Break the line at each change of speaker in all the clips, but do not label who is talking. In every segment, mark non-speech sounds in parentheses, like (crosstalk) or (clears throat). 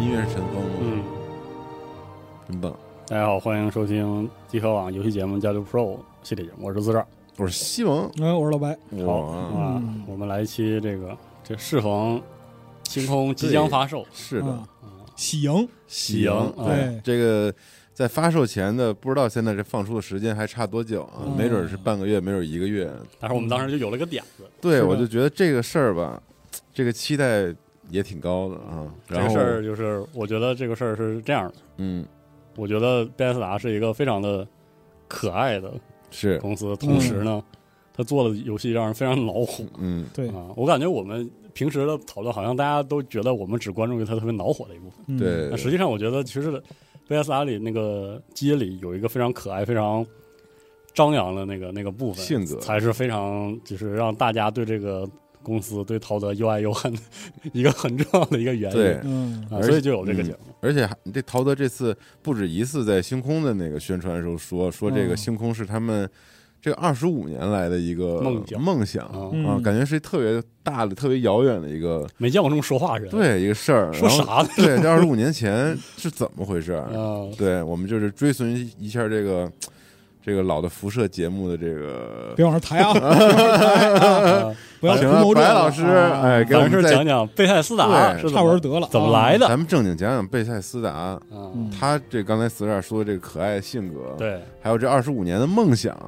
音乐是晨光吗？
嗯，
真棒！
大家好，欢迎收听集合网游戏节目《交流 Pro》系列节目，我是自赵。
我是西蒙，
哎，我是老白，
好
哇，
啊、
嗯
我们来一期这个这适逢星空即将发售，
是的
啊，喜迎，
喜迎
嗯对
对这个。在发售前的不知道现在这放出的时间还差多久啊？
嗯
没准是半个月，没准一个月。
但是我们当时就有了个点子，
对，
是的
我就觉得这个事儿吧，这个期待也挺高的啊。
这
然
个
后
事，儿就是我觉得这个事儿是这样的，
嗯，
我觉得贝塞斯达是一个非常的可爱的
是，
公司，同时呢，他做的游戏让人非常恼火
嗯，
对
啊。我感觉我们平时的讨论好像大家都觉得我们只关注于他特别恼火的一部分。
嗯，
对
那，实际上，我觉得其实贝塞斯达里那个街里有一个非常可爱、非常张扬的那个那个部分，
性格
才是非常就是让大家对这个公司对陶德又爱又恨的一个很重要的一个原因。
对
嗯，
啊，
而
所以就有这个节目。
而且还这陶德这次不止一次在星空的那个宣传的时候说，说这个
嗯
星空是他们这二十五年来的一个
梦想
梦想
嗯
啊，感觉是特别大的、特别遥远的一个
没见过这么说话的人，，
对一个事儿。
说
然后
啥呢？
(laughs) 对，这二十五年前是怎么回事儿？
(laughs) 啊，
对我们就是追寻一下这个这个老的辐射节目的这个
别往上抬啊，别往上抬
(laughs)
啊
啊
不要图
行了
谋这个
白老师
啊
哎给我
咱
们
是
再
讲讲贝塞斯达
对
是怎么
差不多得了，啊
(laughs) 怎么来的
咱们正经讲讲贝塞斯达，
啊，
嗯
他这刚才死点说的这个可爱的性格，，
对
还有这二十五年的梦想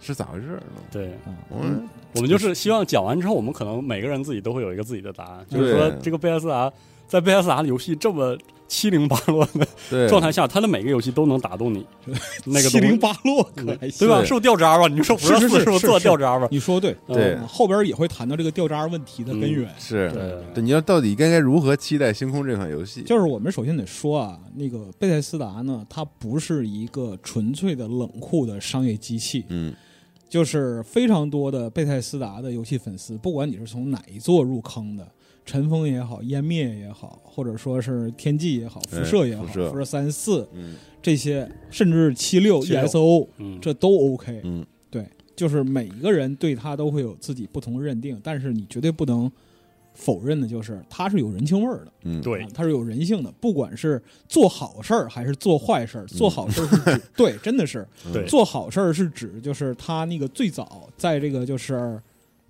是咋回事儿呢？
对，
嗯，
我们就是希望讲完之后，我们可能每个人自己都会有一个自己的答案，就是说
对
这个贝塞斯达在贝塞斯达游戏这么七零八落的
对，
状态下，他的每个游戏都能打动你，那个
七
东西
零八落
嗯
可还行
对吧？
对
是不是掉渣吧？你说不
是是
四
是
是不
是
做
是
掉渣吧？
你说的对，
对
嗯后边也会谈到这个掉渣问题的根源，
是，
对
对，你要到底该该如何期待《星空》这款游戏？
就是我们首先得说啊，那个贝塞斯达呢，它不是一个纯粹的冷酷的商业机器，
嗯，
就是非常多的贝塞斯达的游啊戏粉丝，不管你是从哪一座入坑的，尘封也好，湮灭也好，或者说是天际也好，
哎
辐射也好，
辐射
辐射三四
嗯
这些，甚至七六
76
ESO
嗯，
这都 OK。
嗯，
对，就是每一个人对他都会有自己不同的认定，但是你绝对不能否认的就是它是有人情味儿的。
嗯，
对
啊，它是有人性的，不管是做好事儿还是做坏事儿，做好事儿是
(laughs)
指、对，真的是
嗯
对
做好事儿是指就是他那个最早在这个就是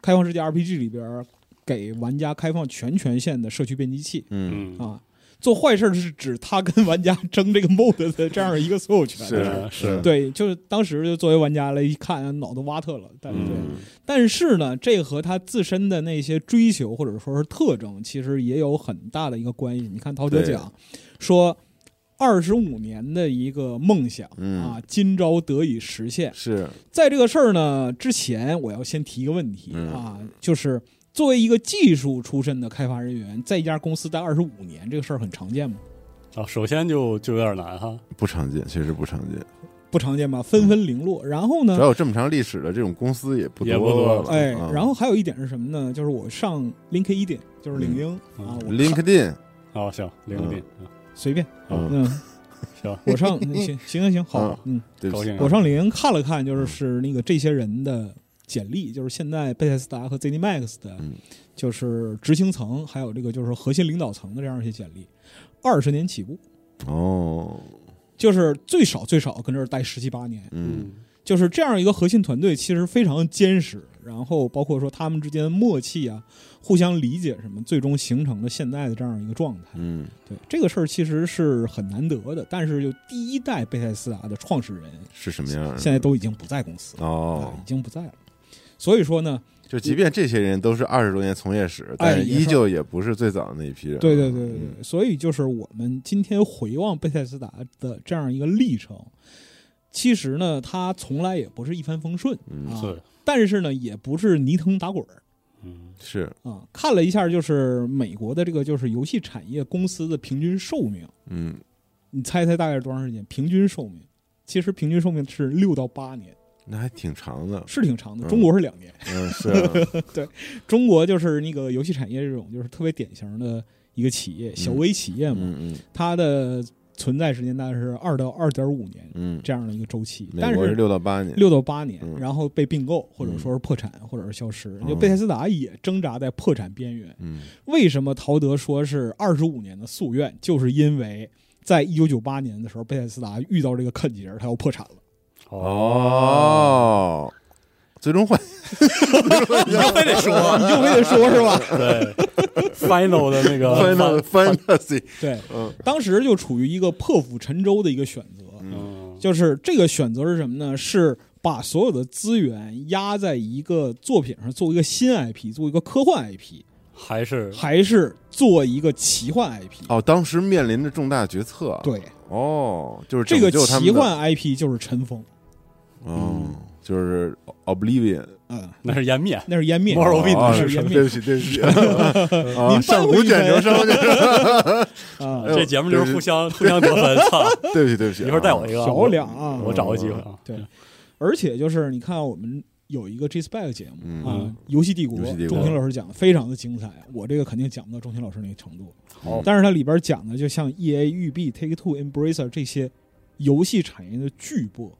开放世界 RPG 里边儿给玩家开放全权限的社区编辑器
嗯，
嗯，
啊，做坏事儿是指他跟玩家争这个 (laughs) mod 的这样一个所有权。
是
呃是，
啊对，嗯就是当时就作为玩家来一看，脑都挖特了，但是对，
嗯
但是呢，这和他自身的那些追求或者说是特征，其实也有很大的一个关系。你看陶喆
对
讲说，二十五年的一个梦想、
嗯
啊，今朝得以实现。
是，
在这个事儿呢之前，我要先提一个问题、
嗯
啊，就是作为一个技术出身的开发人员，在一家公司待二十五年，这个事儿很常见吗？
啊，首先就就有点难哈，
不常见，确实不常见。
不常见吧，纷纷零落。然后呢
只，要有这么长历史的这种公司也不
也不多
多了，
哎，
啊
然后还有一点是什么呢？就是我上 LinkedIn，就是领英、
嗯
啊，我看
LinkedIn，
啊，行，零个点，
随便，
嗯
嗯，
行，
我上嗯行行行行好，嗯，
对不
高
起，
兴啊，
我上领英看了看，就是是那个这些人的简历，就是现在贝塞斯达和 ZeniMax 的
嗯，
就是执行层，还有这个就是核心领导层的这样一些简历，二十年起步，
哦，
就是最少最少跟这儿待十七八年，
嗯，
嗯，
就是这样一个核心团队，其实非常坚实，然后包括说他们之间的默契啊，互相理解什么，最终形成了现在的这样一个状态。
嗯，
对这个事儿其实是很难得的，但是就第一代贝塞斯达的创始人
是什么样的？
现在都已经不在公司了，啊
哦
已，经不在了。所以说呢，
就即便这些人都是二十多年从业史，但是
哎也是
依旧也不是最早的那一批人。
对对对对
嗯，
对，所以就是我们今天回望贝塞斯达的这样一个历程，其实呢，他从来也不是一帆风顺
嗯，
啊，
是，
但是呢，也不是泥腾打滚儿
嗯，
是，
啊。看了一下，就是美国的这个就是游戏产业公司的平均寿命，
嗯，
你猜猜大概是多长时间？平均寿命，其实平均寿命是六到八年，
那还挺长
(laughs)
的，
是挺长
嗯
的。中国是两年，
嗯，是啊，
中国就是那个游
嗯
戏产业这种就是特别典型的一个企业，小微企业嘛，
嗯嗯，
它的存在时间大概是二到二点五年
嗯，
这样的一个周期，
美
但
国
是
是六到八年，
六到八年，
嗯
然后被并购，或者
嗯
说是破产，或者是消失。
嗯
就贝塞斯达也挣扎在破产边缘。
嗯
为什么陶德说是二十五年的夙愿？就是因为在一九九八年的时候，贝塞斯达遇到这个坎儿，他要破产了。
哦，最终幻
你就非得说，
你就非得
(laughs)
说
嗯
是吧？
对，final 的那
呃
Final
个
Fantasy，
对，
嗯
当时就处于一个破釜沉舟的一个选择。
嗯
嗯，
就是这个选择是什么呢？是把所有的资源压在一个作品上，做一个新 IP，做一个科幻 IP，
还是
还是做一个奇幻 IP？
哦，当时面临着重大决策，，啊
对，
哦，就是
这个
拯救他们
奇
的，
幻 IP 就是尘封，
嗯，就是
(laughs)
Oblivion，
嗯，
那是颜面，
那是湮灭，啊
摩尔多 Morrowind
哦
是
是
湮灭
对不起对不
(laughs)
起，啊，上古卷轴生，
啊
哎，呦
这节目就是
对
互相互相得分，操！
对不起对不起，
一会儿带我一
个，
个，
小两啊，
我找个机会啊，
对，而且就是你看我们。有一个 G Spec 节目
嗯
啊，游戏帝国
游戏帝，国
钟情老师讲的非常的精彩，我这个肯定讲不到钟情老师那个程度。
好，
但是它里边讲的就像 E A、育碧、Take Two、Embracer 这些游戏产业的巨擘，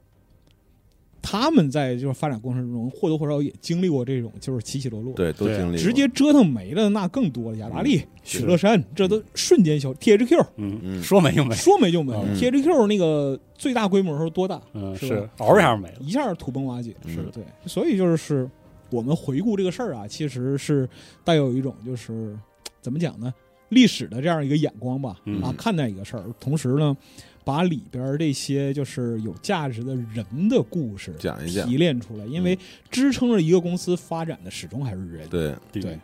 他们在就是发展过程中或多或少也经历过这种就是起起落落，
对，都
对啊
经历过
直接，折腾没了那更多了，雅达利、
是
雪乐山这都瞬间消 T H Q
嗯，
嗯
说没就没，
说没就没、
嗯
t H Q 那个最大规模的时候多大，
嗯，
是
是
吧嗯
嗷一下没了，
一下土崩瓦解，
是的
对，所以就是我们回顾这个事儿啊，其实是带有一种就是怎么讲呢，历史的这样一个眼光吧，
嗯
啊，看待一个事儿，同时呢，把里边儿这些就是有价值的人的故事
讲一讲嗯
提炼出来，因为支撑着一个公司发展的始终还是人，嗯
对，
对，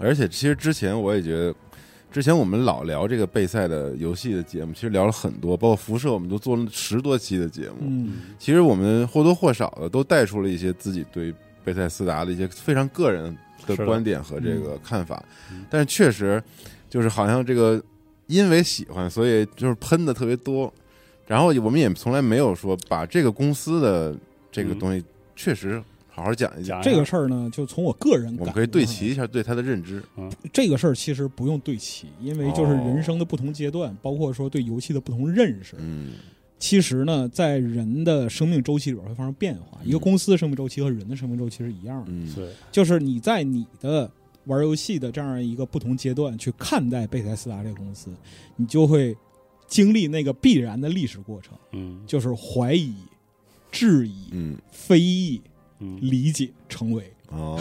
而且其实之前我也觉得，之前我们老聊这个备赛的游戏的节目，其实聊了很多，包括辐射，我们都做了十多期的节目。
嗯，
其实我们或多或少的都带出了一些自己对贝塞斯达的一些非常个人的
是的
观点和这个看法
嗯，
但是确实就是好像这个因为喜欢，所以就是喷的特别多，然后我们也从来没有说把这个公司的这个
嗯
东西确实好好讲一讲，
讲一下
这个事儿呢，就从我个人
我
感
们可以
悟
对
上
齐一下对他的认知，
这个事儿其实不用对齐，因为就是人生的不同阶段，包括说对游戏的不同认识，
哦嗯
其实呢，在人的生命周期里边会发生变化。
嗯
一个公司的生命周期和人的生命周期是一样的，
嗯，
对，
就是你在你的玩游戏的这样一个不同阶段去看待贝塞斯达这个公司，你就会经历那个必然的历史过程，
嗯
就是怀疑、质疑、
嗯。
非议、
嗯，
理解、成为。
哦，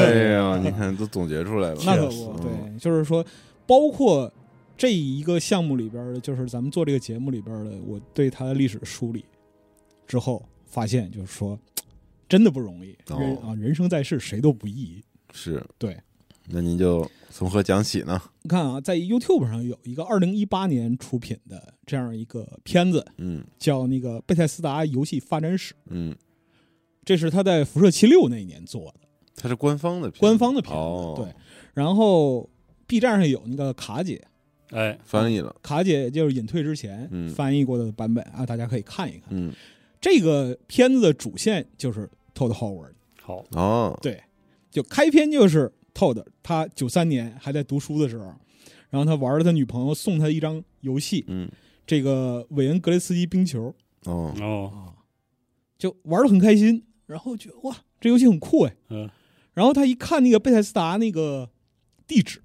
哎呀，你看都总结出来了，
那可
个
不，
嗯
对，就是说，包括这一个项目里边儿的，就是咱们做这个节目里边儿的，我对它的历史梳理之后，发现就是说，真的不容易，
哦
人啊，人生在世谁都不易。
是
对，
那您就从何讲起呢？
你看啊，在 YouTube 上有一个二零一八年出品的这样一个片子，
嗯
叫那个《贝塞斯达游戏发展史》，
嗯，
这是他在《辐射七六》那一年做的。
它是官方的片子
官方的片子，
哦，
对，然后 B 站上有那个卡姐，
哎，
翻译了，
卡姐就是隐退之前
嗯
翻译过的版本、啊，大家可以看一看。
嗯，
这个片子的主线就是 Todd Howard，
好，
哦，
对，就开篇就是 Todd，他九三年还在读书的时候，然后他玩了他女朋友送他一张游戏，
嗯，
这个韦恩格雷斯基冰球
哦，
哦，
啊，就玩的很开心，然后觉得哇，这游戏很酷哎，
嗯，
然后他一看那个贝塞斯达那个地址。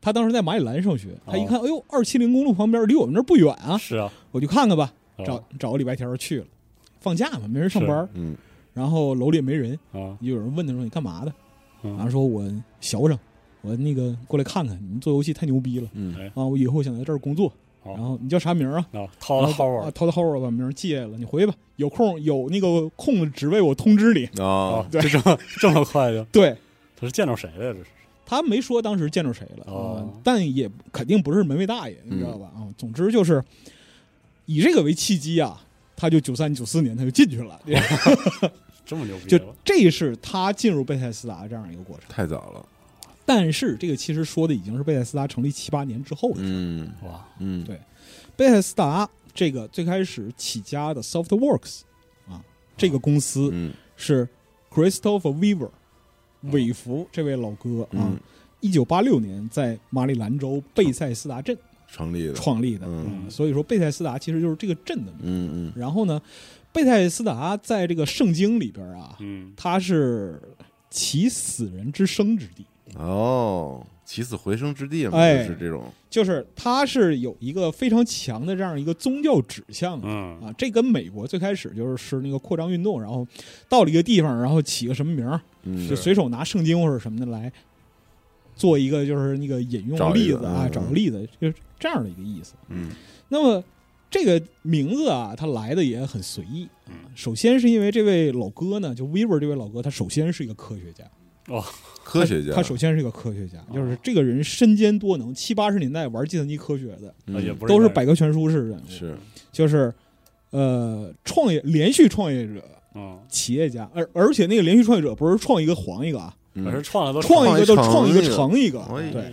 他当时在马里兰上学，他一看，哎呦，二七零公路旁边，离我们这儿不远啊，
是啊，
我去看看吧。
哦
找找个礼拜天儿去了，放假嘛，没人上班儿，
嗯，
然后楼里也没人，
啊，
有人问他说你干嘛的？
嗯
然后说我学生，我那个过来看看，你们做游戏太牛逼了
嗯
哎
啊，我以后想在这儿工作。
哦
然后你叫啥名儿啊？
啊，掏了
然后
号
啊，
儿，
涛涛号儿把名儿记下来了，你回去吧，有空有那个空的职位我通知你。
哦
啊，，就这么这么快就，
对
他是见着谁了？这是，
他没说当时见着谁了，
哦嗯
啊但也肯定不是门卫大爷，你知道吧？啊，总之就是以这个为契机啊，他就九三九四年他就进去
(laughs)
了。
这么牛逼
就
了，
这是他进入贝塞斯达这样一个过程。
太早了，
但是这个其实说的已经是贝塞斯达成立七八年之后了。
嗯
哇，
嗯，
对贝塞斯达这个最开始起家的 SoftWorks 啊，这个公司
嗯
是 Christopher Weaver
哦
韦弗这位老哥啊
嗯，
一九八六年在马里兰州贝塞斯达镇
成立的，
创立的。
嗯
所以说，贝塞斯达其实就是这个镇的名字。
嗯
然后呢，贝塞斯达在这个圣经里边啊，
嗯，
它是其死人之生之地，
嗯，哦，起死回生之地嘛，
哎
就是这种，
就是它是有一个非常强的这样一个宗教指向的。
嗯，
啊，这跟美国最开始就是是那个扩张运动，然后到了一个地方，然后起个什么名儿，
嗯
就随手拿圣经或者什么的来做一个就是那个引用
找
的
一
例
个
子啊，
嗯
找
嗯
个例子，就是这样的一个意思。
嗯
那么这个名字啊，它来的也很随意啊
嗯。
首先是因为这位老哥呢，就 Weaver 这位老哥，他首先是一个科学家，
科学家，
他首先是一个科学家，就是这个人身兼多能，七八十年代玩计算机科学的，
啊
嗯
也不
都是
一般
百科全书式人物，
是，
就是呃创业连续创业者。
人，
企业家，而而且那个连续创业者不是创一个黄一个啊，
嗯
嗯，我是创了都
创一个就
创
创
一
一
个
个成一个，
哎
对，，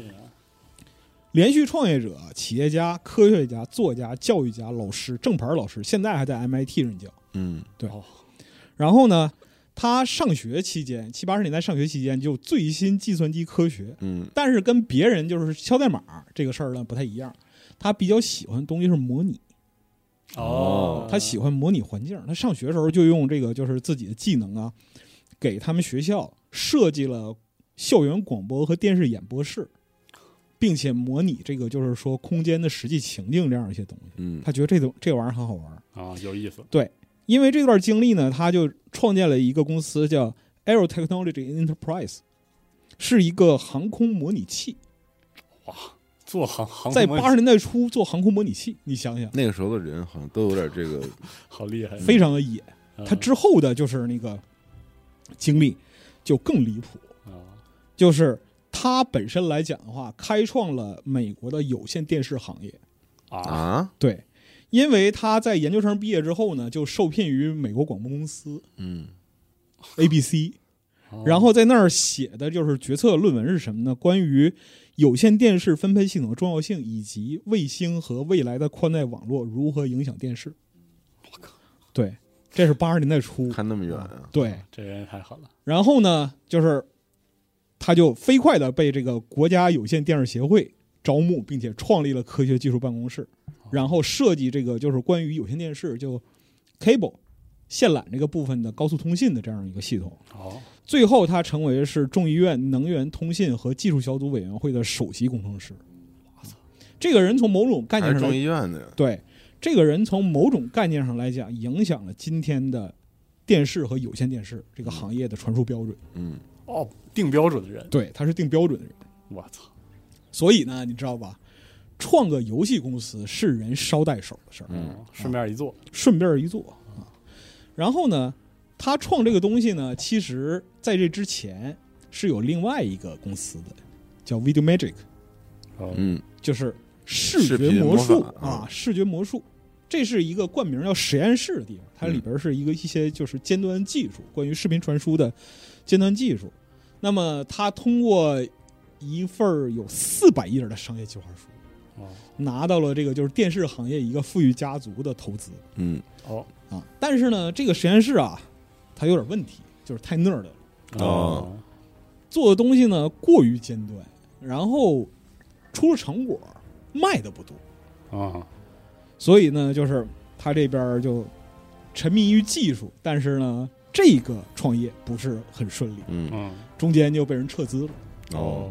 连续创业者、企业家、科学家、作家、教育家、老师、正牌老师，现在还在 MIT 任教。
嗯
然后呢，他上学期间，七八十年代上学期间就最新计算机科学，
嗯
但是跟别人就是敲代码这个事儿呢不太一样。他比较喜欢的东西是模拟，
哦
他喜欢模拟环境。他上学的时候就用这个就是自己的技能啊，给他们学校设计了校园广播和电视演播室，并且模拟这个就是说空间的实际情境这样一些东西。
嗯
他觉得这种这玩意儿很好玩儿。
啊，有意思，
因为这段经历呢，他就创建了一个公司叫 Aero Technology Enterprise，是一个航空模拟器，
做航航
在
空
八十年代初做航空模拟器，你想想，
那个时候的人好像都有点这个，
好厉害，
非常的野。
嗯
他之后的就是那个经历就更离谱，
啊
就是他本身来讲的话，开创了美国的有线电视行业。
啊
啊，
对，因为他在研究生毕业之后呢，就受聘于美国广播公司
嗯
ABC。
哦
然后在那儿写的就是决策论文是什么呢？关于有线电视分配系统的重要性，以及卫星和未来的宽带网络如何影响电视。对，这是八十年代初。
看那么远啊，
对，
这人也太狠了，
然后呢，就是他就飞快的被这个国家有线电视协会招募，并且创立了科学技术办公室，
哦
然后设计这个就是关于有线电视就 cable 线缆这个部分的高速通信的这样一个系统。
哦，
最后，他成为是众议院能源通信和技术小组委员会的首席工程师。这个人从某种概
还
念
是众
上来，
议院的呀，
对这个人从某种概念上来讲，影响了今天的电视和有线电视这个行业的传输标准。
嗯
哦，定标准的人，
对，他是定标准的人。
我操，
所以呢，你知道吧？创个游戏公司是人捎带手的事儿，
嗯
哦顺便一做，
顺便一做啊。然后呢，他创这个东西呢，其实在这之前是有另外一个公司的，叫 Video Magic。哦
嗯
嗯
就是视
视
觉
频
魔
魔
术
法
啊
啊，
视觉魔术，这是一个冠名叫实验室的地方，它
嗯
里边是一个一些就是尖端技术，关于视频传输的尖端技术。那么他通过一份儿有四百页的商业计划书，
哦
拿到了这个就是电视行业一个富裕家族的投资
嗯
哦
啊。但是呢，这个实验室啊，它有点问题，就是太 nerd 了。
哦
做的东西呢过于尖端，然后出了成果卖的不多，
啊
所以呢，就是他这边儿就沉迷于技术，但是呢，这个创业不是很顺利，
嗯
嗯
中间就被人撤资了。
哦，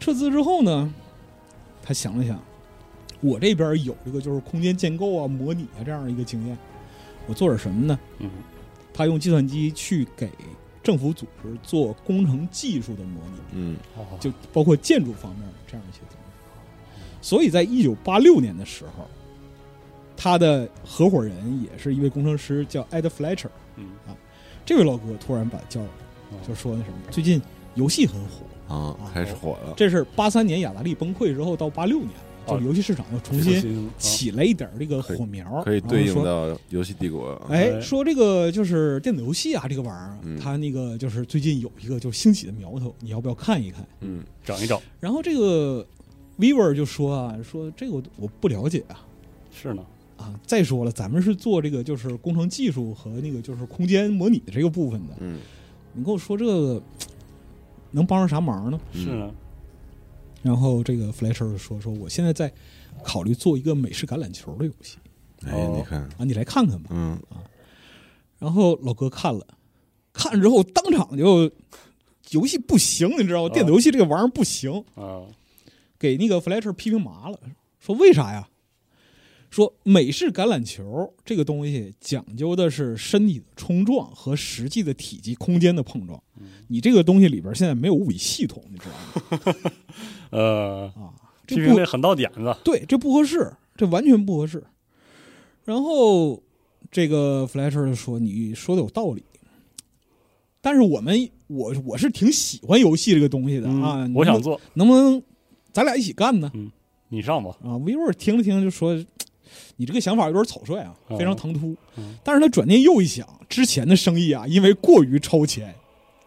撤资之后呢，他想了想，我这边儿有这个就是空间建构啊、模拟啊这样一个经验，我做点什么呢？
嗯
他用计算机去给政府组织做工程技术的模拟，
嗯
哦
就包括建筑方面这样一些东西。所以在一九八六年的时候，他的合伙人也是一位工程师，叫 Ed Fletcher。
嗯
这位老哥突然把叫来，
哦
就说那什么，最近游戏很火。
啊，开始火了，
这是八三年雅达利崩溃之后到八六年，
哦
就是游戏市场又重
重
新
新
起了一点儿这个火苗，
可以对应
哦然后说。
到游戏帝国啊，
哎，
哎
说这个就是电子游戏啊，这个玩意儿，
嗯
它那个就是最近有一个就是兴起的苗头，你要不要看一看？
嗯
整一整，
然后这个 Weaver 就说啊，说这个我我不了解啊
是呢，
啊，再说了，咱们是做这个就是工程技术和那个就是空间模拟的这个部分的，
嗯
你跟我说这个嘖能帮上啥忙呢？
是呢，
然后这个 Fletcher 说说我现在在考虑做一个美式橄榄球的游戏
哎，你看，
啊，你来看看吧。
嗯，
然后老哥看了，看之后当场就游戏不行，你知道吗？
啊
电子游戏这个玩意儿不行，
啊，
给那个 Fletcher 批评麻了，说为啥呀？说美式橄榄球这个东西讲究的是身体的冲撞和实际的体积空间的碰撞，
嗯
你这个东西里边现在没有物理系统，你知道吗？
呃， (laughs)
这
批评
不
得很到点子，
对，这不合适，这完全不合适。然后这个 Fletcher 就说：“你说的有道理，但是我们我我是挺喜欢游戏这个东西的啊，
嗯我想
能不
做，
能不能咱俩一起干呢？
你上吧，
啊 v i v o 听了听就说：“你这个想法有点草率啊，非常
哦
唐突。
嗯
但是他转念又一想，之前的生意啊，因为过于超前，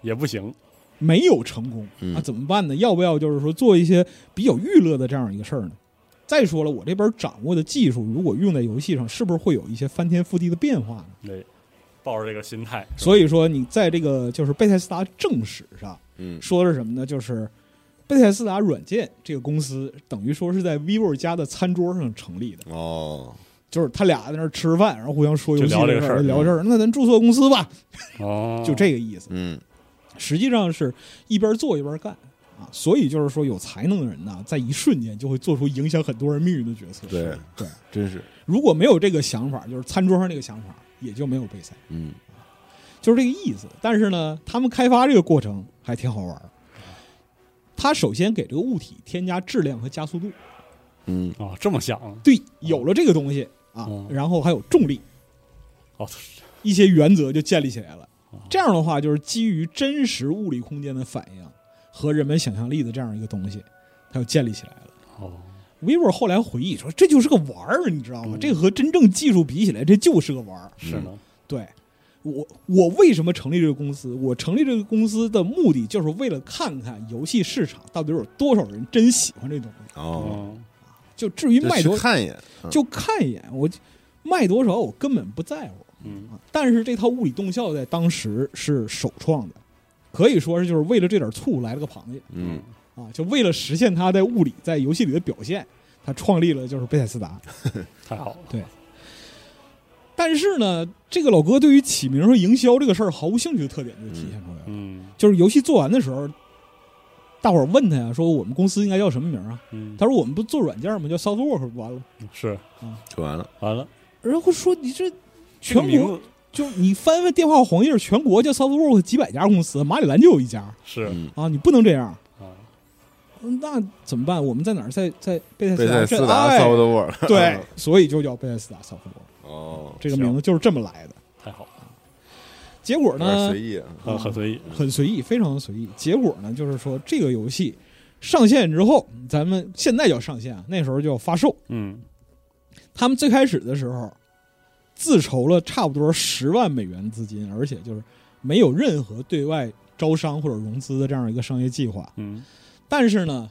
也不行，
没有成功，
嗯
那、怎么办呢？要不要就是说做一些比较娱乐的这样一个事儿呢？再说了，我这边掌握的技术，如果用在游戏上，是不是会有一些翻天覆地的变化呢？
对，抱着这个心态，
所以说，你在这个就是贝塞斯达正史上
嗯
说的是什么呢？就是贝塞斯达软件这个公司，等于说是在 vivo 家的餐桌上成立的，
哦，
就是他俩在那儿吃饭，然后互相说游戏
就聊这个
事
事
儿，
儿
聊这儿，那咱注册公司吧，
哦，
就，这个意思。
嗯
实际上是一边做一边干啊，所以就是说，有才能的人呐，在一瞬间就会做出影响很多人命运的决策。
对
对，
真是，
如果没有这个想法，就是餐桌上这个想法，也就没有备赛，
嗯
就是这个意思。但是呢，他们开发这个过程还挺好玩儿。他首先给这个物体添加质量和加速度，
嗯
哦，这么想，
对，有了这个东西啊
嗯，
然后还有重力，
哦，
一些原则就建立起来了。这样的话，就是基于真实物理空间的反应和人们想象力的这样一个东西，它就建立起来了。
哦，
vivo 后来回忆说，这就是个玩儿，你知道吗？这和真正技术比起来，这就是个玩儿。
是呢，
对我，我为什么成立这个公司？我成立这个公司的目的就是为了看看游戏市场到底有多少人真喜欢这东西。
哦，
嗯，
就至于
就
卖多
去看一眼，嗯
就看一眼，我卖多少我根本不在乎。
嗯，
啊，但是这套物理动效在当时是首创的，可以说是就是为了这点醋来了个螃蟹
嗯
啊，就为了实现它在物理在游戏里的表现，他创立了就是贝塞斯达。
太好了，
对但是呢，这个老哥对于起名和营销这个事儿毫无兴趣的特点就体现出来了，
嗯
就是游戏做完的时候，大伙儿问他呀，说我们公司应该叫什么名啊？
嗯，
他说我们不做软件吗？叫 Softwork 不完了吗。
是
嗯
就完了，
完了，
然后说你这全
这个名
国
字
就你翻翻电话黄页，全国叫 Softwork 几百家公司，马里兰就有一家。
是
嗯，
啊，你不能这样，
啊，
嗯那怎么办？我们在哪儿？在在贝塞
贝塞斯
斯
达嗯
达镇
s
哎
o u t w o r d
对，所以就叫贝塞斯达萨弗罗，
哦，
这个名字就是这么来的。
太好了，
结果
有点
呢，
随意啊，
很很随意，
很随意，非常随意。结果呢，就是说这个游戏上线之后，咱们现在叫上线啊，那时候叫发售。
嗯，
他们最开始的时候，自筹了差不多十万美元资金，而且就是没有任何对外招商或者融资的这样一个商业计划。
嗯，
但是呢，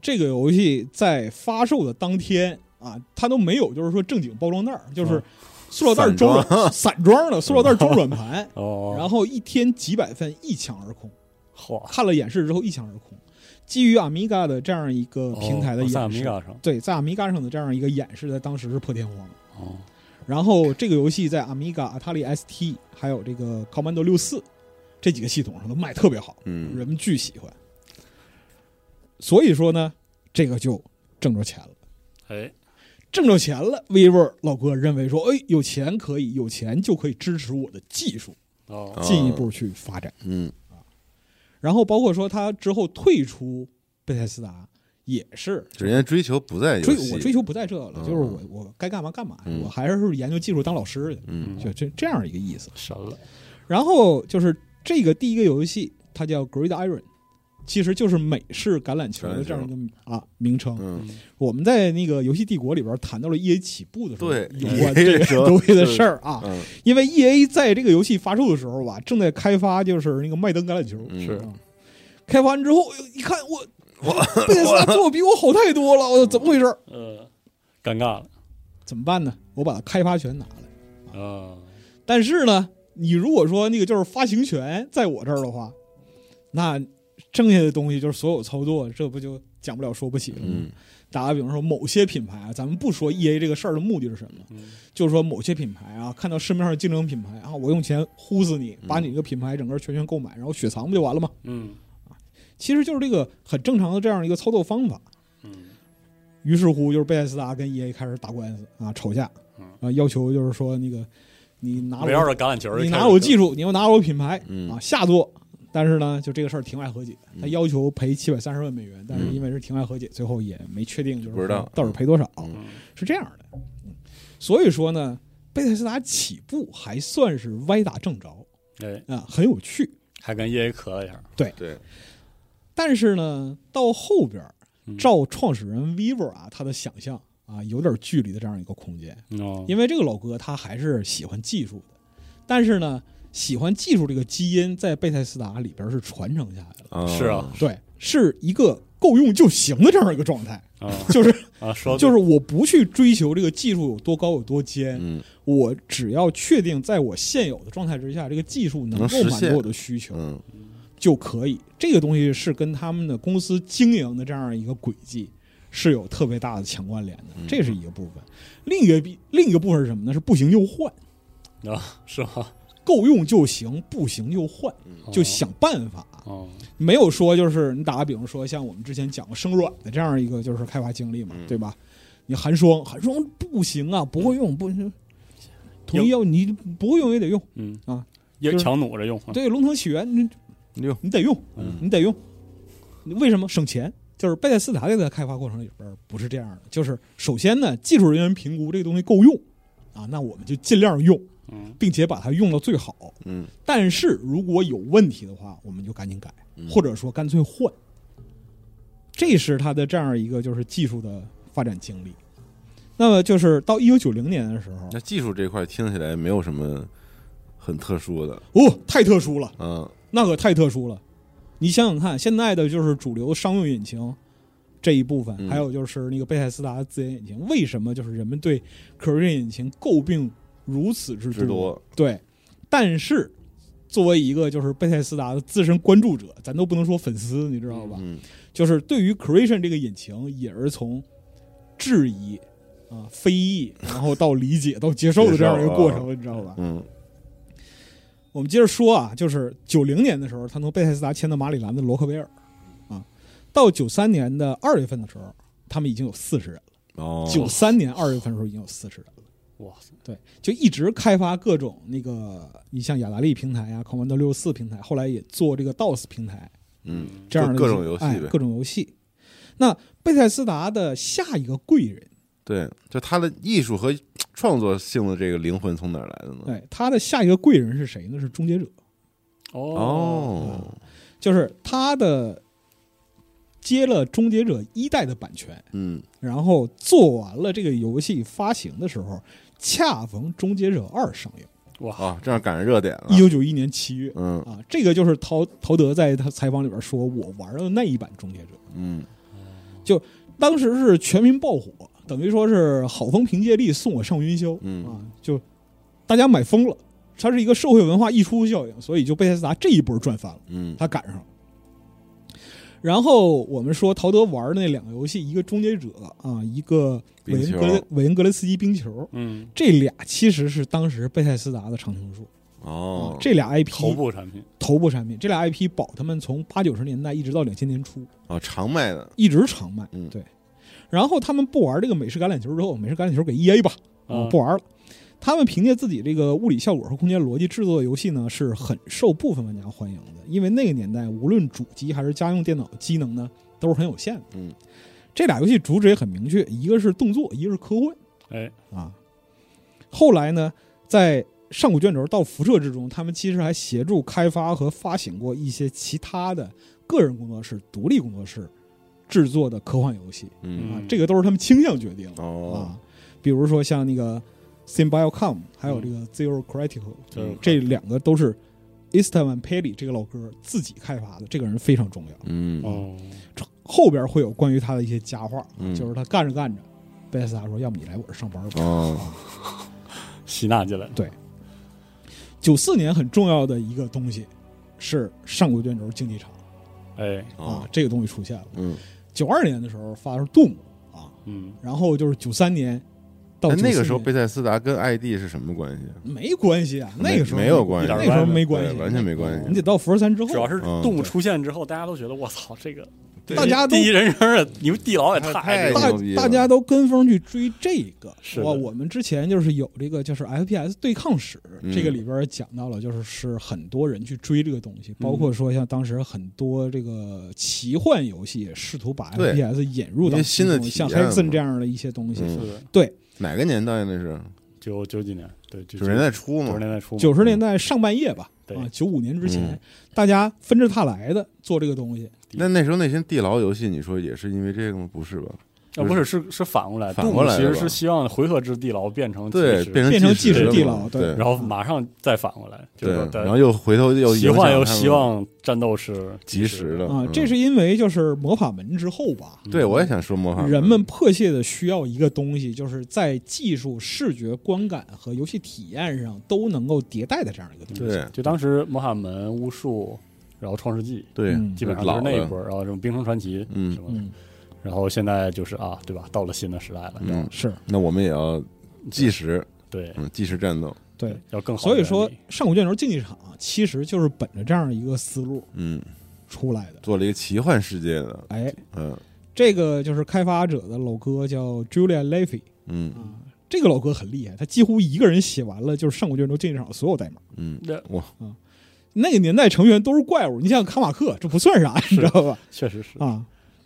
这个游戏在发售的当天啊，它都没有就是说正经包装袋儿，就是
嗯
塑料袋儿装软 (laughs) 散装的塑料袋儿装软盘，
(laughs) 哦，
然后一天几百份一抢而空。
嚯，
看了演示之后一抢而空，基于 Amiga 的这样一个平台的
哦在
演示，
米嘎上，
对，在 Amiga 上的这样一个演示，在当时是破天荒的。
哦，
然后这个游戏在 Amiga、Atari ST 还有这个 Commodore 六四这几个系统上都卖特别好。
嗯
人们巨喜欢。所以说呢，这个就挣着钱了，
哎，
挣着钱了。vivo 老哥认为说，哎，有钱可以，有钱就可以支持我的技术
哦，
啊
进一步去发展。
嗯
然后包括说他之后退出贝塞斯达，也是
人家追求不在游
追
戏，
我追求不在这了，
嗯
就是我我该干嘛干嘛，
嗯
我还是研究技术当老师去，
嗯
就这这样一个意思。
神了，
然后就是这个第一个游戏，它叫 Grid Iron，其实就是美式橄榄球的这样一个啊名称。
嗯，
我们在那个游戏帝国里边谈到了 EA 起步的时候，
对 E
有关这
EA
个
时候
东西的事儿啊，
嗯
因为 EA 在这个游戏发售的时候吧，正在开发就是那个麦登橄榄球，
嗯
是
啊开发完之后哎呦一看我。
(laughs)
贝塞斯达做得比我好太多了，
嗯
我怎么回事儿？
呃，尴尬了，
怎么办呢？我把开发权拿了，
嗯，
但是呢，你如果说那个就是发行权在我这儿的话，那剩下的东西就是所有操作，这不就讲不了说不起了。
嗯
打个比方说，某些品牌啊，咱们不说 E A 这个事儿的目的是什么，
嗯
就是说某些品牌啊，看到市面上竞争品牌啊，我用钱呼死你，把你这个品牌整个全权购买，然后雪藏不就完了吗？
嗯
其实就是这个很正常的这样一个操作方法。
嗯
于是乎，就是贝塞斯达跟 E A 开始打官司啊，吵架
嗯
啊，要求就是说那个你拿
围绕
我，
着橄榄球儿就开始，
你拿我技术，你又拿我品牌
嗯
啊，下作。但是呢，就这个事儿庭外和解，他
嗯
要求赔七百三十万美元，但是
嗯
因为是庭外和解，最后也没确定就是
不知道
说到底赔多少。
嗯
嗯
是这样的。嗯所以说呢，贝塞斯达起步还算是歪打正着
哎，
啊，很有趣。
还跟 EA 磕了一下，
对，
但是呢，到后边儿
嗯
照创始人 vivo 啊，他的想象啊，有点距离的这样一个空间，
哦，
因为这个老哥他还是喜欢技术的，但是呢，喜欢技术这个基因在贝塞斯达里边是传承下来的，
啊
是啊，
对，是一个够用就行的这样一个状态，
啊
就是
啊，说
嗯就是我不去追求这个技术有多高有多尖，
嗯
我只要确定在我现有的状态之下，这个技术能够
能实
满
现
足我的需求
嗯
就可以。这个东西是跟他们的公司经营的这样一个轨迹是有特别大的强关联的，
嗯
这是一个部分。另一个比另一个部分是什么呢？是不行就换，
对啊，是吧？
够用就行，不行就换，就想办法。
哦，
没有说就是你打个比方说，像我们之前讲过生软的这样一个就是开发经历嘛，
嗯
对吧？你寒霜，寒霜不行啊，不会用，不行。同意要你不会用也得用，
嗯
啊，
也
就是
强弩着用，啊
对《龙腾起源》你
六
你得用，
嗯
你得用。你为什么省钱？就是贝塞斯达这个开发过程里边儿不是这样的，就是首先呢，技术人员评估这个东西够用啊，那我们就尽量用，
嗯
并且把它用到最好。
嗯
但是如果有问题的话，我们就赶紧改，
嗯
或者说干脆换。这是它的这样一个就是技术的发展经历。那么就是到一九九零年的时候，
那技术这块听起来没有什么很特殊的，
哦，太特殊了。
嗯
那可太特殊了。你想想看，现在的就是主流商用引擎这一部分，
嗯
还有就是那个贝塞斯达的自研引擎，为什么就是人们对可瑞引擎诟病如此之
之多，
对，但是作为一个就是贝塞斯达的自身关注者，咱都不能说粉丝，你知道吧？
嗯
就是对于 Creation 这个引擎，也是从质疑啊、非议，然后到理解到接受的这样一个过程，你知道吧？
嗯
我们接着说啊，就是九零年的时候，他从贝塞斯达签到马里兰的罗克威尔，啊，到九三年的二月份的时候，他们已经有四十人了。
哦
九三年二月份的时候已经有四十人了，
哇塞，
对，就一直开发各种那个，你像雅达利平台啊，Command 六四平台，后来也做这个 DOS 平台
嗯
这样的
各种游戏
哎
呗
各种游戏。那贝塞斯达的下一个贵人，
对，就他的艺术和创作性的这个灵魂从哪儿来的呢？
哎，他的下一个贵人是谁呢？是终结者。
哦，
哦，
就是他的接了《终结者》一代的版权，
嗯
然后做完了这个游戏发行的时候，恰逢《终结者二》上映，
哇，
啊，这样赶上热点了
一，九九一年七月
嗯
啊，这个就是陶陶德在他采访里边说，我玩的那一版《终结者
嗯》，
当时是全民爆火，等于说是好风凭借力送我上云霄
嗯
啊，就大家买疯了，它是一个社会文化溢出效应，所以就贝塞斯达这一波赚翻了。
嗯
他赶上了。然后我们说陶德玩的那两个游戏，一个《终结者》啊，一个韦恩格
冰
雷
球
韦恩格雷斯基冰球，
嗯，
这俩其实是当时贝塞斯达的常青树啊
哦，，
这俩 IP
头部产品，
头部产品，这俩 IP 保他们从八九十年代一直到两千年初
哦常卖的，
一直常卖，
嗯
对。然后他们不玩这个美式橄榄球之后，美式橄榄球给 EA 吧，啊
啊，
不玩了。他们凭借自己这个物理效果和空间逻辑制作的游戏呢，是很受部分玩家欢迎的，因为那个年代无论主机还是家用电脑，机能呢都是很有限的。
嗯，
这俩游戏主旨也很明确，一个是动作，一个是科幻
哎，
啊。后来呢，在上古卷轴到辐射之中，他们其实还协助开发和发行过一些其他的个人工作室、独立工作室制作的科幻游戏
嗯
啊
嗯，
这个都是他们倾向决定的。
哦
啊，比如说像那个 Symbiocom，还
嗯
有这个 Zero Critical，、
就是
这两个都是 Istvan Pelly 这个老哥自己开发的，这个人非常重要。
嗯
哦，
后边会有关于他的一些佳话，
嗯
就是他干着干着，贝塞斯达说：“要不你来我这上班吧。
哦
吸纳进来，
对，九四年很重要的一个东西是上古卷轴竞技场
哎，
啊
哦，
这个东西出现了。
嗯
九二年的时候发的是 Doom 啊，
嗯，
然后就是九三年到
哎那那
94
个时候
年
贝塞斯达跟 ID 是什么关系？
没关系啊，那个时候
没有关系，
那时候没关
对
系，
完全没关
你
系。
得到福尔三之后
主，要是
嗯
动物出现之后，大家都觉得我操，这个
对
大家都
第一人称的牛地老也
太太
太
大
牛逼了
大家都跟风去追这个。
是的
我我们之前就是有这个就是 FPS 对抗史、
嗯
这个里边讲到了，就是是很多人去追这个东
嗯
西，包括说像当时很多这个奇幻游戏也试图把
对
FPS 引入
因
到
为新的
其
体
中像
验嘛
Hexen 这样的一些东西。
嗯
是的，
对，
哪个年代那是？
九九几年，对，
九
九
十年代初
九十
嘛。
年代初嘛，
九十年代上半叶吧，
对
啊，九五年之前，
嗯
大家纷至沓来的做这个东西，
那那时候那些地牢游戏，你说也是因为这个吗？不是吧？
啊，不是是是反过来，
反过来
杜
的吧
牧其实是希望回合制地牢变成
对
即，时
变成
变成
即
即
时
时
了
地
嘛
牢对
对
然后马上再反过来，就是说
对，然
在
后又回头又
奇
影响
幻又
他们
希望战斗是
及时的
啊
嗯，
这是因为就是魔法门之后吧，
对，我也想说魔法。
人们迫切的需要一个东西，就是在技术、视觉、观感和游戏体验上都能够迭代的这样一个东西。
对
嗯就当时魔法门、巫术，然后创世纪，
对
嗯
基本上都
老
是那一
了
波，然后什么冰城传奇，
嗯
什么的，
嗯，
然后现在就是啊，对吧？到了新的时代了，然后
嗯，
是
那我们也要计时，
对
嗯，计时战斗，
对。，
要更好的
所
原
以
理。
说，上古卷轴竞技场啊其实就是本着这样一个思路
嗯，
出来的。
做了一个奇幻世界的，
哎，
嗯
这个就是开发者的老哥叫 Julian Levy
嗯
啊，这个老哥很厉害，他几乎一个人写完了就是上古卷轴竞技场的所有代码。
嗯，
那
哇，
那个年代成员都是怪物，你想想卡马克，这不算啥，你知道吧？
确实是，
啊。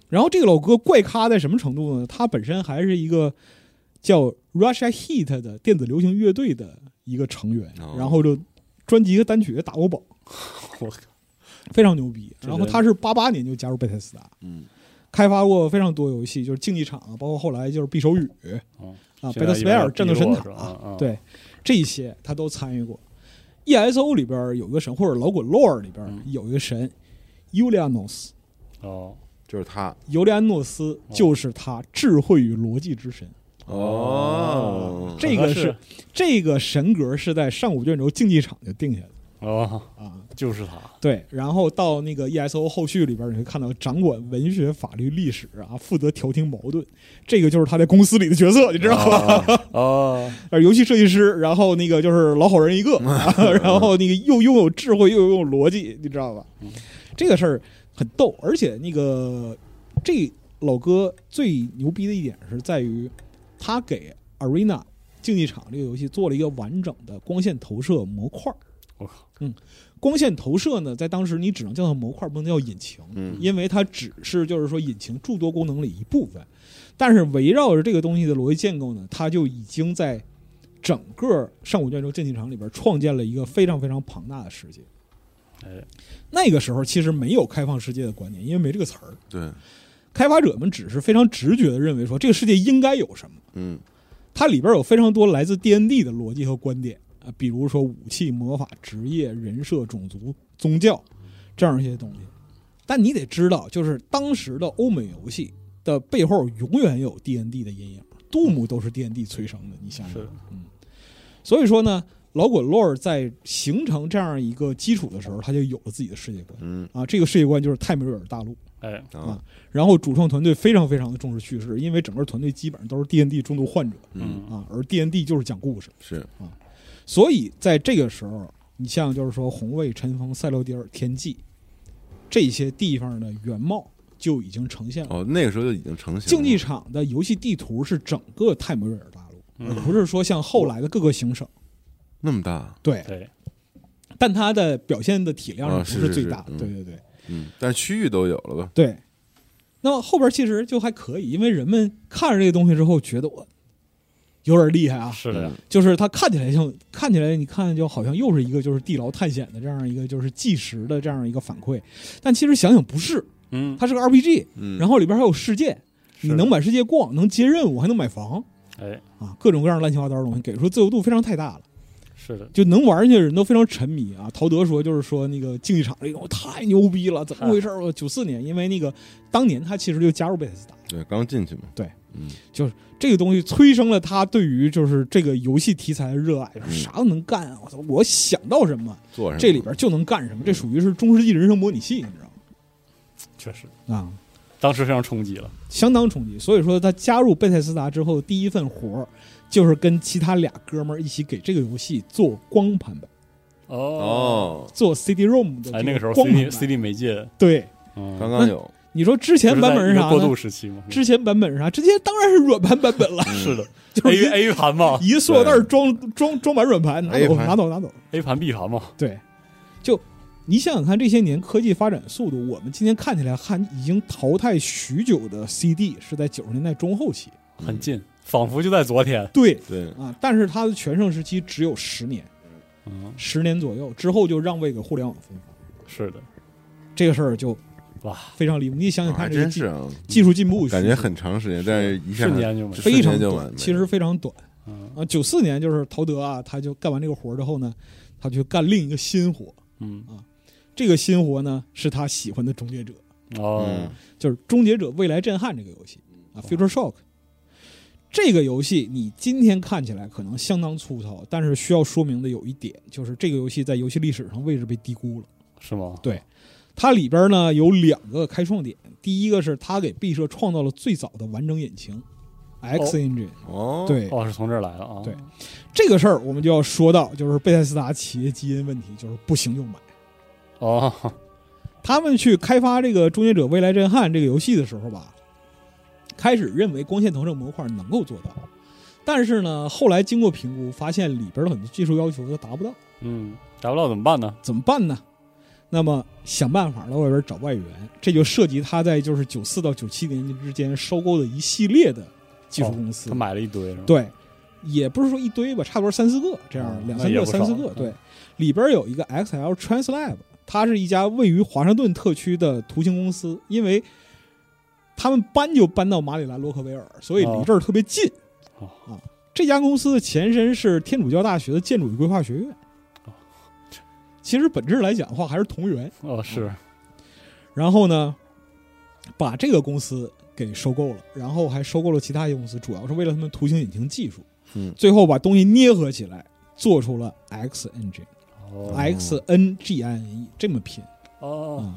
然后这个老哥怪咖在什么程度呢？他本身还是一个叫 Russia Heat 的电子流行乐队的一个成员，
哦
然后就专辑和单曲也打过榜，
(laughs) 我靠，
非常牛逼。
这个
然后他是八八年就加入贝塞斯达，
嗯，
开发过非常多游戏，就是竞技场啊，包括后来就是匕首雨
哦
啊、
现
贝特
在
斯
一
贝
般
尔、
叫
战斗神
比如
塔
啊，啊
对这一些他都参与过。ESO 里边有一个神，或者老滚 lore 里边
嗯
有一个神 Ulianos，
哦
就是他，
尤利安诺斯就是他智慧与逻辑之神。
哦
这个是
很合
这个神格是在上古卷轴竞技场就定下的
哦，
啊。
就是他，
对，然后到那个 ESO 后续里边，你会看到掌管文学、法律、历史啊，负责调停矛盾，这个就是他在公司里的角色，你知道吧？
吧？哦，
呃游戏设计师，然后那个就是老好人一
(laughs)
个，啊然后那个又拥有智慧又拥有逻辑，你知道吧
嗯？
这个事儿很逗，而且那个这老哥最牛逼的一点是在于，他给 Arena 竞技场这个游戏做了一个完整的光线投射模块儿。嗯
我靠，
光线投射呢，在当时你只能叫它模块，不能叫引擎。
嗯
(laughs)
因为它只是就是说引擎诸多功能里一部分，但是围绕着这个东西的逻辑建构呢，它就已经在整个上古卷轴竞技场里边创建了一个非常非常庞大的世界。
哎，
那个时候其实没有开放世界的观念，因为没这个词儿，
对，
开发者们只是非常直觉地认为说这个世界应该有什么。
嗯
它里边有非常多来自 D N D 的逻辑和观点啊，比如说武器、魔法、职业、人设、种族、宗教这样一些东西。但你得知道，就是当时的欧美游戏的背后永远有 D N D 的阴影，Doom 都是 D N D 催生的，你想想
是，
嗯。所以说呢，老滚 lore 在形成这样一个基础的时候，他就有了自己的世界观
嗯，
啊，这个世界观就是泰米瑞尔大陆。
哎，
啊，
然后主创团队非常非常的重视叙事，因为整个团队基本上都是 D N D 中毒患者。
嗯，
嗯，
啊，而 D N D 就是讲故事，
是，
所以在这个时候，你像就是说红卫、尘封、塞琉迪尔、天际这些地方的原貌就已经呈现了。
哦，那个时候就已经成型了，
竞技场的游戏地图是整个泰姆瑞尔大陆，
嗯
而不是说像后来的各个行省。
那么大，
对，
对，
但它的表现的体量
啊
上
是
不
是
最
是
大的。
嗯
对对对
嗯，但是区域都有了吧？
对。那么后边其实就还可以，因为人们看着这个东西之后，觉得我有点厉害啊，
是的呀，
就是它看起来像，看起来你看就好像又是一个就是地牢探险的这样一个就是计时的这样一个反馈，但其实想想不是，
嗯，
它是个 RPG，
嗯，
然后里边还有世界，
是
你
的
能满世界逛，能接任务，还能买房
哎，
啊，各种各样乱七八糟的东西，给出自由度非常太大了，
是的，
就能玩下去的人都非常沉迷啊。陶德说就是说那个竞技场这种太牛逼了，怎么回事？我九四年，因为那个当年他其实就加入贝塞斯达，
对，刚进去嘛，
对，
嗯，
这个东西催生了他对于就是这个游戏题材的热爱，啥都能干啊！我操，我想到什么
做上
这里边就能干什么，这属于是中世纪人生模拟器，你知道
确实，
吗？啊，
当时非常冲击了。
相当冲击。所以说，他加入贝塞斯达之后，第一份活儿就是跟其他俩哥们儿一起给这个游戏做光盘版，
哦，
哦，
做 CD-ROM 的
哎，
这
那个时候
光盘
CD
版
CD 媒介，
对，
嗯，
刚刚有，
你说之前版
不
本是
在一个
啥
过渡
呢？
时期嘛，
之前版本是啥？之前当然是软盘版本了，
嗯
是的
就
，A
是
A 盘嘛
一一塑料袋儿装装装满软盘，拿
A
走
盘
拿走拿走。
，A 盘 B 盘嘛，
对，就你想想看，这些年科技发展速度，我们今天看起来还已经淘汰许久的 CD 是在九十年代中后期。
嗯
很近，仿佛就在昨天。
对
对，
啊，但是它的全盛时期只有十年，
嗯，
十年左右之后就让位给互联网分发，
是的，
这个事儿就
哇，
非常离谱。你想想
还
看，这个
真
技、
是啊，
技术进步
感觉
迅速
很长时间，但是一下
瞬间就没了。
是
非常
瞬间就
短
完，美
其实非常短
嗯
啊。九四年就是陶德啊，他就干完这个活儿之后呢，他去干另一个新活，
嗯，
这个新活呢是他喜欢的终结者。
哦
嗯，
就是《终结者：未来震撼》这个游戏啊，《Future Shock》这个游戏，你今天看起来可能相当粗糙，但是需要说明的有一点，就是这个游戏在游戏历史上位置被低估了。
是吗？
对它里边呢有两个开创点，第一个是它给毕设创造了最早的完整引擎 X Engine，、
哦，，
对、
哦，是从这儿来的啊。
对这个事儿我们就要说到，就是贝塞斯达企业基因问题，就是不行就买。
哦， (laughs)
他们去开发这个《终结者：未来震撼》这个游戏的时候吧，开始认为光线投射模块能够做到，但是呢，后来经过评估，发现里边的很多技术要求都达不到，
嗯，达不到怎么办呢？
怎么办呢？那么想办法到外边找外援，这就涉及他在就是九四到九七年之间收购的一系列的技术公司，
他买了一堆，是吧？
对，也不是说一堆吧，差不多三四个这样，
嗯
两
那
三
也
个、
不
三四
少
个。
嗯
对，里边有一个 XL Translab，它是一家位于华盛顿特区的图形公司，因为他们搬就搬到马里兰洛克维尔，所以离
哦
这儿特别近。
哦
啊，这家公司的前身是天主教大学的建筑与规划学院
哦。
其实本质来讲的话，还是同源。
哦，是，
然后呢，把这个公司给收购了，然后还收购了其他一个公司，主要是为了他们图形引擎技术。
嗯
最后把东西捏合起来，做出了 X Engine、
哦
X N G I N E 这么拼啊、
哦，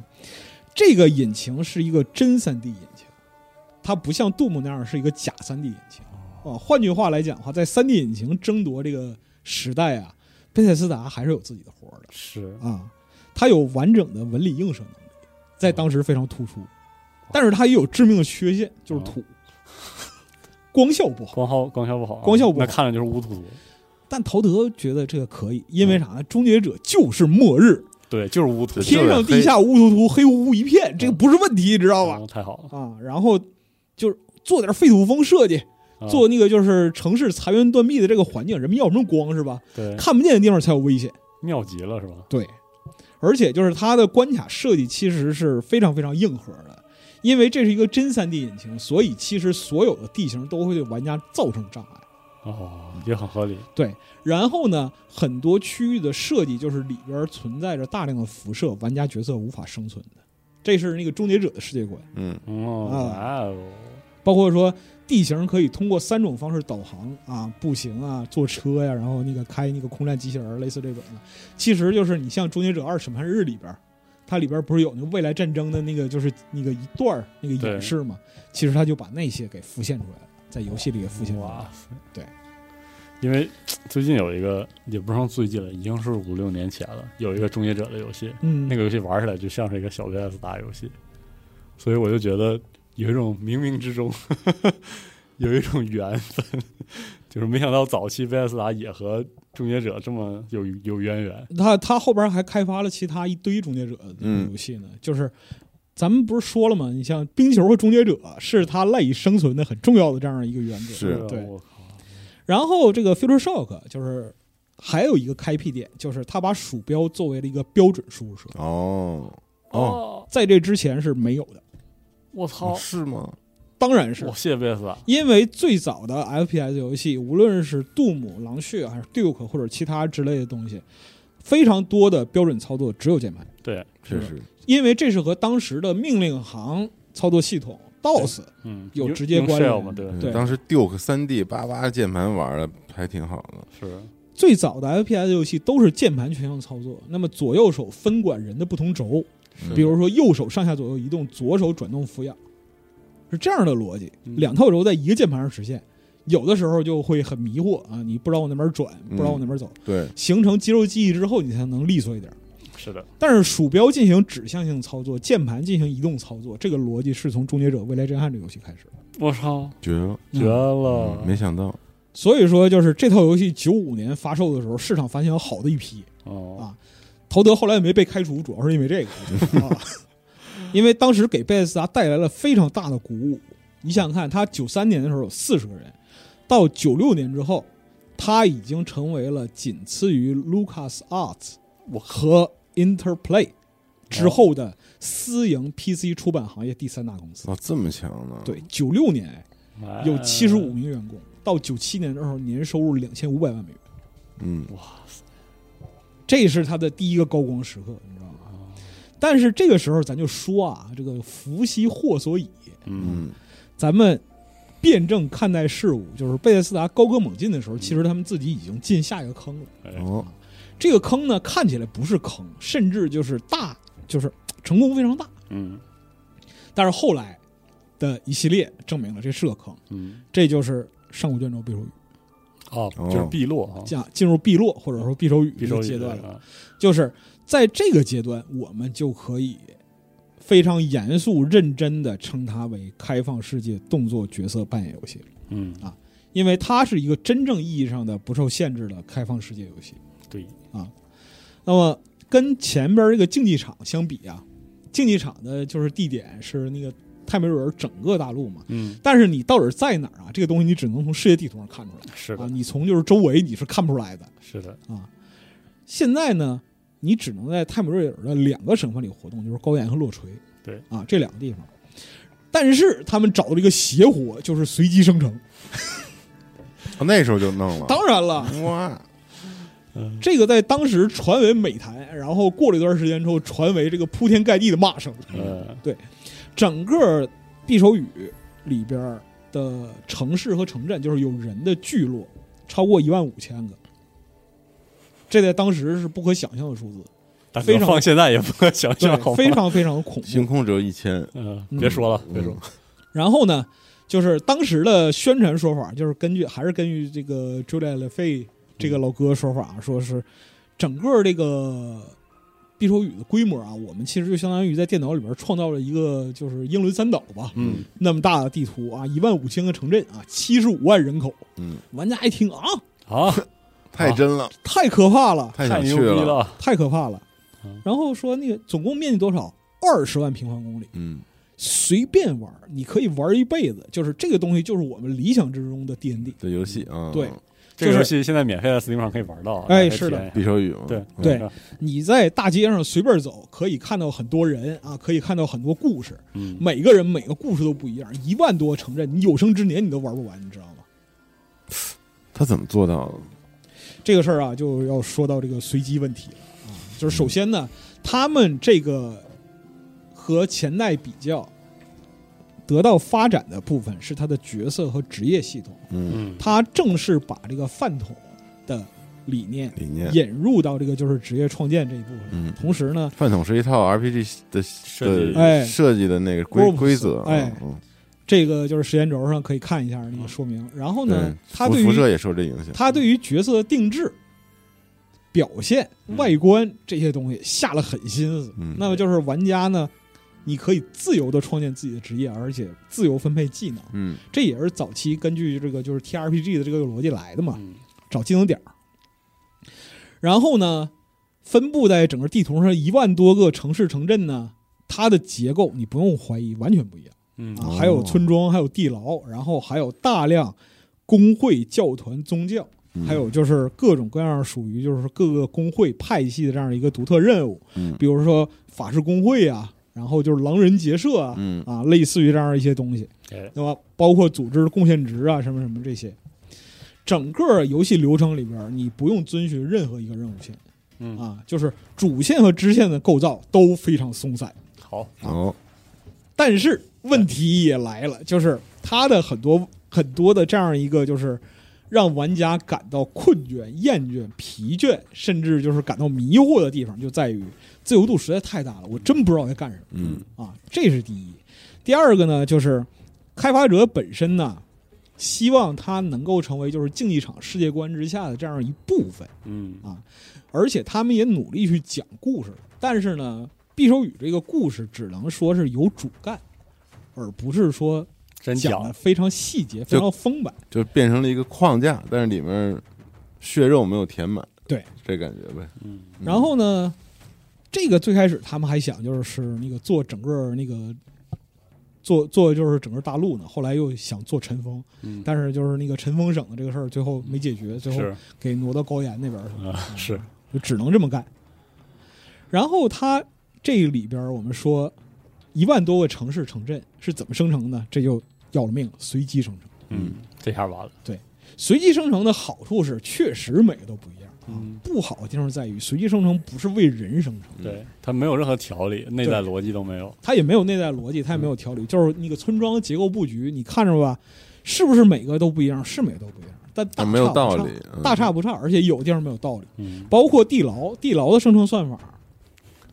这个引擎是一个真3 D 引擎，它不像杜牧那样是一个假3 D 引擎
哦
啊。换句话来讲的话，在3 D 引擎争夺这个时代啊，贝塞斯达还是有自己的活儿的。
是，
啊，它有完整的纹理映射能力，在当时非常突
哦
出，但是它也有致命的缺陷，就是土，光效不好。
光耗光效不好啊，
光效不好
那看着就是乌突突。
但陶德觉得这个可以，因为啥呢？终结者就是末日，
对，就是乌突突，
就
天
是
上
黑
地下乌突突，黑乎乎一片，这个不是问题，知道吧？
嗯太好了，
啊，然后就是做点废土风设计，
啊
做那个就是城市残垣断壁的这个环境，人们要什么光是吧？
对
看不见的地方才有危险。
妙极了，是吧？
对，而且就是它的关卡设计其实是非常非常硬核的，因为这是一个真3 D 引擎，所以其实所有的地形都会对玩家造成障碍。
哦，也很合理，
然后呢，很多区域的设计就是里边存在着大量的辐射，玩家角色无法生存的。这是那个终结者的世界观，
嗯，
嗯，哇哦，
包括说地形可以通过三种方式导航啊，步行啊，坐车呀、然后那个开那个空战机器人儿，类似这种的。其实就是你像《终结者二：审判日》里边儿，它里边儿不是有那个未来战争的那个就是那个一段儿那个演示嘛？其实它就把那些给复现出来了，嗯在游戏里给复现出来
哇
了。
塞，
对，
因为最近有一个，也不是说最近了，已经是五六年前了，有一个终结者的游戏，
嗯，
那个游戏玩起来就像是一个小 VS 打游戏，所以我就觉得有一种冥冥之中 (laughs) 有一种缘分， (laughs) 就是没想到早期 VS 打也和终结者这么有有渊源。
他他后边还开发了其他一堆终结者的游戏呢，就是咱们不是说了吗？你像冰球和终结者是他赖以生存的很重要的这样一个原则。
是
对
我靠
然后这个 Future Shock 就是还有一个开辟点，就是他把鼠标作为了一个标准输入设，
哦，哦，，
在这之前是没有的。
我操！
是吗？
当然是
我谢谢啊 VS 打，
因为最早的 FPS 游戏，无论是杜姆、狼血还是 Duke 或者其他之类的东西，非常多的标准操作只有键盘。
对，
确实，
因为这是和当时的命令行操作系统 DOS
嗯，
有
用
直接
用
关联
Shell 嘛，对，
嗯
对
当时 Duke 三 D 八八键盘玩的还挺好的，
是，
最早的 FPS 游戏都是键盘全向操作，那么左右手分管人的不同轴，
是
比如说右手上下左右移动，左手转动俯仰，是这样的逻辑。
嗯
两套轴在一个键盘上实现，有的时候就会很迷惑啊，你不知道往哪边转，不知道往哪边走，
对，
形成肌肉记忆之后，你才能利索一点。
是的，
但是鼠标进行指向性操作，键盘进行移动操作，这个逻辑是从《终结者：未来震撼》这个游戏开始的。
我操，
绝了，
绝了哦
嗯，没想到，
所以说，就是这套游戏九五年发售的时候，市场反响好的一批。
哦
啊陶德后来没被开除，主要是因为这个，啊、因为当时给贝斯达带来了非常大的鼓舞。你想想看，他九三年的时候有四十个人，到九六年之后，他已经成为了仅次于 Lucas Arts
我
和 Interplay 之后的私营 PC 出版行业第三大公司。
哦，这么强呢？
对，九六年哎
妈
有七十
哎
五名员工，到九七年的时候年收入两千五百万美元，
嗯，
哇塞，
这是他的第一个高光时刻，你知道吗？
啊
但是这个时候咱就说啊，这个福兮祸所倚，
嗯
嗯
咱们辩证看待事物，就是贝塞斯达高歌猛进的时候，其实他们自己已经进下一个坑了。
哎
哦，
这个坑呢，看起来不是坑，甚至就是大，就是成功非常大。
嗯
但是后来的一系列证明了这是个坑，
嗯
这就是上古卷轴匕首语，
哦，
哦
就是碧落啊，
讲进入碧落或者说匕首语
碧
这
落
个阶段了。
了，
就是在这个阶段，我们就可以非常严肃认真的称它为开放世界动作角色扮演游戏了，
嗯，
因为它是一个真正意义上的不受限制的开放世界游戏。
对，
那么跟前边这个竞技场相比啊，竞技场的就是地点是那个泰梅瑞尔整个大陆嘛，
嗯，
但是你到底在哪儿啊？这个东西你只能从世界地图上看出来
是
啊，
的，
你从就是周围你是看不出来的。
是的，
啊。现在呢，你只能在泰米瑞尔的两个省份里活动，就是高原和洛锤。
对
啊，这两个地方。但是他们找到了一个邪火，就是随机生成。
哦那时候就弄了，
当然了，
哇，
嗯，
这个在当时传为美谈，然后过了一段时间之后，传为这个铺天盖地的骂声。
呃，
整个匕首语里边的城市和城镇，就是有人的聚落，超过一万五千个，这在当时是不可想象的数字，
大哥
非常
放现在也不可想象，好
对，
吗
非，常非常恐怖。
星空只有一千，
嗯，
嗯
别说了，别说
嗯，
然后呢，就是当时的宣传说法，就是根据还是根据这个 Julia l e f e 这个老哥说法，说是整个这个匕首语的规模啊，我们其实就相当于在电脑里边创造了一个就是英伦三岛吧，
嗯，
那么大的地图啊，一万五千个城镇啊，七十五万人口，
嗯，
玩家一听啊，
啊，
太真了，
太可怕了，
太想
太牛
去
逼，了，
太可怕了
嗯。
然后说那个总共面积多少？二十万平方公里。
嗯，
随便玩儿，你可以玩儿一辈子。就是这个东西，就是我们理想之中的 D N D。
这游戏啊，
对，
这个
就是
游戏现在免费在 Steam 上可以玩到，
哎
大家可以
是的
体验一下
匕首语嘛，
对
嗯
对，你在大街上随便走，可以看到很多人啊，可以看到很多故事，
嗯，
每个人每个故事都不一样。一万多城镇，你有生之年你都玩不完，你知道吗？
他怎么做到的？
这个事儿啊，就要说到这个随机问题了啊。就是首先呢，他们这个和前代比较，得到发展的部分是他的角色和职业系统，
嗯，
嗯，
他正式把这个饭桶的理念
理念，
引入到这个就是职业创建这一部分。
嗯，
同时呢，
饭桶是一套 RPG 的
设计
的
哎
设计的那个规
Groups，
规则，
哎
嗯，
这个就是时间轴上可以看一下那个说明。然后
嗯
呢
对，，
他
辐
对
辐射
于
也受这影响，
他对于角色的定制、表现、
嗯
外观这些东西下了狠心思。
嗯
那么就是玩家呢，你可以自由的创建自己的职业，而且自由分配技能，
嗯，
这也是早期根据这个就是 T R P G 的这个逻辑来的嘛，
嗯
找技能点儿。然后呢，分布在整个地图上一万多个城市城镇呢，它的结构你不用怀疑，完全不一样。
嗯
啊，
哦
还有村庄，还有地牢，然后还有大量工会、教团、宗教，
嗯
还有就是各种各样属于就是各个工会派系的这样一个独特任务，
嗯
比如说法师工会啊，然后就是狼人结社啊，
嗯
啊，类似于这样一些东西，
哎
那么包括组织贡献值啊，什么什么这些。整个游戏流程里边，你不用遵循任何一个任务线
嗯，
啊，就是主线和支线的构造都非常松散。
好，
哦，
但是问题也来了，就是它的很多很多的这样一个就是让玩家感到困倦、厌倦、疲倦，甚至就是感到迷惑的地方，就在于自由度实在太大了，我真不知道在干什么
嗯
啊！这是第一。第二个呢，就是开发者本身呢，希望它能够成为就是竞技场世界观之下的这样一部分，
嗯
而且他们也努力去讲故事。但是呢，匕首语这个故事只能说是有主干，而不是说
真
讲的
讲，
非常细节、非常丰满。
就变成了一个框架，但是里面血肉没有填满，
对，
这感觉呗。
嗯
嗯
然后呢，这个最开始他们还想就是是那个做整个那个做做就是整个大陆呢，后来又想做尘封，
嗯，
但是就是那个尘封省的这个事儿最后没解决，最后
是嗯
给挪到高原那边去了，嗯
啊是，
就只能这么干。然后它这里边儿我们说一万多个城市城镇是怎么生成的？这就要了命了，随机生成。
嗯，这下完了，
随机生成的好处是，确实每个都不一样。
嗯，
不好的地方在于，随机生成不是为人生成，
对，嗯它没有任何条理，内在逻辑都没有，
它也没有内在逻辑，它也没有条理，就是那个村庄结构布局，你看着吧，是不是每个都不一样？是每个都不一样，但大
但
差
啊没有
不
道
差
理，嗯
大差不差，而且有地方没有道理。
嗯
包括地牢，地牢的生成算法，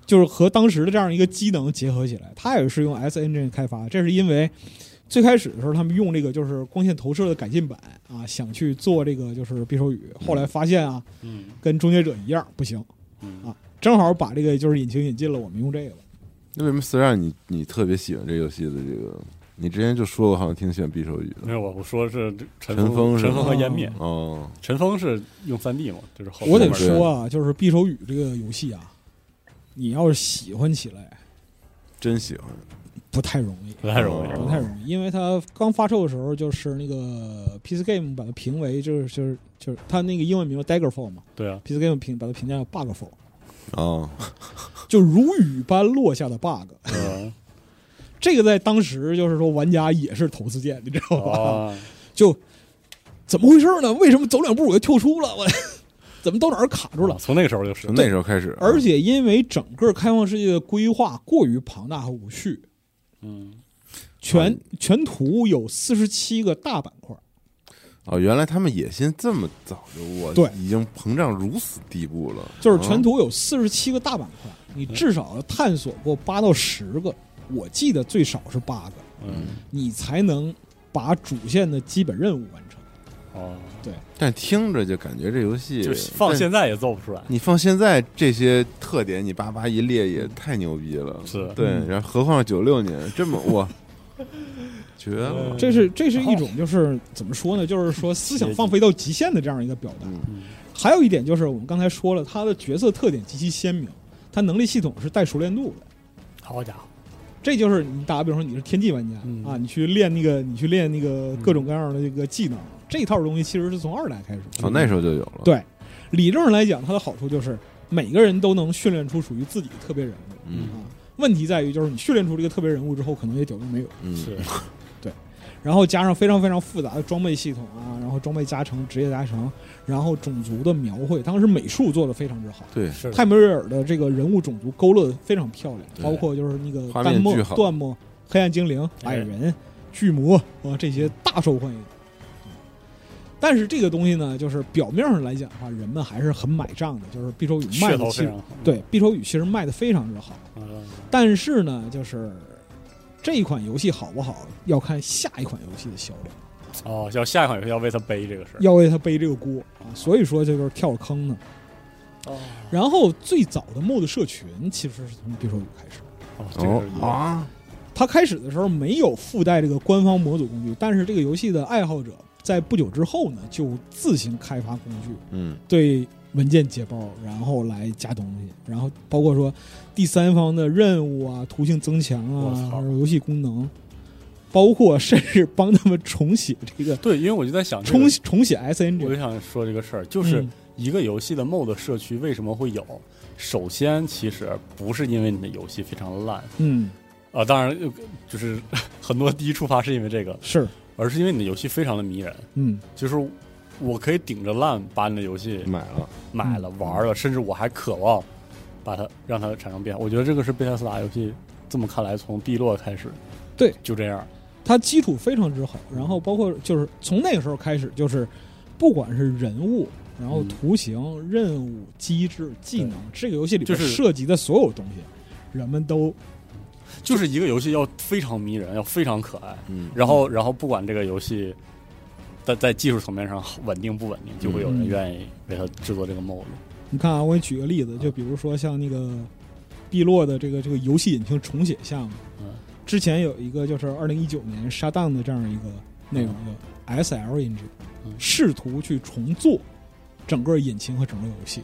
就是和当时的这样一个机能结合起来，它也是用 S Engine 开发。这是因为最开始的时候，他们用这个就是光线投射的改进版啊，想去做这个就是匕首语，后来发现啊，
嗯
跟终结者一样不行，
嗯
啊正好把这个就是引擎引进了，我们用这个了。
那为什么四让你你特别喜欢这游戏的这个？你之前就说过，好像挺喜欢匕首语的
没有，我我说是尘
尘封
封，
是
尘封和
吗
湮灭，
哦。
尘封是用三 D 嘛，就是后
我得
面的
说啊，就是匕首语这个游戏啊，你要是喜欢起来
真喜欢，
不太容易。
不太容易，
不太容易，因为它刚发售的时候，就是那个 PC Game 把它评为就是就是就是它那个英文名叫 Daggerfall 嘛
对 (laughs) 啊，
，PC Game 评把它评价叫 Bugfall，
哦，
就如雨般落下的 bug。
嗯
这个在当时就是说玩家也是头次见，你知
(laughs)
道吧？
啊，
就怎么回事呢？为什么走两步我就跳出了？我 (laughs) 怎么到哪儿卡住了？
从那个时候就是
从那时候开始，
而且因为整个开放世界的规划过于庞大和无序，
嗯
全全图有四十七个大板块。
哦，原来他们野心这么早就我
对
已经膨胀如此地步了，哦
就是
哦
全
图
图有四十七个大板块，你至少探索过八到十个，我记得最少是八个，
嗯
你才能把主线的基本任务完
嗯
成。
哦，
但听着就感觉这游戏
就是放
但
现在也做不出来，
你放现在这些特点，你叭叭一列也太牛逼了，
是
对，
嗯
然后何况九六年这么哇，绝了
嗯，
这是这是一种就是怎么说呢？就是说思想放飞到极限的这样一个表达。
嗯
嗯
还有一点就是我们刚才说了，他的角色特点极其鲜明，他能力系统是带熟练度的。
好家伙，
这就是你打个比方说你是天际玩家、
嗯
啊，你去练那个你去练那个各种各样的这个
嗯
技能，这套东西其实是从二代开始。
哦，那时候就有了，
对理论上来讲，它的好处就是每个人都能训练出属于自己的特别人物、
嗯
啊。问题在于，就是你训练出这个特别人物之后，可能也屌用没有。
嗯，
是
然后加上非常非常复杂的装备系统啊，然后装备加成、职业加成，然后种族的描绘，当时美术做的非常之好。
对，
是的
泰梅瑞尔的这个人物种族勾勒得非常漂亮，
对
包括就是那个
画面
弹幕
巨、好
断幕、黑暗精灵、
哎
矮人、巨魔啊这些大受欢迎。但是这个东西呢，就是表面上来讲的话，人们还是很买账的，就是匕首语卖
噱
的
头
其
非
实
常好，
对匕首语其实卖的非常之好。
嗯，
但是呢，就是这一款游戏好不好，要看下一款游戏的销量，
哦，要下一款游戏要为他背这个事儿，
要为它背这个锅啊。所以说，这就是跳了坑呢。
哦
然后最早的 MOD 社群其实是从匕首语开始的。
哦，这个
哦
是
啊，
它开始的时候没有附带这个官方模组工具，但是这个游戏的爱好者在不久之后呢，就自行开发工具，
嗯，
对文件解包，然后来加东西，然后包括说第三方的任务啊、途径增强
我
啊、
操
还有游戏功能，包括甚至帮他们重写这个
对，因为我就在想这个
重重写 S
我
N
就
e
想说这个事儿，就是
嗯
一个游戏的 MOD 社区为什么会有？首先，其实不是因为你的游戏非常烂啊、
嗯，
呃当然呃就是 (laughs) 很多第一触发是因为这个，
是，
而是因为你的游戏非常的迷人，
嗯，
就是我可以顶着烂把你的游戏
买了，
买
嗯
了、玩了，甚至我还渴望把它让它产生变化。我觉得这个是贝塞斯达游戏这么看来，从碧落开始，
对，
就这样，
它基础非常之好，然后包括就是从那个时候开始，就是不管是人物，然后
嗯
图形、任务、机制、技能，这个游戏里
就
边
是
涉及的所有东西，人们都
就是一个游戏要非常迷人，要非常可爱，
嗯，
然后然后不管这个游戏在在技术层面上稳定不稳定，就会有人
嗯
愿意为它制作这个 mod。
你看啊，我给你举个例子，就比如说像那个碧落的这个这个游戏引擎重写项目
嗯，
之前有一个就是二零一九年沙当的这样一个内容叫 SL Engine，
嗯
试图去重做整个引擎和整个游戏，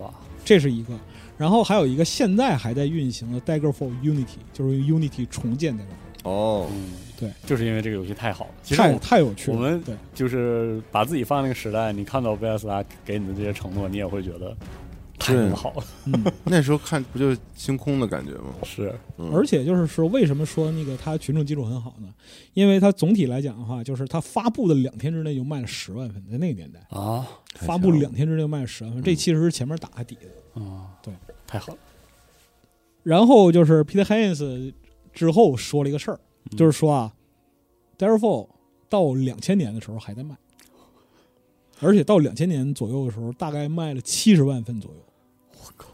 哇，
这是一个。然后还有一个现在还在运行的 Dagger for Unity，就是用 Unity 重建 Dagger，
哦，
嗯，
对，
就是因为这个游戏太好了。其
4,
实
太
我
太有趣了。
我们嗯
对
就是把自己放在那个时代，你看到贝塞斯达给你的这些承诺，你也会觉得太
对
他妈好了。
嗯，
那时候看不就星空的感觉吗？
是，
嗯、
而且就是说，为什么说那个它群众基础很好呢？因为它总体来讲的话，就是它发布的两天之内就卖了十万份，在那个年代，
啊
太
发布
强了
两天之内就卖了
嗯
十万份，这其实是前面打下底的。
啊，
对，
太好了，
然后就是 Peter Hines 之后说了一个事儿，
嗯
就是说啊 d a r e f o l 到两千年的时候还在卖，而且到两千年左右的时候，大概卖了七十万份左右。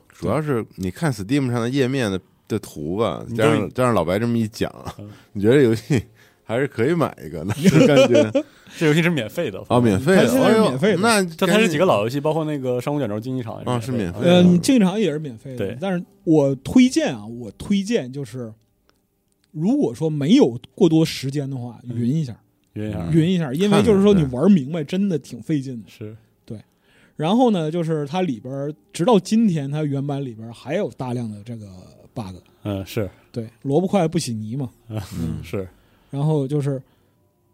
主要是你看 Steam 上的页面的的图吧，
你
加
都
上加上老白这么一讲
嗯，
你觉得这游戏还是可以买一个
(laughs)
的感觉
这游戏是免费的
啊，免费的，
它现在是
哎呦
免费的
那
但它
赶
是
紧
几个老游戏，包括那个《商务卷轴竞技场》
啊
也免
是免费的
的
呃
嗯，
竞技场也是免费的，
对
但是我推荐啊，我推荐就是，如果说没有过多时间的话，
嗯
云一下，
云
嗯
阳
云一下，因为就是说
看
你
着
玩明白真的挺费劲的。
是
然后呢，就是它里边儿直到今天，它原版里边儿还有大量的这个 bug，
嗯是
对，萝卜快不洗泥嘛。
嗯
是
然后就是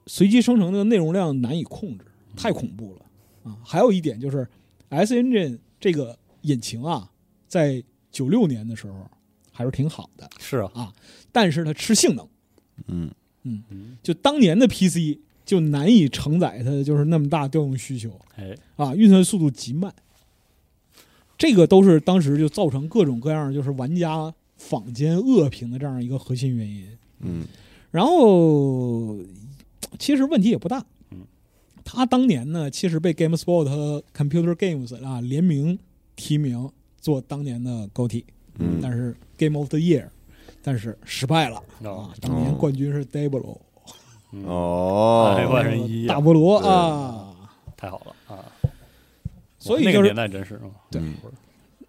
随机生成的内容量难以控制，太恐怖了啊！还有一点就是 S Engine 这个引擎啊，在九六年的时候还是挺好的，
是啊，
但是它吃性能，
嗯，
嗯
就当年的 PC 就难以承载它的就是那么大调用需求
哎
啊，运算速度极慢，这个都是当时就造成各种各样就是玩家坊间恶评的这样一个核心原因。
嗯
然后其实问题也不大
嗯。
他当年呢，其实被 GameSpot 和 Computer Games 啊联名提名做当年的高体，但
嗯，
是 Game of the Year，但是失败了啊
哦。
当年冠军是 Diablo，
嗯哎
哦，
万人一啊
大菠萝
对
啊。
太好了啊！
所以
那
就
个
是
年代真是嗯
对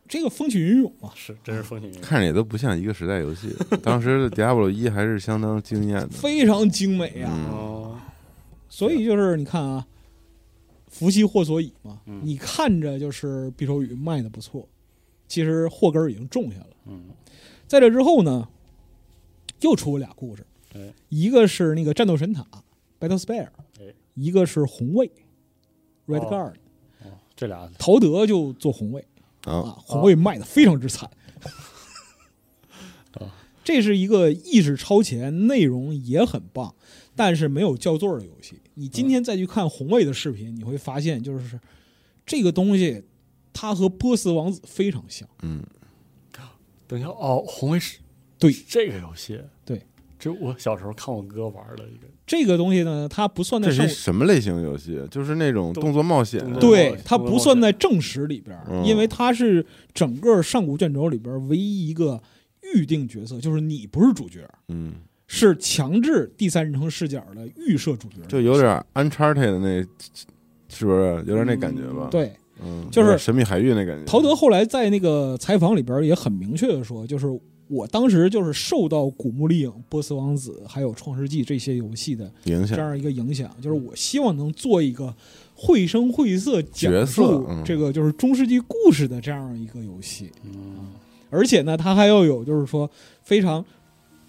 这个风起云涌啊嘛，
是真是风起云涌
看着也都不像一个时代游戏。当时的 Diablo 一还是相当惊艳的，
非常精美呀、
嗯
哦
所以就是你看啊，福兮祸所倚嘛。
嗯
你看着就是匕首雨卖的不错，其实祸根儿已经种下了。
嗯
在这之后呢，又出了俩故事
哎，
一个是那个战斗神塔 Battle Spire，
哎
一个是红卫 Red
哦
Guard。
哦这俩
陶德就做红卫
啊，
啊，红卫卖的非常之惨。
哦
这是一个意识超前、内容也很棒，但是没有叫座的游戏。你今天再去看红卫的视频，你会发现，就是这个东西，它和波斯王子非常像。
嗯，
等一下哦，红卫是
对
是这个游戏
对，
这我小时候看我哥玩的一个
这个东西呢，它不算在
这
上
是什么类型游戏？啊就是那种动作冒险
动，作冒
对
险，
它
动
不
作
算
冒
在正史里边儿，
嗯
因为它是整个上古卷轴里边儿唯一一个预定角色，就是你不是主角，
嗯，
是强制第三人称视角的预设主角。
就有点 Uncharted 那，是不是有点那感觉吧？，
对，
嗯，
就是
有点神秘海域那感觉。
陶德后来在那个采访里边儿也很明确的说，就是我当时就是受到《古墓丽影》《波斯王子》还有《创世纪》这些游戏的
影
这
响，
样一个影响，就是
嗯
我希望能做一个绘声绘色讲
角色
述
嗯
这个就是中世纪故事的这样一个游戏。
嗯
而且呢，它还要有就是说非常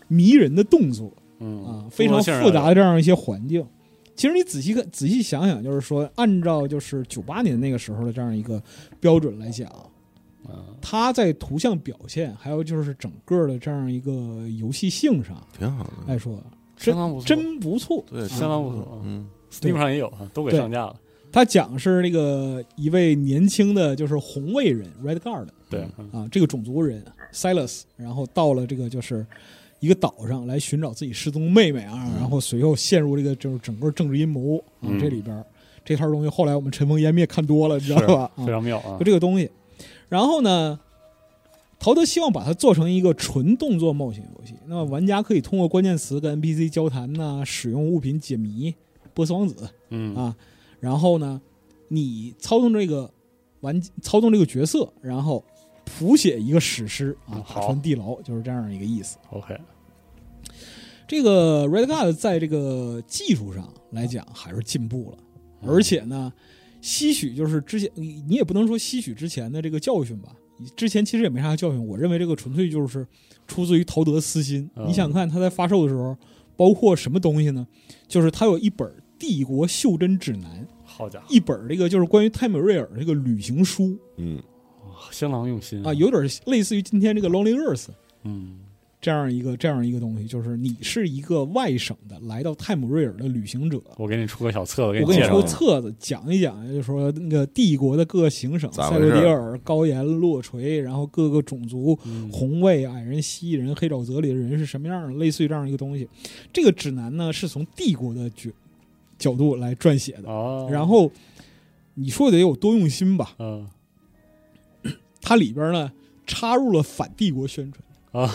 迷人的动作
嗯
啊，非常复杂的这样一些环境。其实你仔细看、仔细想想，就是说，按照就是九八年那个时候的这样一个标准来讲，
嗯
它在图像表现，还有就是整个的这样一个游戏性上
挺好的，
来说，
相当不错，
真哎不错。啊
对，
相当不错。
嗯
嗯 Steam 上也有啊，都给
对
上架了。
它讲是那个一位年轻的就是红卫人 Red Guard
对，嗯
啊，这个种族人 Silas，然后到了这个就是一个岛上来寻找自己失踪妹妹啊，然后随后陷入这个就是整个政治阴谋啊、
嗯
这里边儿这套东西，后来我们尘封湮灭看多了，你知道吧？啊
非，常妙啊
就！这个东西。然后呢，陶德希望把它做成一个纯动作冒险游戏。那么玩家可以通过关键词跟 NPC 交谈呐、使用物品解谜、波斯王子
嗯
啊，然后呢，你操纵这个玩操纵这个角色，然后谱写一个史诗
嗯
啊，打
好
穿地牢，就是这样一个意思。
，OK，
这个 Red God 在这个技术上来讲还是进步了，
嗯
而且呢，吸取就是之前你你也不能说吸取之前的这个教训吧，之前其实也没啥教训。我认为这个纯粹就是出自于陶德私心。
嗯
你想看他在发售的时候，包括什么东西呢？就是他有一本《帝国袖珍指南》，
好家
一本这个就是关于泰米瑞尔这个旅行书
嗯，
伙，相当用心
啊，有点类似于今天这个 Lonely Earth
嗯
这样一个这样一个东西，就是你是一个外省的来到泰姆瑞尔的旅行者，
我给你出个小册子，给
我跟你
介绍
出
一下。
册子讲一讲，就是说那个帝国的各个行省，
咋
塞
回
维
事
里尔、高岩、落锤，然后各个种族，
嗯
红卫、矮人、蜥蜴人、黑沼泽里的人是什么样的，类似于这样一个东西。这个指南呢是从帝国的角角度来撰写的，
哦，
然后你说得有多用心吧？
嗯
它里边呢插入了反帝国宣传，
啊，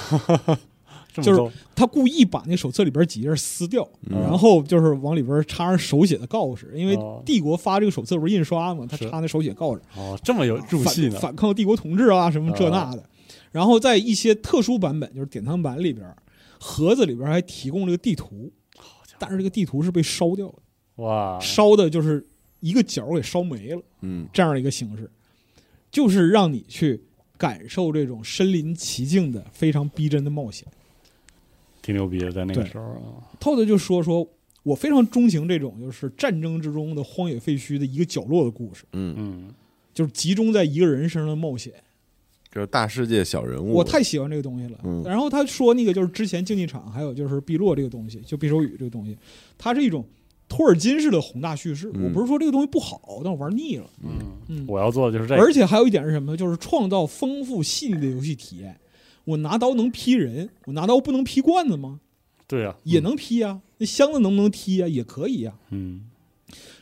(laughs) 这么
就是
逗
他故意把那手册里边几页撕掉，
嗯
然后就是往里边插上手写的告示，因为
哦
帝国发这个手册不是印刷嘛，他
是
插那手写告示，
哦，这么有入
反
戏呢，哦
反抗帝国统治啊什么这那的。然后在一些特殊版本，就是典藏版里边，盒子里边还提供这个地图，
好家哎
但是这个地图是被烧掉的，
伙，哇，
烧的就是一个角儿给烧没了，
嗯
这样一个形式，就是让你去感受这种身临其境的非常逼真的冒险。
挺牛逼的，在那个
对
时候啊，
套德就说说，我非常钟情这种就是战争之中的荒野废墟的一个角落的故事，
嗯，
嗯，
就是集中在一个人身上的冒险。
就是大世界小人物，
我太喜欢这个东西了。
嗯
然后他说那个就是之前竞技场，还有就是碧落这个东西，就匕首语这个东西，它是一种托尔金式的宏大叙事。
嗯
我不是说这个东西不好，但我玩腻了。
嗯，
嗯，
我要做的就是这个，
而且还有一点是什么呢？就是创造丰富细腻的游戏体验。我拿刀能劈人，我拿刀不能劈罐子吗？
对啊，
也能劈啊。那箱子能不能踢啊？也可以啊。
嗯，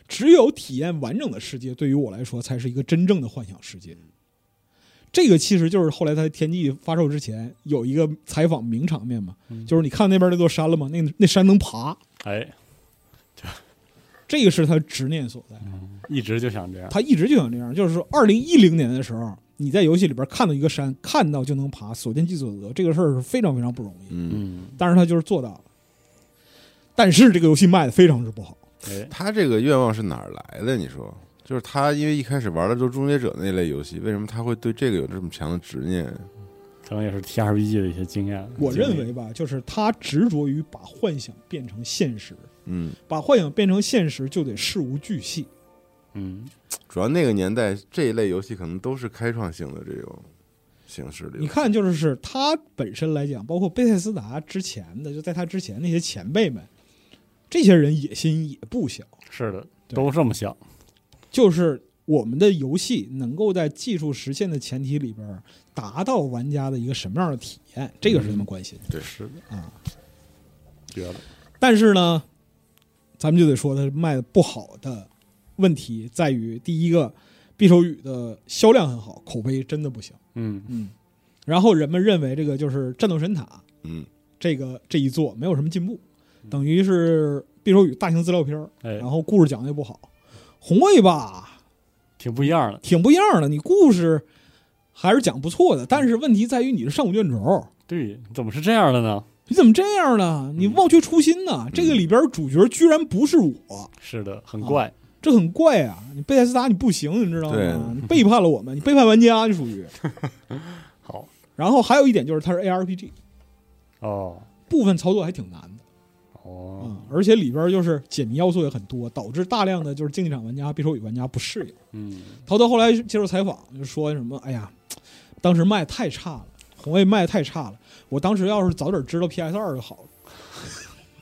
只有体验完整的世界，对于我来说才是一个真正的幻想世界。这个其实就是后来他在天际发售之前有一个采访名场面嘛，
嗯
就是你看那边那座山了吗？那那山能爬，
哎，
这个是他执念所在。
一直就想这样，
他一直就想这样，就是说，二零一零年的时候，你在游戏里边看到一个山，看到就能爬，所见即所得，这个事儿是非常非常不容易。
嗯，
嗯，
但是他就是做到了。但是这个游戏卖的非常之不好，
哎，
他这个愿望是哪儿来的？你说，就是他因为一开始玩的都是终结者那类游戏，为什么他会对这个有这么强的执念？
可能也是 T R P G 的一些经验，
我
经历
认为吧，就是他执着于把幻想变成现实。
嗯，
把幻想变成现实，就得事无巨细。
嗯，
主要那个年代这一类游戏可能都是开创性的这种形式的游戏。
你看，就是它本身来讲，包括贝塞斯达之前的，就在他之前那些前辈们，这些人野心也不小。
是的，
对
都这么想，
就是我们的游戏能够在技术实现的前提里边儿，达到玩家的一个什么样的体验，这个是他们关心的。
对
是的
啊，
绝了，
嗯但是呢，咱们就得说它卖的不好的问题在于，第一个，匕首语的销量很好，口碑真的不行。
嗯，
嗯，然后人们认为这个就是战斗神塔
嗯，
这个这一做没有什么进步，等于是匕首语大型资料片儿，
哎
然，后故事讲的也不好。红卫吧，
挺不一样的，
挺不一样的，你故事还是讲不错的，但是问题在于你是上古卷轴，
对，怎么是这样的呢？
你怎么这样呢？
嗯
你忘却初心呢？这个里边主角居然不是我，
是的，很怪，
这很怪啊！你贝塞斯达你不行，你知道
对
吗？你背叛了我们，你背叛玩家，你属于。
(laughs) 好，
然后还有一点就是它是 ARPG，啊
哦，
部分操作还挺难的。
哦
嗯，，而且里边儿就是解谜要素也很多，导致大量的就是竞技场玩家、匕首语玩家不适应。
嗯，
陶德后来接受采访就说什么：“哎呀，当时卖太差了，红卫卖太差了，我当时要是早点知道 PS 二就好了。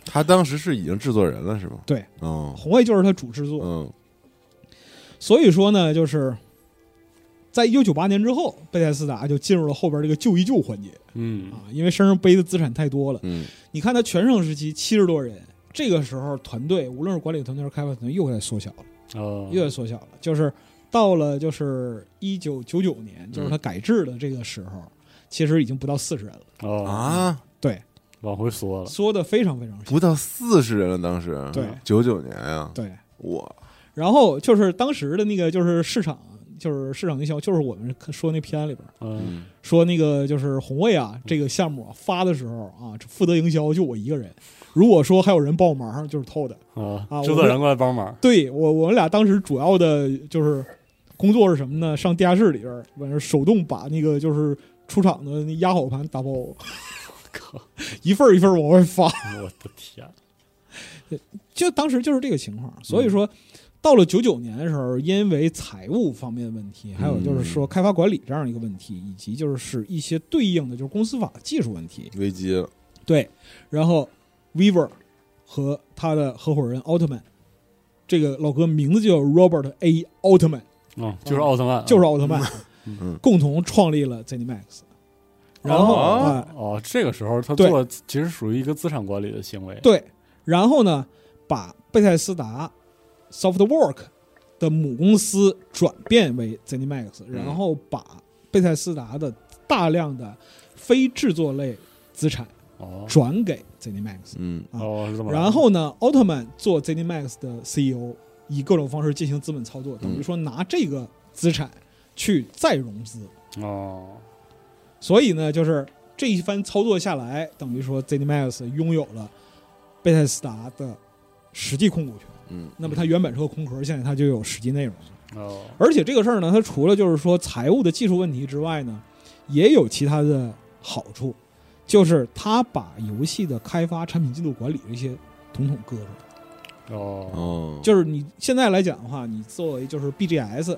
他当时是已经制作人了，是吗？
对，
哦，
红卫就是他主制作，
嗯
所以说呢，就是在一九九八年之后，贝塞斯达就进入了后边这个救一救环节
嗯，
啊，因为身上背的资产太多了。
嗯
你看他全盛时期七十多人，这个时候团队无论是管理团队还是开发团队又在缩小了。”
哦，
越缩小了，就是到了就是一九九九年，就是它改制的这个时候，其实已经不到四十人了，
哦，
啊，
对，
往回缩了，
缩的非常非常细。
不到四十人了，当时
对
九九年啊，
对，
我
然后就是当时的那个就是市场，就是市场营销，就是我们说那片里边
嗯，
嗯
说那个就是红卫啊，这个项目啊发的时候啊，这负责营销就我一个人。如果说还有人帮我忙，就是偷的。
啊
啊，
制作人过来帮忙，
对我，我们俩当时主要的就是工作是什么呢？上地下室里边儿，完事儿手动把那个就是出厂的那压好盘打包，
(laughs) 靠，
(laughs) 一份儿一份儿往外发。
哎我的天，
就当时就是这个情况，
嗯
所以说。到了九九年的时候，因为财务方面的问题，
嗯
还有就是说开发管理这样一个问题，以及就是一些对应的就是公司法技术问题，
危机了，
对，然后 Weaver 和他的合伙人奥特曼，这个老哥名字就叫 Robert A. 奥特曼，
嗯，就是奥特曼，
就是奥特曼，
啊嗯
共同创立了 ZeniMax。然后啊、
哦
哦，这个时候他
对
做其实属于一个资产管理的行为，
对，然后呢，把贝塞斯达 SoftWork 的母公司转变为 ZeniMax，然后把贝塞斯达的大量的非制作类资产
哦，
转给 ZeniMax。
嗯
啊
哦，是这么来的，
然后呢，奥特曼做 ZeniMax 的 CEO，以各种方式进行资本操作，等于说拿这个资产去再融资。
哦，
所以呢，就是这一番操作下来，等于说 ZeniMax 拥有了贝塞斯达的实际控股权。
嗯，
那么它原本是个空壳，现在它就有实际内容了。
哦，
而且这个事儿呢，它除了就是说财务的技术问题之外呢，也有其他的好处，就是它把游戏的开发、产品进度管理这些统统割出来。
哦，
哦，
就是你现在来讲的话，你作为就是 BGS，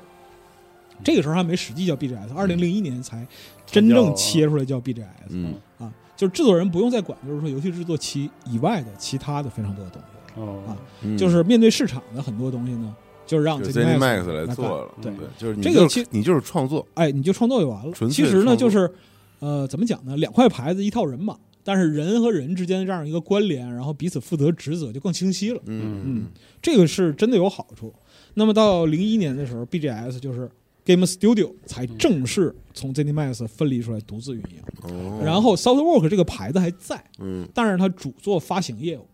这个时候还没实际叫 BGS，二零零一年才真正切出来叫 BGS
嗯
啊，就是制作人不用再管，就是说游戏制作期以外的其他的非常多的东西，
哦，
嗯
就是面对市场的很多东西呢，就是让
就
ZeniMax
ZeniMax
来
来
干
做，了，
对
对，就是你
这个
就是
其
你就是创作，
哎，你就创作就完了。
纯粹
其实呢，
创作
就是呃，怎么讲呢？两块牌子一套人马，但是人和人之间的这样一个关联，然后彼此负责职责就更清晰了。
嗯
这个是真的有好处。那么到零一年的时候，BGS 就是 Game Studio 才
嗯
正式从 ZeniMax 分离出来独自运营，
哦，
嗯然后 SoftWork 这个牌子还在，
嗯
但是它主做发行业务，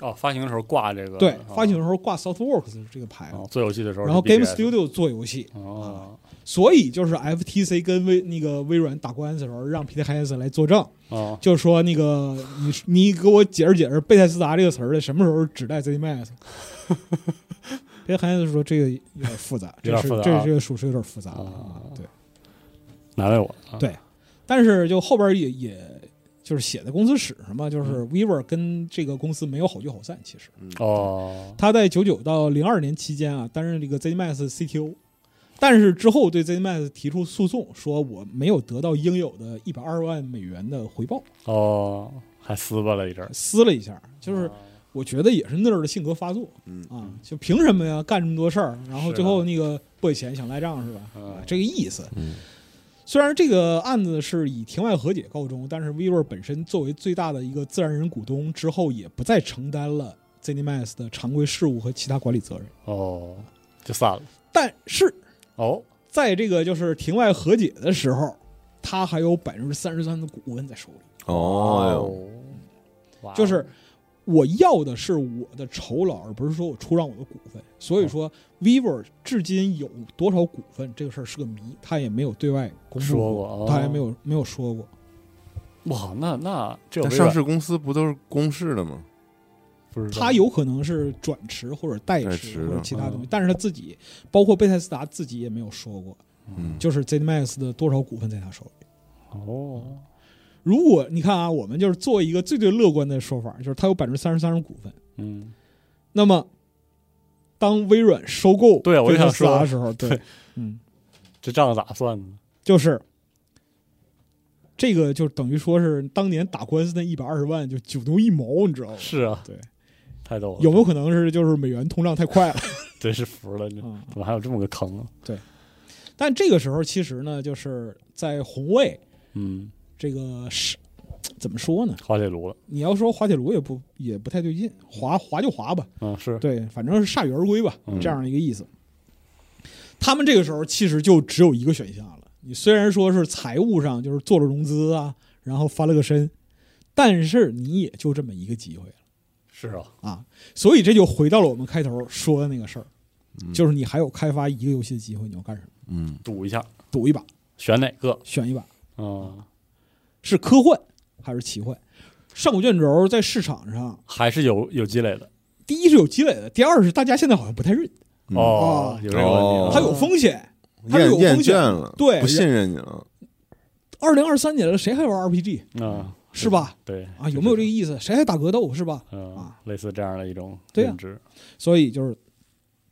哦，发行的时候挂这个，
对
哦，
发行的时候挂 SoftWorks 这个牌子，
哦做游戏的时候是 BGS，
然后 Game Studio 做游戏，
哦
所以就是 FTC 跟微那个微软打官司的时候，让 Peter h a n s 来作证，
哦，
就说那个你你给我解释解释贝塞斯达这个词儿的什么时候指
(laughs)
代 ZeniMax。别孩子说这个有点复杂，
有
这
点
是
复杂
这
啊
这个属实有点复杂
啊
对，
难为我了，
对但是就后边也也就是写的公司史上嘛，就是
嗯
Weaver 跟这个公司没有好聚好散。其实
嗯
哦，
他在九九到零二年期间啊，担任这个 ZeniMax CTO，但是之后对 ZeniMax 提出诉讼，说我没有得到应有的一百二十万美元的回报，
哦，还撕巴了一阵儿，
撕了一下，就是
哦
我觉得也是那儿的性格发作
嗯
啊，就凭什么呀？干这么多事儿，然后
是啊
最后那个不给钱想赖账是吧？
嗯
啊，这个意思。
嗯
虽然这个案子是以庭外和解告终，但是 Weaver 本身作为最大的一个自然人股东，之后也不再承担了 ZeniMax 的常规事务和其他管理责任。
哦，就散了，
但是
哦，
在这个就是庭外和解的时候，他还有百分之三十三的股份在手里。
哦哎呦，
哇哦，
就是我要的是我的酬劳，而不是说我出让我的股份。所以说，Vivo 至今有多少股份这个事儿是个谜，他也没有对外公布
说过哦
他也没有没有说过。
哇，那那这
那
微
上
软
市公司不都是公示的吗？
不知道
他有可能是转持或者代
代
持
持
或者
的
其他东西
嗯，
但是他自己，包括贝塞斯达自己也没有说过，
嗯，
就是 ZeniMax 的多少股份在他手里。
哦，
如果你看啊，我们就是做一个最最乐观的说法，就是他有百分之三十三的股份。
嗯，
那么，当微软收购
对啊我就
贝塞
想
斯达
说
的时候，对
对，
嗯，
这账咋算呢？
就是这个就等于说是当年打官司那一百二十万就九牛一毛，你知道吗？
是啊，
对，
太逗了，
有没有可能是就是美元通胀太快了
真是服了，这
啊、
怎么还有这么个坑啊？
但这个时候其实呢，就是在红卫
嗯，
这个是怎么说呢？
滑铁卢了，
你要说滑铁卢也不也不太对劲，滑滑就滑吧，
嗯，是，
对，反正是铩羽而归吧
嗯，
这样一个意思。他们这个时候其实就只有一个选项了，你虽然说是财务上就是做了融资啊，然后翻了个身，但是你也就这么一个机会了
是啊，
啊。所以这就回到了我们开头说的那个事儿，
嗯
就是你还有开发一个游戏的机会，你要干什么？
嗯
赌一下，
赌一把，
选哪个？
选一把，
嗯，
是科幻还是奇幻？上古卷轴在市场上，
还是有有积累的
第一是有积累的，第二是大家现在好像不太认，
嗯
哦
哦，
有这个问题啊，
它有风险。它是有
厌厌
风险
倦了，
对哦
不信任你了，
二零二三年了，谁还玩 RPG
嗯，
是吧？
对
啊，有没有这个
个
意思？谁还打格斗是吧？
嗯
啊，
类似这样的一种
对呀
认知？
所以就是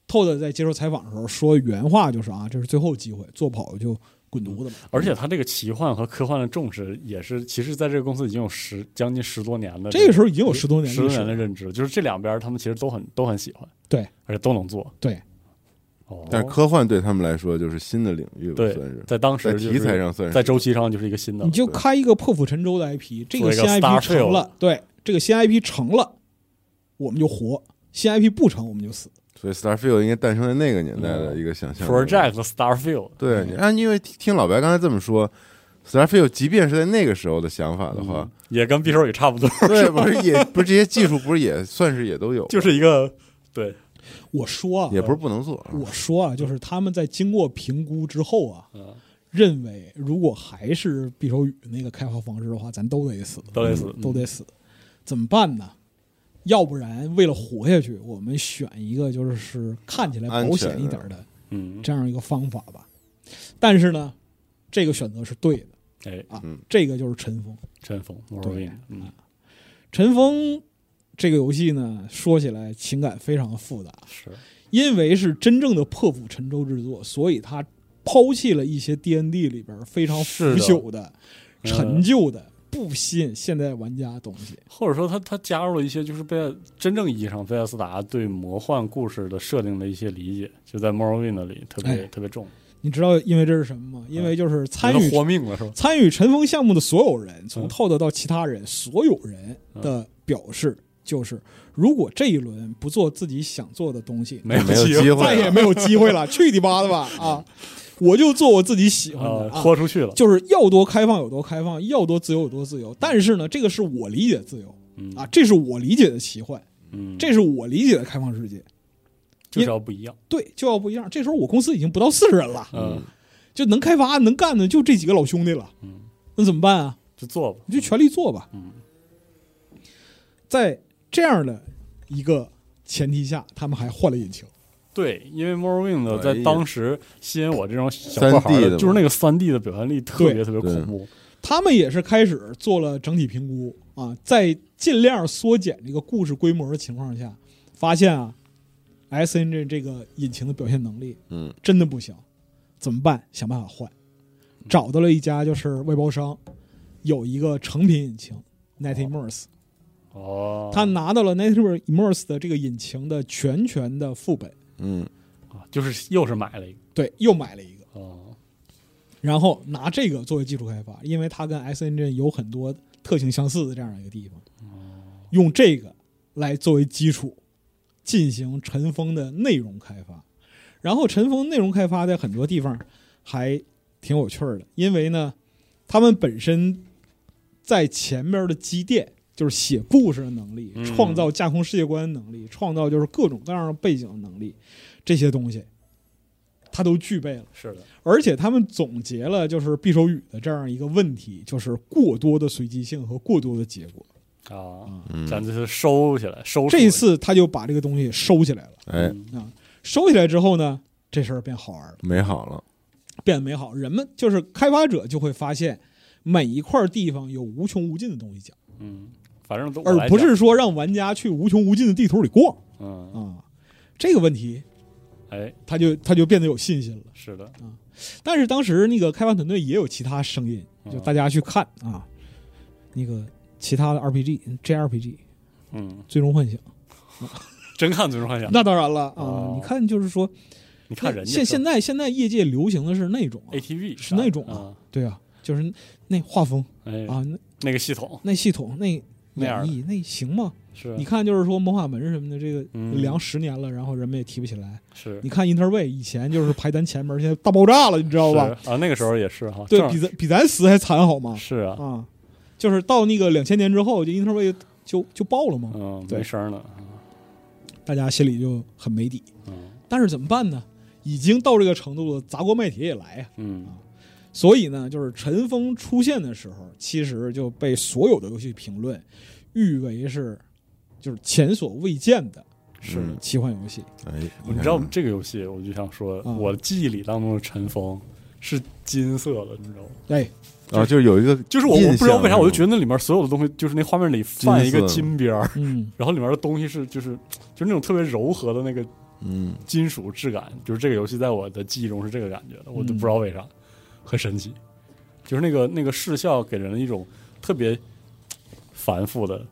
透的在接受采访的时候说原话就是啊，这是最后机会，做不好就滚犊子嘛。
而且他这个奇幻和科幻的重视，也是其实在这个公司已经有十将近十多年的
这个时
候
候已经有十多年
十
历
多
史
年的
了，
认知，就是这两边儿他们其实都很都很喜欢，
对，
而且都能做，
对。
哦，
但是科幻对他们来说就是新的领域吧，
对
算是
在当
在
时就
题
是
材上算是
在周期上就是一个新的
你
了，
就开一个破釜沉舟的 IP，这
做
个
一个
新 IP
Starfield
成了，对，这个新 IP 成了，我们就活；新 IP 不成，我们就死。
所以 Starfield 应该诞生在那个年代的一个想象力。
嗯 Project Starfield，
对，你按因为听听老白刚才这么说，Starfield 即便是在那个时候的想法的话
嗯，也跟匕首也差不多， (laughs)
对，不是也不是这些技术，不是也算是也都有，
就是一个对，
我说啊，
也不是不能做。
我说啊，就是他们在经过评估之后啊，
嗯，
认为如果还是匕首雨那个开发方式的话，咱都得死，
都得死，
嗯都得死，怎么办呢？要不然为了活下去，我们选一个就是看起来保险一点的
嗯，
这样一个方法吧。但是呢，这个选择是对的
哎，
啊
嗯，
这个就是尘封。
阵风 m o r
对
w i n 嗯，
尘封这个游戏呢，说起来情感非常的复杂，
是，
因为是真正的破釜沉舟之作，所以它抛弃了一些 D N D 里边非常腐
是的
朽的、
嗯
陈旧的、不吸引现代玩家的东西。
或者说他他加入了一些就是贝真正意义上贝塞斯达对魔幻故事的设定的一些理解，就在 Morrowind 里特别、
哎
特别重，
你知道因为这是什么吗？因为就是参
人
与
活命了是吧？
参与尘封项目的所有人，从
嗯
Todd 到其他人，所有人的表示就是，如果这一轮不做自己想做的东西，
没有
没有
机啊
机会啊
再也没有机会
(laughs)
了，去你妈的吧！啊，我就做我自己喜欢
呃
的，啊
豁出去了，
就是要多开放有多开放，要多自由有多自由。但是呢，这个是我理解的自由
嗯
啊，这是我理解的奇幻，
嗯，
这是我理解的开放世界。
就是要不一样，
对，就要不一样。这时候我公司已经不到四十人了，
嗯，
就能开发能干的就这几个老兄弟了。
嗯，
那怎么办啊？
就做吧，
你就全力做吧。
嗯，
在这样的一个前提下，他们还换了引擎。
对，因为 Morrowind
哎
在
呀
当时吸引我这种小破孩
3D
儿
的嘛
就是那个三 D 的表现力特别
对
特别恐怖，
他们也是开始做了整体评估啊，在尽量缩减这个故事规模的情况下，发现啊，S N G 这个引擎的表现能力
嗯
真的不行，怎么办？想办法换，
嗯
找到了一家就是外包商，有一个成品引擎 Netimers，
哦，
他拿到了 Netimers 的这个引擎的全权的副本，
嗯，
啊就是又是买了一个，
对，又买了一个。
哦，
然后拿这个作为基础开发，因为它跟 S Engine 有很多特性相似的这样一个地方，用这个来作为基础进行尘封的内容开发。然后尘封内容开发在很多地方还挺有趣儿的，因为呢，他们本身在前面的积淀。就是写故事的能力，
嗯
创造架空世界观的能力，创造就是各种各样的背景的能力，这些东西，他都具备了。
是的，
而且他们总结了就是匕首语的这样一个问题，就是过多的随机性和过多的结果。
啊，
嗯
咱就是收起来，收
这一
一
次他就把这个东西收起来了。
哎，
嗯
收起来之后呢，这事儿变好玩了，
美好了，
变得美好。人们就是开发者就会发现，每一块地方有无穷无尽的东西讲，
嗯，反正都我
而
来
不
讲
是说让玩家去无穷无尽的地图里逛啊、
嗯，
这个问题，
哎，
他就他就变得有信心了。
是的，
但是当时那个开发团队也有其他声音，就大家去看啊，那个其他的 RPG、JRPG、
嗯，
最终幻想，
真看《最终幻想》，
那当然了啊！
哦
你看，就是说，
你看人家哎
现现在现在业界流行的是那种、啊，
ATV
是那种啊
啊，
对啊，就是那画风
哎，
啊，那
那个系统，
那系统那
那
演
样的
绎，那行吗？
是
你看，就是说魔法门什么的，这个
嗯
凉十年了，然后人们也提不起来。
是
你看 Interway 以前就是排咱前门，现在大爆炸了，你知道吧？
是啊，那个时候也是哈，
对
正好
比咱比咱死还惨好吗？
是啊，
啊，就是到那个两千年之后，就 Interway 就就爆了嘛，
嗯，
对
没声儿了，
大家心里就很没底。
嗯
但是怎么办呢？已经到这个程度了，砸锅卖铁也来啊呀、
嗯
所以呢，就是尘封出现的时候，其实就被所有的游戏评论誉为是就是前所未见的
是
嗯奇幻游戏。
哎，
你知道这个游戏，我就想说，
嗯
我记忆里当中的尘封是金色的，你知道吗？
哎，
啊，就是有一个，啊
就是我我不知道为啥，我就觉
得，
得那里面所有的东西，就是那画面里泛一个
金色
金边儿，
嗯，
然后里面的东西是就是就是那种特别柔和的那个
嗯，
金属质感，就是这个游戏在我的记忆中是这个感觉的，我
嗯
都不知道为啥，很神奇。就是那个那个视效给人一种特别繁复的，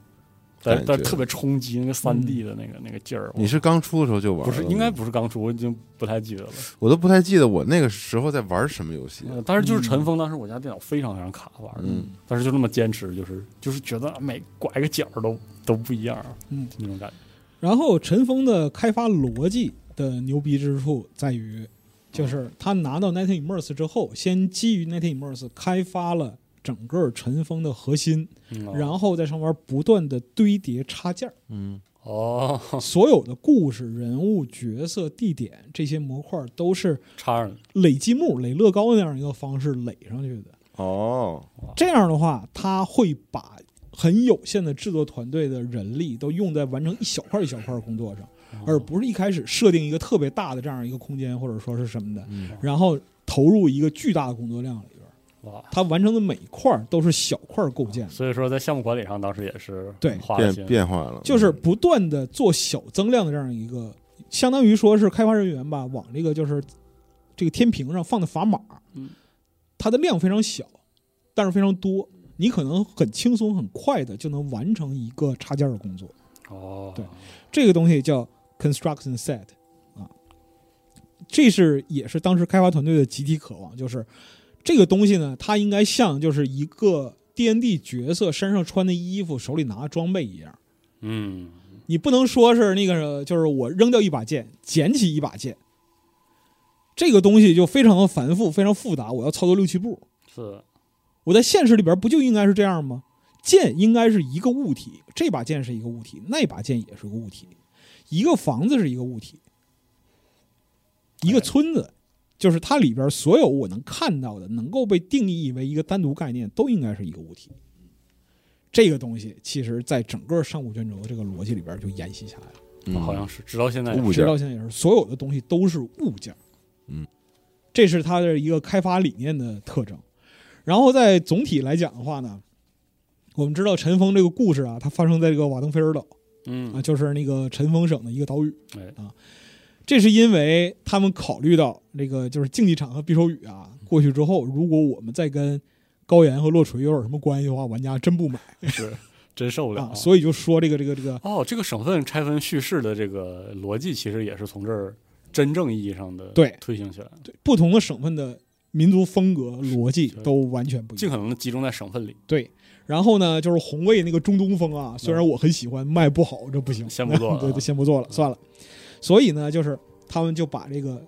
但
感觉
但特别冲击那个三 D 的那个、那个劲儿。我
你是刚出的时候就玩
不
了吗？
是应该不是刚出，我已经不太记得了。
我都不太记得我那个时候在玩什么游戏。
呃但是
嗯
就是尘封，当时我家电脑非常非常卡玩的，
嗯
但是就那么坚持，就是就是觉得每拐个角儿都都不一样，
嗯，
那种感觉。
然后尘封的开发逻辑的牛逼之处在于，就是他拿到 n i t e n Immerse 之后，先基于 n i t e n Immerse 开发了整个尘封的核心，
嗯、
然后在上面不断的堆叠插件儿，
嗯
哦， (laughs)
所有的故事、人物、角色、地点这些模块都是
插上了，
累积木、垒乐高那样一个方式垒上去的。
哦，
这样的话，他会把很有限的制作团队的人力都用在完成一小块一小块的工作上，而不是一开始设定一个特别大的这样一个空间或者说是什么的，
嗯
然后投入一个巨大的工作量里边儿。
哇，
他完成的每一块儿都是小块儿构建的，
所以说，在项目管理上，当时也是
对
花了
变
心思
变化了，
就是不断的做小增量的这样一个，相当于说是开发人员吧，往这个就是这个天平上放的砝码
嗯，
它的量非常小，但是非常多，你可能很轻松很快的就能完成一个插件的工作。
哦，
对这个东西叫 construction set 啊，这是也是当时开发团队的集体渴望，就是这个东西呢，它应该像就是一个 D N D 角色身上穿的衣服、手里拿的装备一样。
嗯，
你不能说是那个，就是我扔掉一把剑，捡起一把剑，这个东西就非常的繁复，非常复杂，我要操作六七步。
是
我在现实里边不就应该是这样吗？剑应该是一个物体，这把剑是一个物体，那把剑也是个物体，一个房子是一个物体，一个村子，就是它里边所有我能看到的，能够被定义为一个单独概念，都应该是一个物体。这个东西其实，在整个上古卷轴这个逻辑里边就沿袭下来了。
嗯
好像是，直到现在，
物
直
件
到现在也是，所有的东西都是物件。
嗯，
这是它的一个开发理念的特征。然后在总体来讲的话呢，我们知道尘封这个故事啊，它发生在这个瓦登菲尔岛
嗯
啊，，就是那个尘封省的一个岛屿。啊
哎，
这是因为他们考虑到这个就是竞技场和匕首雨啊，过去之后，如果我们再跟高岩和落锤又有什么关系的话，玩家真不买
(laughs) 是真受不了
嗯啊，。所以就说这个这个这个
哦，这个省份拆分叙事的这个逻辑，其实也是从这儿真正意义上的
对
推行起来的，
不同的省份的民族风格逻辑
是
都完全不一样。
尽可能的集中在省份里，
对，然后呢，就是红卫那个中东风啊，虽然我很喜欢，卖不好，这不行，
嗯先不做啊嗯了
(laughs) 对对，先不做了，算了。所以呢，就是他们就把这个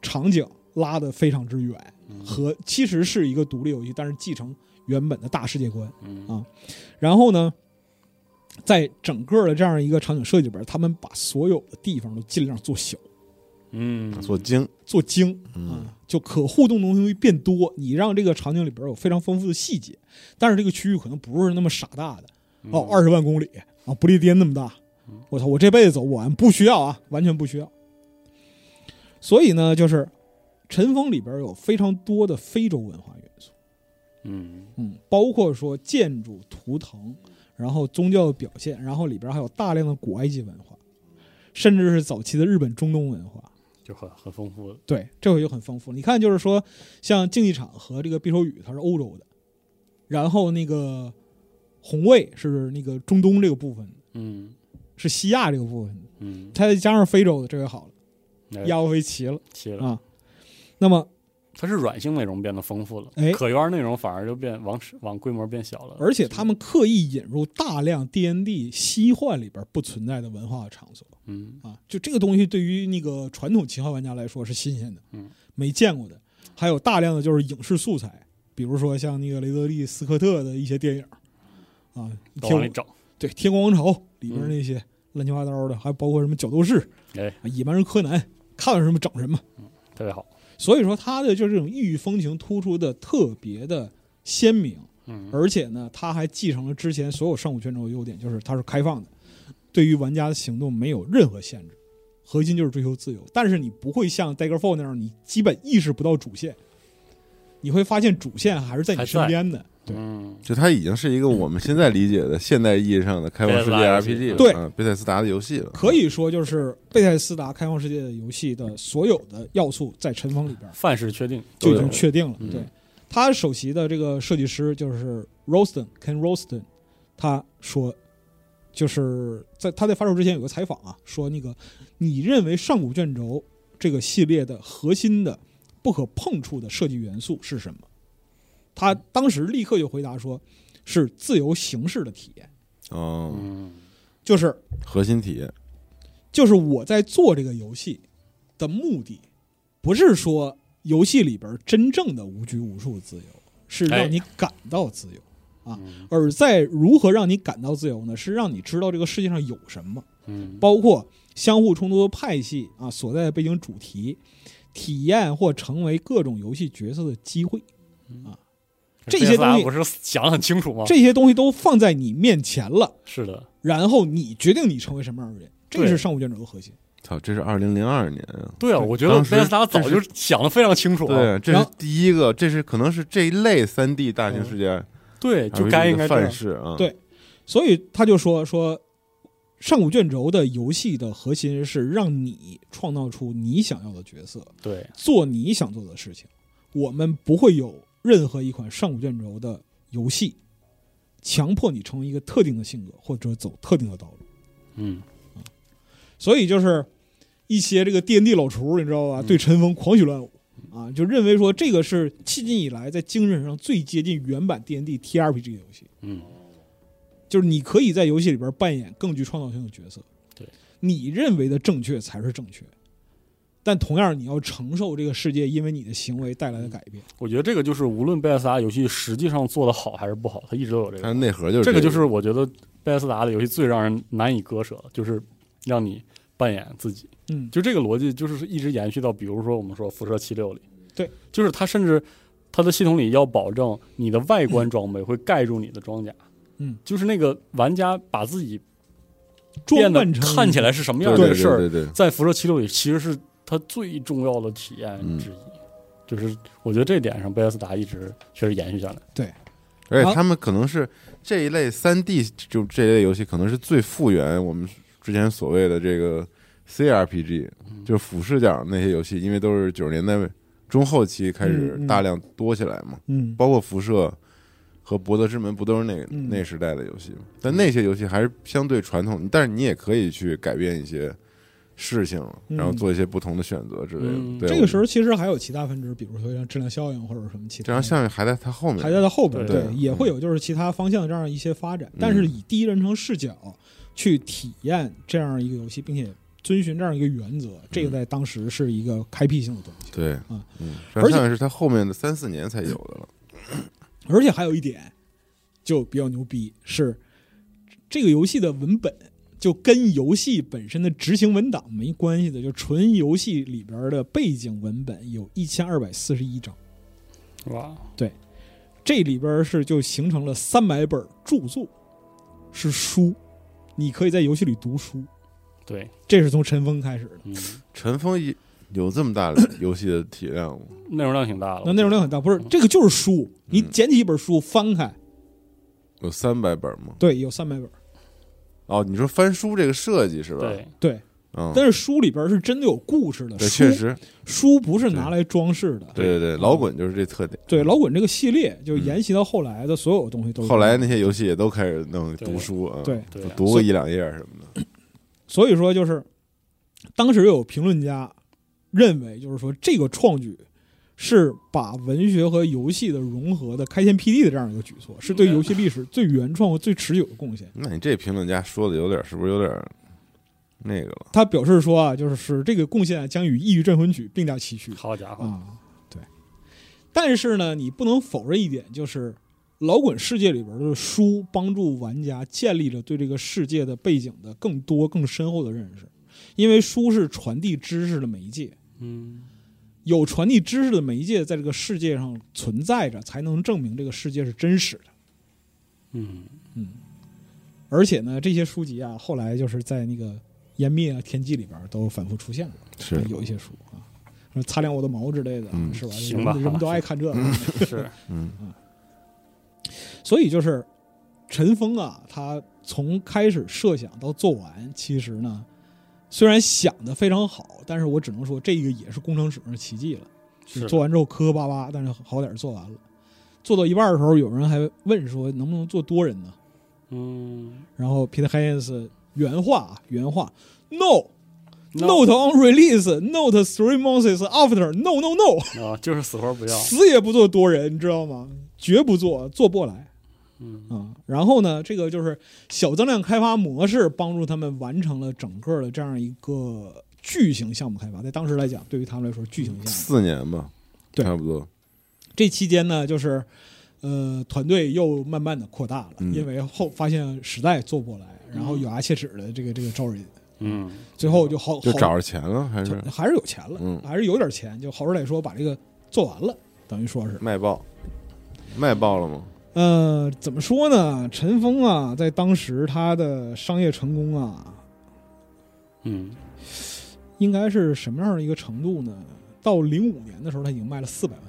场景拉得非常之远，
嗯
和其实是一个独立游戏，但是继承原本的大世界观。
嗯
啊然后呢，在整个的这样一个场景设计里边，他们把所有的地方都尽量做小、
嗯，
做精，
做精，
嗯
啊，就可互动的东西变多，你让这个场景里边有非常丰富的细节，但是这个区域可能不是那么傻大的
嗯
哦，二十万公里啊，不列颠那么大
嗯，
我操，我这辈子走不完，不需要啊，完全不需要。所以呢，就是《尘封》里边有非常多的非洲文化元素，
嗯
嗯，包括说建筑、图腾，然后宗教的表现，然后里边还有大量的古埃及文化，甚至是早期的日本中东文化，
就很很丰富的，
对，这回就很丰富了。你看，就是说，像竞技场和这个匕首雨，它是欧洲的，然后那个红卫是那个中东这个部分，
嗯
是西亚这个部分， (laughs)
嗯，
它再加上非洲的，这回好了，
哎
亚欧非齐了
齐了，
啊。那么
它是软性内容变得丰富了，
哎
可园内容反而就变往往规模变小了。
而且他们刻意引入大量 D N D 西幻里边不存在的文化场所
嗯，
啊，就这个东西对于那个传统奇幻玩家来说是新鲜的，
嗯，
没见过的，还有大量的就是影视素材，比如说像那个雷德利·斯科特的一些电影啊，
都往
天
里整，
对《天光王朝》里边那些乱七八糟的，还包括什么角斗士、
哎，
啊野蛮人柯南，看到什么整什么。
特别好。
所以说，他的就是这种异域风情突出的特别的鲜明，
嗯，
而且呢，他还继承了之前所有上古卷轴的优点，就是它是开放的，对于玩家的行动没有任何限制，核心就是追求自由。但是你不会像 Daggerfall 那样，你基本意识不到主线，你会发现主线还是在你
还
身
在
边的。对
嗯，
就它已经是一个我们现在理解的现代意义上的开放世界
贝塞斯达游
RPG
戏
了，
对
嗯贝塞斯达的游戏了，
可以说，就是贝塞斯达开放世界的游戏的所有的要素在《尘封》里边
范式确定
就已
都有
经确定了。
嗯
对，他首席的这个设计师就是 Roston Ken Roston，他说，就是在他在发售之前有个采访啊，说那个你认为上古卷轴这个系列的核心的不可碰触的设计元素是什么？他当时立刻就回答说，是自由形式的体验，
哦，
嗯，
就是
核心体验，
就是我在做这个游戏的目的，不是说游戏里边真正的无拘无束自由，是让你感到自由。啊
嗯
而在如何让你感到自由呢？是让你知道这个世界上有什么，
嗯，
包括相互冲突的派系啊，所在的背景主题，体验或成为各种游戏角色的机会，这
贝
些
塞斯达
东西
不是想得很清楚吗？
这些东西都放在你面前了，
是的，
然后你决定你成为什么样的人，这
对
是上古卷轴的核心。
操，这是二零零二年啊，
对啊，
对
我觉得
当时
贝塞斯达早就想的非常清楚了，
对，这
然
是
后
第一个，这是可能是这一类三 D 大型世界啊
对，嗯就
RPG
该应该
的
这样
范式啊，
对所以他就说说，上古卷轴的游戏的核心是让你创造出你想要的角色，
对，
做你想做的事情。我们不会有任何一款上古卷轴的游戏强迫你成为一个特定的性格或者走特定的道路。
嗯，
所以就是一些这个 D N D 老厨，你知道吧，
嗯
对尘封狂喜乱舞啊，就认为说这个是迄今以来在精神上最接近原版 D N D T R P G 的游戏。
嗯，
就是你可以在游戏里边扮演更具创造性的角色。
对，
你认为的正确才是正确，但同样你要承受这个世界因为你的行为带来的改变。
我觉得这个就是无论贝塞斯达游戏实际上做的好还是不好，它一直都有这
它
个。
内核就是
这
个
个就是我觉得贝塞斯达的游戏最让人难以割舍，就是让你扮演自己。
嗯，
就这个逻辑，就是一直延续到，比如说我们说《辐射七六》里，
对，
就是它甚至它的系统里要保证你的外观装备会盖住你的装甲，
嗯，
就是那个玩家把自己
装
变得
扮成
看起来是什么样
对
的
对
这事儿，
对对对，
在《辐射七六》里其实是它最重要的体验
嗯
之一。就是我觉得这点上，贝斯达一直确实延续下来。
而
好
啊
且他们可能是这一类三 D 就这一类游戏，可能是最复原我们之前所谓的这个 CRPG，就是
嗯
俯视角那些游戏，因为都是九十年代中后期开始
嗯嗯
大量多起来嘛，
嗯，
包括辐射和博德之门，不都是那
嗯
那时代的游戏吗？但那些游戏还是相对传统，但是你也可以去改变一些事情，
嗯
然后做一些不同的选择之类
嗯
的。对
这个时候其实还有其他分支，比如说像质量效应或者什么其
这
他
样
的。
效应还在它后面，
还在它后边，
对
对
也会有就是其他方向这样一些发展
嗯，
但是以第一人称视角去体验这样一个游戏，并且遵循这样一个原则，这个在当时是一个开辟性的东西。
对，
嗯
嗯，这样
而且
效应是它后面的三四年才有的了。
而且还有一点就比较牛逼，是这个游戏的文本就跟游戏本身的执行文档没关系的，就纯游戏里边的背景文本有一千二百四十一章，
哇，
这里边是就形成了三百本著作，是书，你可以在游戏里读书，
对，
这是从尘封开始的。
嗯，
尘封一有这么大的游戏的体量吗？
内容量挺
哦
大了。
那内容量很大，不是这个就是书，你捡起一本书翻开，
嗯有三百本吗？
对，有三百本。
哦，你说翻书这个设计是吧？，
对，
对，
嗯，
但是书里边是真的有故事的，
对，
书嗯
确实，
书不是拿来装饰的，
对对对，老滚就是这特点。
对老滚这个系列，就沿袭到后来的所有东西都是
嗯后来那些游戏也都开始弄
对
读书啊，
对，
对
都
啊，
读过一两页什么的。
所以说就是当时有评论家认为，就是说这个创举是把文学和游戏的融合的开天辟地的这样一个举措，是对游戏历史最原创和最持久的贡献。
那你这评论家说的有点，是不是有点那个了？
他表示说啊，就是使这个贡献啊将与《异域镇魂曲》并驾齐驱
好家伙，
啊，对。但是呢，你不能否认一点，就是老滚世界里边的书帮助玩家建立了对这个世界的背景的更多、更深厚的认识，因为书是传递知识的媒介。
嗯，
有传递知识的媒介在这个世界上存在着，才能证明这个世界是真实的。
嗯，
而且呢，这些书籍啊，后来就是在那个《湮灭》啊、《天际》里边都反复出现过，
是
有一些书啊，什么擦亮我的毛之类的，啊
嗯
是吧？
行吧
人们人们都爱看这个。 (laughs)
是，
所以就是陈峰啊，他从开始设想到做完，其实呢，虽然想的非常好，但是我只能说这个也是工程史上的奇迹了。
是
做完之后磕磕巴巴，但是好歹是做完了。做到一半的时候，有人还问说能不能做多人呢？
嗯
然后 Peter Hayes 原话啊原话，No。
No
Note on release, note three months after, no, no, no，
啊，就是死活不要，
死也不做多人，你知道吗？绝不做，做不过来。
嗯
啊、然后呢，这个就是小增量开发模式帮助他们完成了整个的这样一个巨型项目开发，在当时来讲，对于他们来说巨型项目。
四年吧，
对
差不多。
这期间呢，就是呃，团队又慢慢的扩大了，
嗯
因为后发现实在做不过来，然后咬牙切齿的这个这个招人，
嗯，
最后就好
就
好
找着钱了，还是
还是有钱了，
嗯
还是有点钱，就好歹说把这个做完了，等于说是。
卖报？卖报了吗？
呃，怎么说呢？陈峰啊，在当时他的商业成功啊，
嗯，
应该是什么样的一个程度呢？到零五年的时候，他已经卖了四百万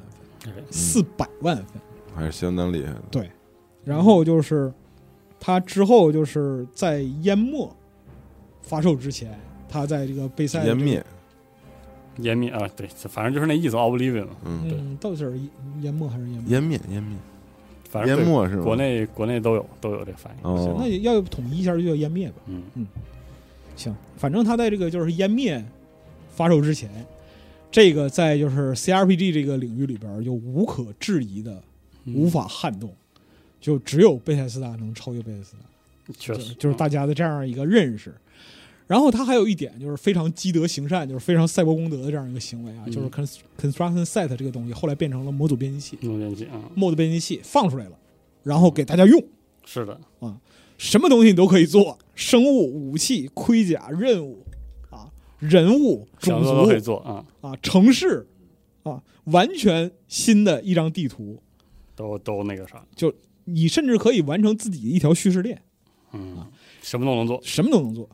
份，
哎
四百万份。
还是相当厉害的。
然后就是他之后就是在淹没发售之前，他在这个杯赛
湮灭，
湮灭啊，对，反正就是那意思，Oblivion 嘛，
嗯，
嗯，到底是淹没还是淹没？
湮灭，湮灭，
反正
淹
对
没是吗？
国内国内都有都有这反
啊
应，
哦
那，要统一一下就叫淹灭吧。
嗯
行，反正他在这个就是湮灭发售之前，这个在就是 CRPG 这个领域里边儿就无可置疑的
嗯
无法撼动，就只有贝塞斯达能超越贝塞斯达。
嗯确
就
实
就是大家的这样一个认识。然后他还有一点就是非常积德行善，就是非常赛博功德的这样一个行为啊，
嗯
就是 cons- construction set 这个东西后来变成了模组编辑器
弄编辑啊，
，mod 编辑器放出来了，然后给大家用，
是的，
什么东西你都可以做，生物、武器、盔甲、任务啊，人物、
想
种
做都可以
族
做啊，
啊，城市啊，完全新的一张地图，
都都那个啥，
你甚至可以完成自己的一条叙事链。啊
嗯，什么都能做，
什么都能做，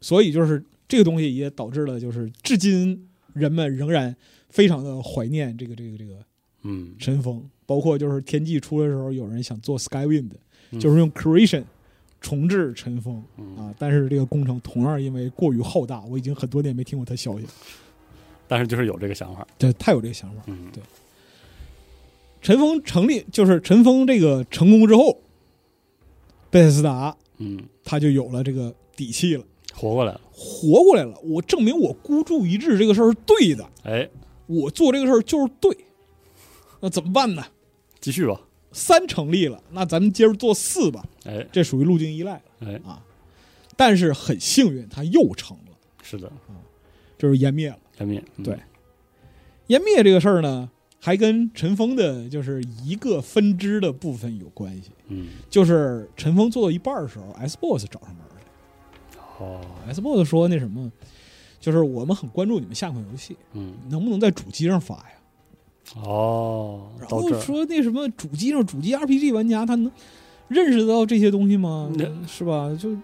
所以就是这个东西也导致了，就是至今人们仍然非常的怀念这个这个这个
嗯，
尘封，包括就是天际出的时候，有人想做 Skywind，
嗯
就是用 creation 重置尘封
嗯
啊，但是这个工程同样因为过于浩大，我已经很多年没听过他消息了，
但是就是有这个想法，
这太有这个想法了。
嗯，
对尘封成立就是尘封这个成功之后，贝塞斯达
嗯，
他就有了这个底气了。
活过来了，
活过来了，我证明我孤注一掷这个事儿是对的，
哎，
我做这个事儿就是对。那怎么办呢？
继续吧，
三成立了，那咱们接着做四吧，
哎
这属于路径依赖了
哎，
啊。但是很幸运，它又成了，
是的，
就是湮灭了。
湮灭，嗯
对湮灭这个事儿呢，还跟陈峰的就是一个分支的部分有关系，
嗯，
就是陈峰做到一半儿的时候，S Boss 找上门儿
哦，
了。S Boss 说那什么，就是我们很关注你们下款游戏，
嗯，
能不能在主机上发呀？
哦，
然
到
后
这儿，
说那什么主机上主机 RPG 玩家他能认识到这些东西吗
那？
是吧？就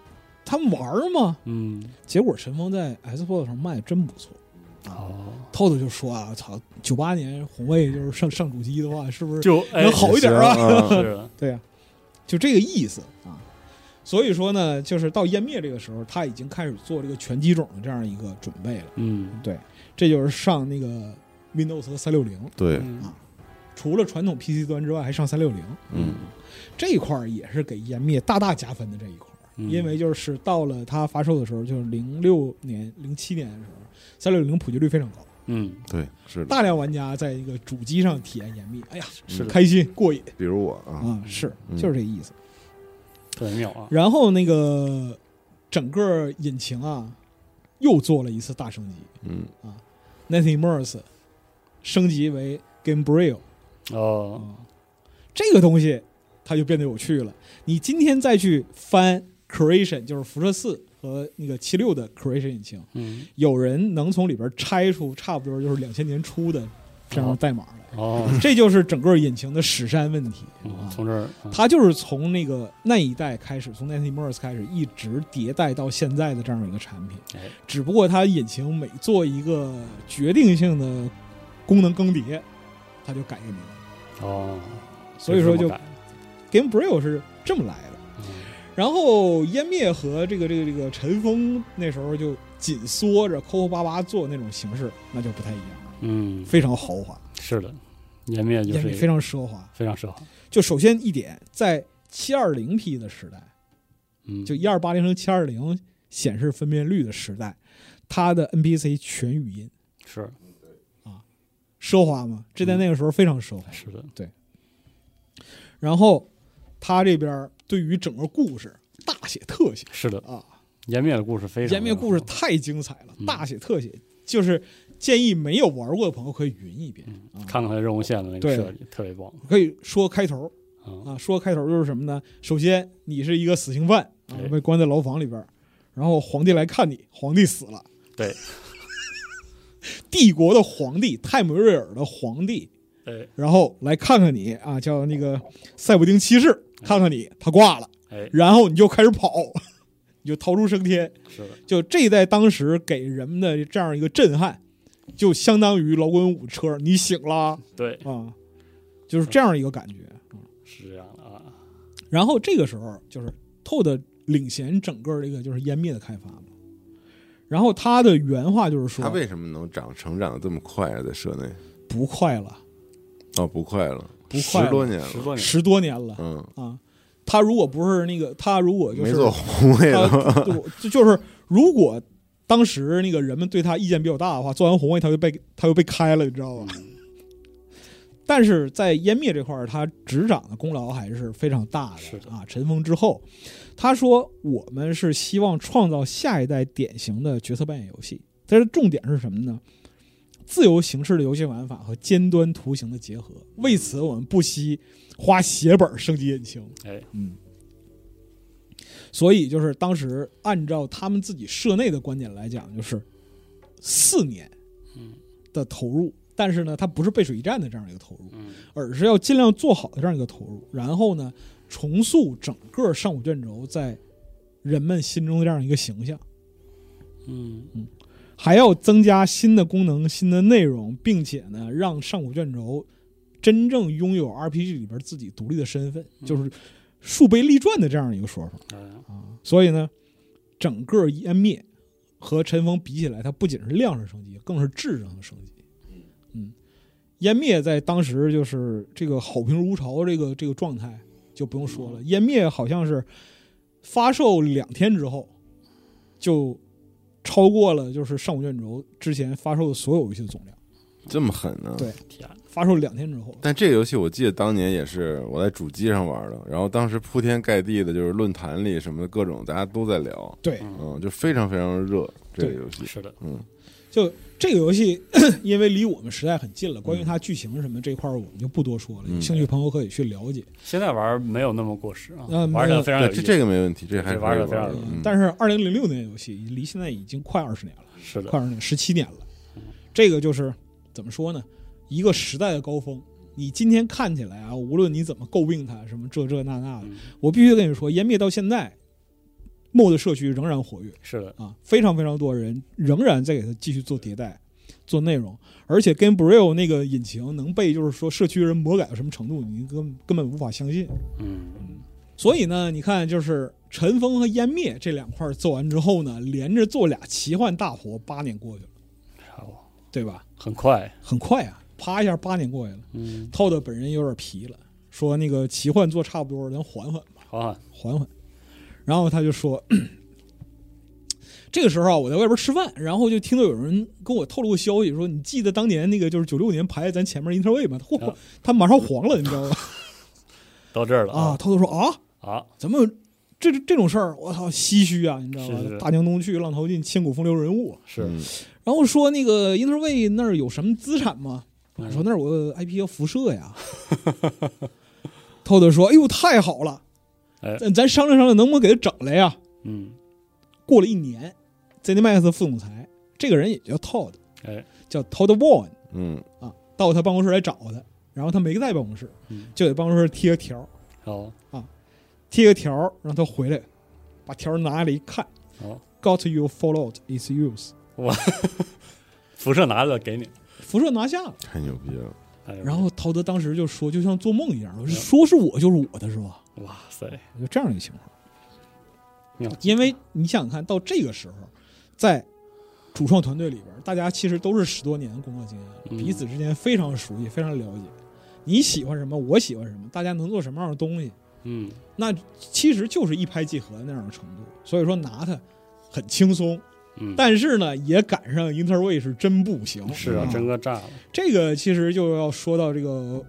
他们玩儿嘛。
嗯，
结果陈峰在 Xbox 上卖得真不错。
哦，
透透就说啊，操，九八年红卫就是上上主机的话，是不是？
就哎
能好一点啊
也行
(laughs)
是的，
对呀、啊就这个意思啊。所以说呢，就是到湮灭这个时候，他已经开始做这个全机种的这样一个准备了。
嗯，
这就是上那个 Windows 和三六零，
对，
嗯
除了传统 PC 端之外，还上三六零。
嗯，
这一块儿也是给湮灭大大加分的这一块儿，
嗯
因为就是到了它发售的时候，就是零六年、零七年的时候，三六零普及率非常高，
嗯，
对，是的，
大量玩家在一个主机上体验严密，哎呀，
是的，
开心过瘾
比如我啊，
啊，是
嗯
就是这意思。
特别妙啊，
然后那个整个引擎啊，又做了一次大升级
嗯，
，Nathan Morse 升级为 Game Braille 啊、
哦，
这个东西它就变得有趣了。你今天再去翻 Creation，就是辐射四和那个七六的 Creation 引擎，
嗯，
有人能从里边拆出差不多就是两千年初的这样的代码来。 (laughs)
哦，
这就是整个引擎的史山问题
嗯
啊！
从这儿，嗯
它就是从那个那一代开始，从 Nathan Morse 开始，一直迭代到现在的这样一个产品。
哎，
只不过它引擎每做一个决定性的功能更迭，它就改个名。
哦，
所以说
这
就
么改
Game Braille 是这么来的。
嗯
然后湮灭和这个这个这个陈峰那时候就紧缩着抠抠巴巴做那种形式，那就不太一样了，
嗯，
非常豪华，
是的，颜面就
湮
是
灭非常奢华。
非常奢华，
就首先一点，在七二零 P 的时代，
嗯，
就一二八零乘七二零显示分辨率的时代，它的 NPC 全语音，
是
奢华吗？这在那个时候非常奢华。
嗯是的，
然后它这边对于整个故事大写特写
是的，
啊，
颜面的故事非常，
湮灭故事，太精彩了
嗯，
大写特写，就是建议没有玩过的朋友可以云一遍，
嗯
啊，
看看他任务线的那个
对
设计特别棒，
可以说开头
嗯
啊，说开头就是什么呢？首先你是一个死刑犯啊
哎，
被关在牢房里边儿，然后皇帝来看你，皇帝死了，
对，
(laughs) 帝国的皇帝泰姆瑞尔的皇帝，
哎
然后来看看你啊，叫那个塞布丁骑士看看你，他挂了，
哎，
然后你就开始跑， (laughs) 你就逃出升天，
是的，
就这一代当时给人们的这样一个震撼，就相当于老滚五车，你醒了啊、
对，
就是这样一个感觉。
是这样的啊，
然后这个时候就是 TOD 领衔整个这个就是湮灭的开发嘛。然后他的原话就是说
他：“为什么能长成长的这么快啊？在社内
不快了，
哦，不快了，
不
十
快了
多年了，
十多年，
十多年了
嗯，
啊！他如果不是那个，他如果就
没
是啊
做红卫
他
了，
(laughs) 就就就是如果当时那个人们对他意见比较大的话，做完红卫他就被他就被开了，你知道吧？
嗯
但是在湮灭这块儿，他执掌的功劳还是非常大
是的
啊。尘封之后，他说我们是希望创造下一代典型的角色扮演游戏，但是重点是什么呢？自由形式的游戏玩法和尖端图形的结合，为此我们不惜花血本升级引擎。
哎，
嗯。所以就是当时按照他们自己社内的观点来讲，就是四年
嗯
的投入，但是呢，它不是背水一战的这样一个投入，
嗯，
而是要尽量做好的这样一个投入，然后呢，重塑整个上古卷轴在人们心中的这样一个形象，
嗯，
还要增加新的功能、新的内容，并且呢，让上古卷轴真正拥有 RPG 里边自己独立的身份，就是树碑立传的这样一个说法。
哎
啊，所以呢，整个湮灭和尘封比起来，它不仅是量上升级，更是质上的升级。嗯，湮灭在当时就是这个好评如潮，这个这个状态就不用说了。湮灭好像是发售两天之后就超过了就是上古卷轴之前发售的所有游戏的总量，
(laughs) 这么狠呢、
对
天啊哪，
发售两天之后。
但这个游戏我记得当年也是我在主机上玩的，然后当时铺天盖地的，就是论坛里什么的各种，大家都在聊，
对，
嗯，就非常非常热这个
对
游戏，
是的，
嗯
就这个游戏， (coughs) 因为离我们时代很近了，关于它剧情什么这块儿我们就不多说了，有
嗯
兴趣朋友可以去了解。
现在玩儿没有那么过时啊，
呃没
玩起来
有
非常有
对，
意
这
思，
这个没问题，这还是
这玩
可以
得非常
的
有意
嗯
嗯，
但是二零零六年游戏离现在已经快二十年了，
是的
快，二十年，十七年了。这个就是怎么说呢？一个时代的高峰。你今天看起来啊，无论你怎么诟病它，什么这这那那的，
嗯
我必须跟你说，湮灭到现在，MOD 社区仍然活跃
是的，
啊，非常非常多人仍然在给它继续做迭代、做内容，而且跟 Braille 那个引擎能被就是说社区人魔改到什么程度，你根根本无法相信。
嗯，
所以呢，你看，就是尘封和湮灭这两块儿做完之后呢，连着做俩奇幻大活，八年过去了，
好，
对吧？
很快，
很快啊，啪一下八年过去了。
嗯，
Todd 本人有点皮了，说那个奇幻做差不多了，咱缓缓吧，
好啊，
缓缓。然后他就说， (clears throat) 这个时候啊，我在外边吃饭，然后就听到有人跟我透露消息说，你记得当年那个就是九六年排在咱前面 Interway 吗？嚯、
啊
他马上黄了，你知道吗？
到这儿了
啊，偷偷说啊，
啊，
怎么有这这种事儿？我操，唏嘘啊，你知道吗？
是是
大江东去，浪淘尽，千古风流人物。
是
嗯
然后说那个 Interway 那儿有什么资产吗？
嗯
我说那儿有个 IP 叫辐射呀。 (laughs) 偷偷说，哎呦，太好了，
哎
咱咱商量商量，能不能给他整来呀？
嗯，
过了一年，ZeniMax 副总裁这个人也叫 Todd，
哎，
叫 Todd Warren
嗯，
啊，到他办公室来找他，然后他没在办公室
嗯，
就给办公室贴个条儿，
好，
贴个条儿让他回来，把条儿拿下来一看
好，
，Got you followed is use，
辐射拿着给你，
辐射拿下了。
太牛逼了，
哎呦
然后陶德当时就说，就像做梦一样，说是我就是我的是吧？
哇塞，
就这样一个情况，
妙极
因为你想想看到这个时候，在主创团队里边，大家其实都是十多年的工作经
嗯
验，彼此之间非常熟悉，非常了解。你喜欢什么，我喜欢什么，大家能做什么样的东西，
嗯，
那其实就是一拍即合的那样的程度。所以说拿它很轻松，
嗯，
但是呢，也赶上 Interway 是真不行。嗯
是
嗯
啊，真哥炸了，
这个其实就要说到这个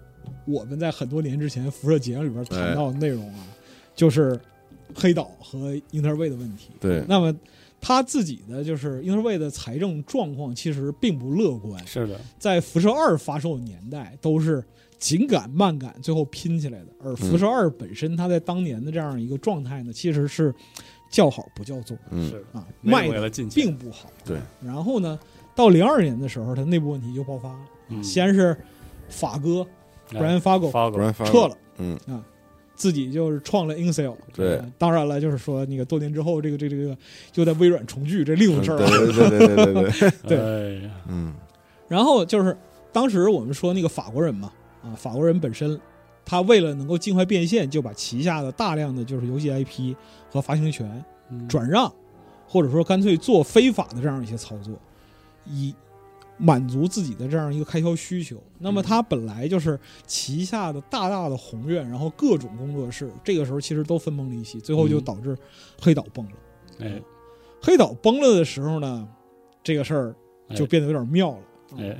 我们在很多年之前辐射节目里边谈到的内容啊，就是黑岛和英特尔卫的问题。
对，
那么他自己的就是英特尔卫的财政状况其实并不乐观，
是的，
在辐射二发售的年代都是紧赶慢赶，最后拼起来的。
嗯
而辐射二本身它在当年的这样一个状态呢，其实是叫好不叫座
嗯，
是的，
啊，
没有
卖
为
的
了进去，
并不好。
对，
然后呢，到零二年的时候，它内部问题就爆发了。
嗯
先是法哥
哎
Brian Fargo
发
不
过
然发
撤了，
嗯
啊，自己就是创了 Incel。
对
啊当然了，就是说那个多年之后，这个这个这个又在微软重聚，这另一
嗯对
回事儿了。
对对对对对对，
对
哎呀，
嗯
然后就是当时我们说那个法国人嘛，啊，法国人本身他为了能够尽快变现，就把旗下的大量的就是游戏 IP 和发行权
嗯
转让，或者说干脆做非法的这样一些操作，以满足自己的这样一个开销需求。那
嗯
么他本来就是旗下的大大的宏愿，然后各种工作室，这个时候其实都分崩离析，最后就
嗯
导致黑岛崩了。嗯
哎
黑岛崩了的时候呢，这个事儿就
哎
变得有点妙了。
哎，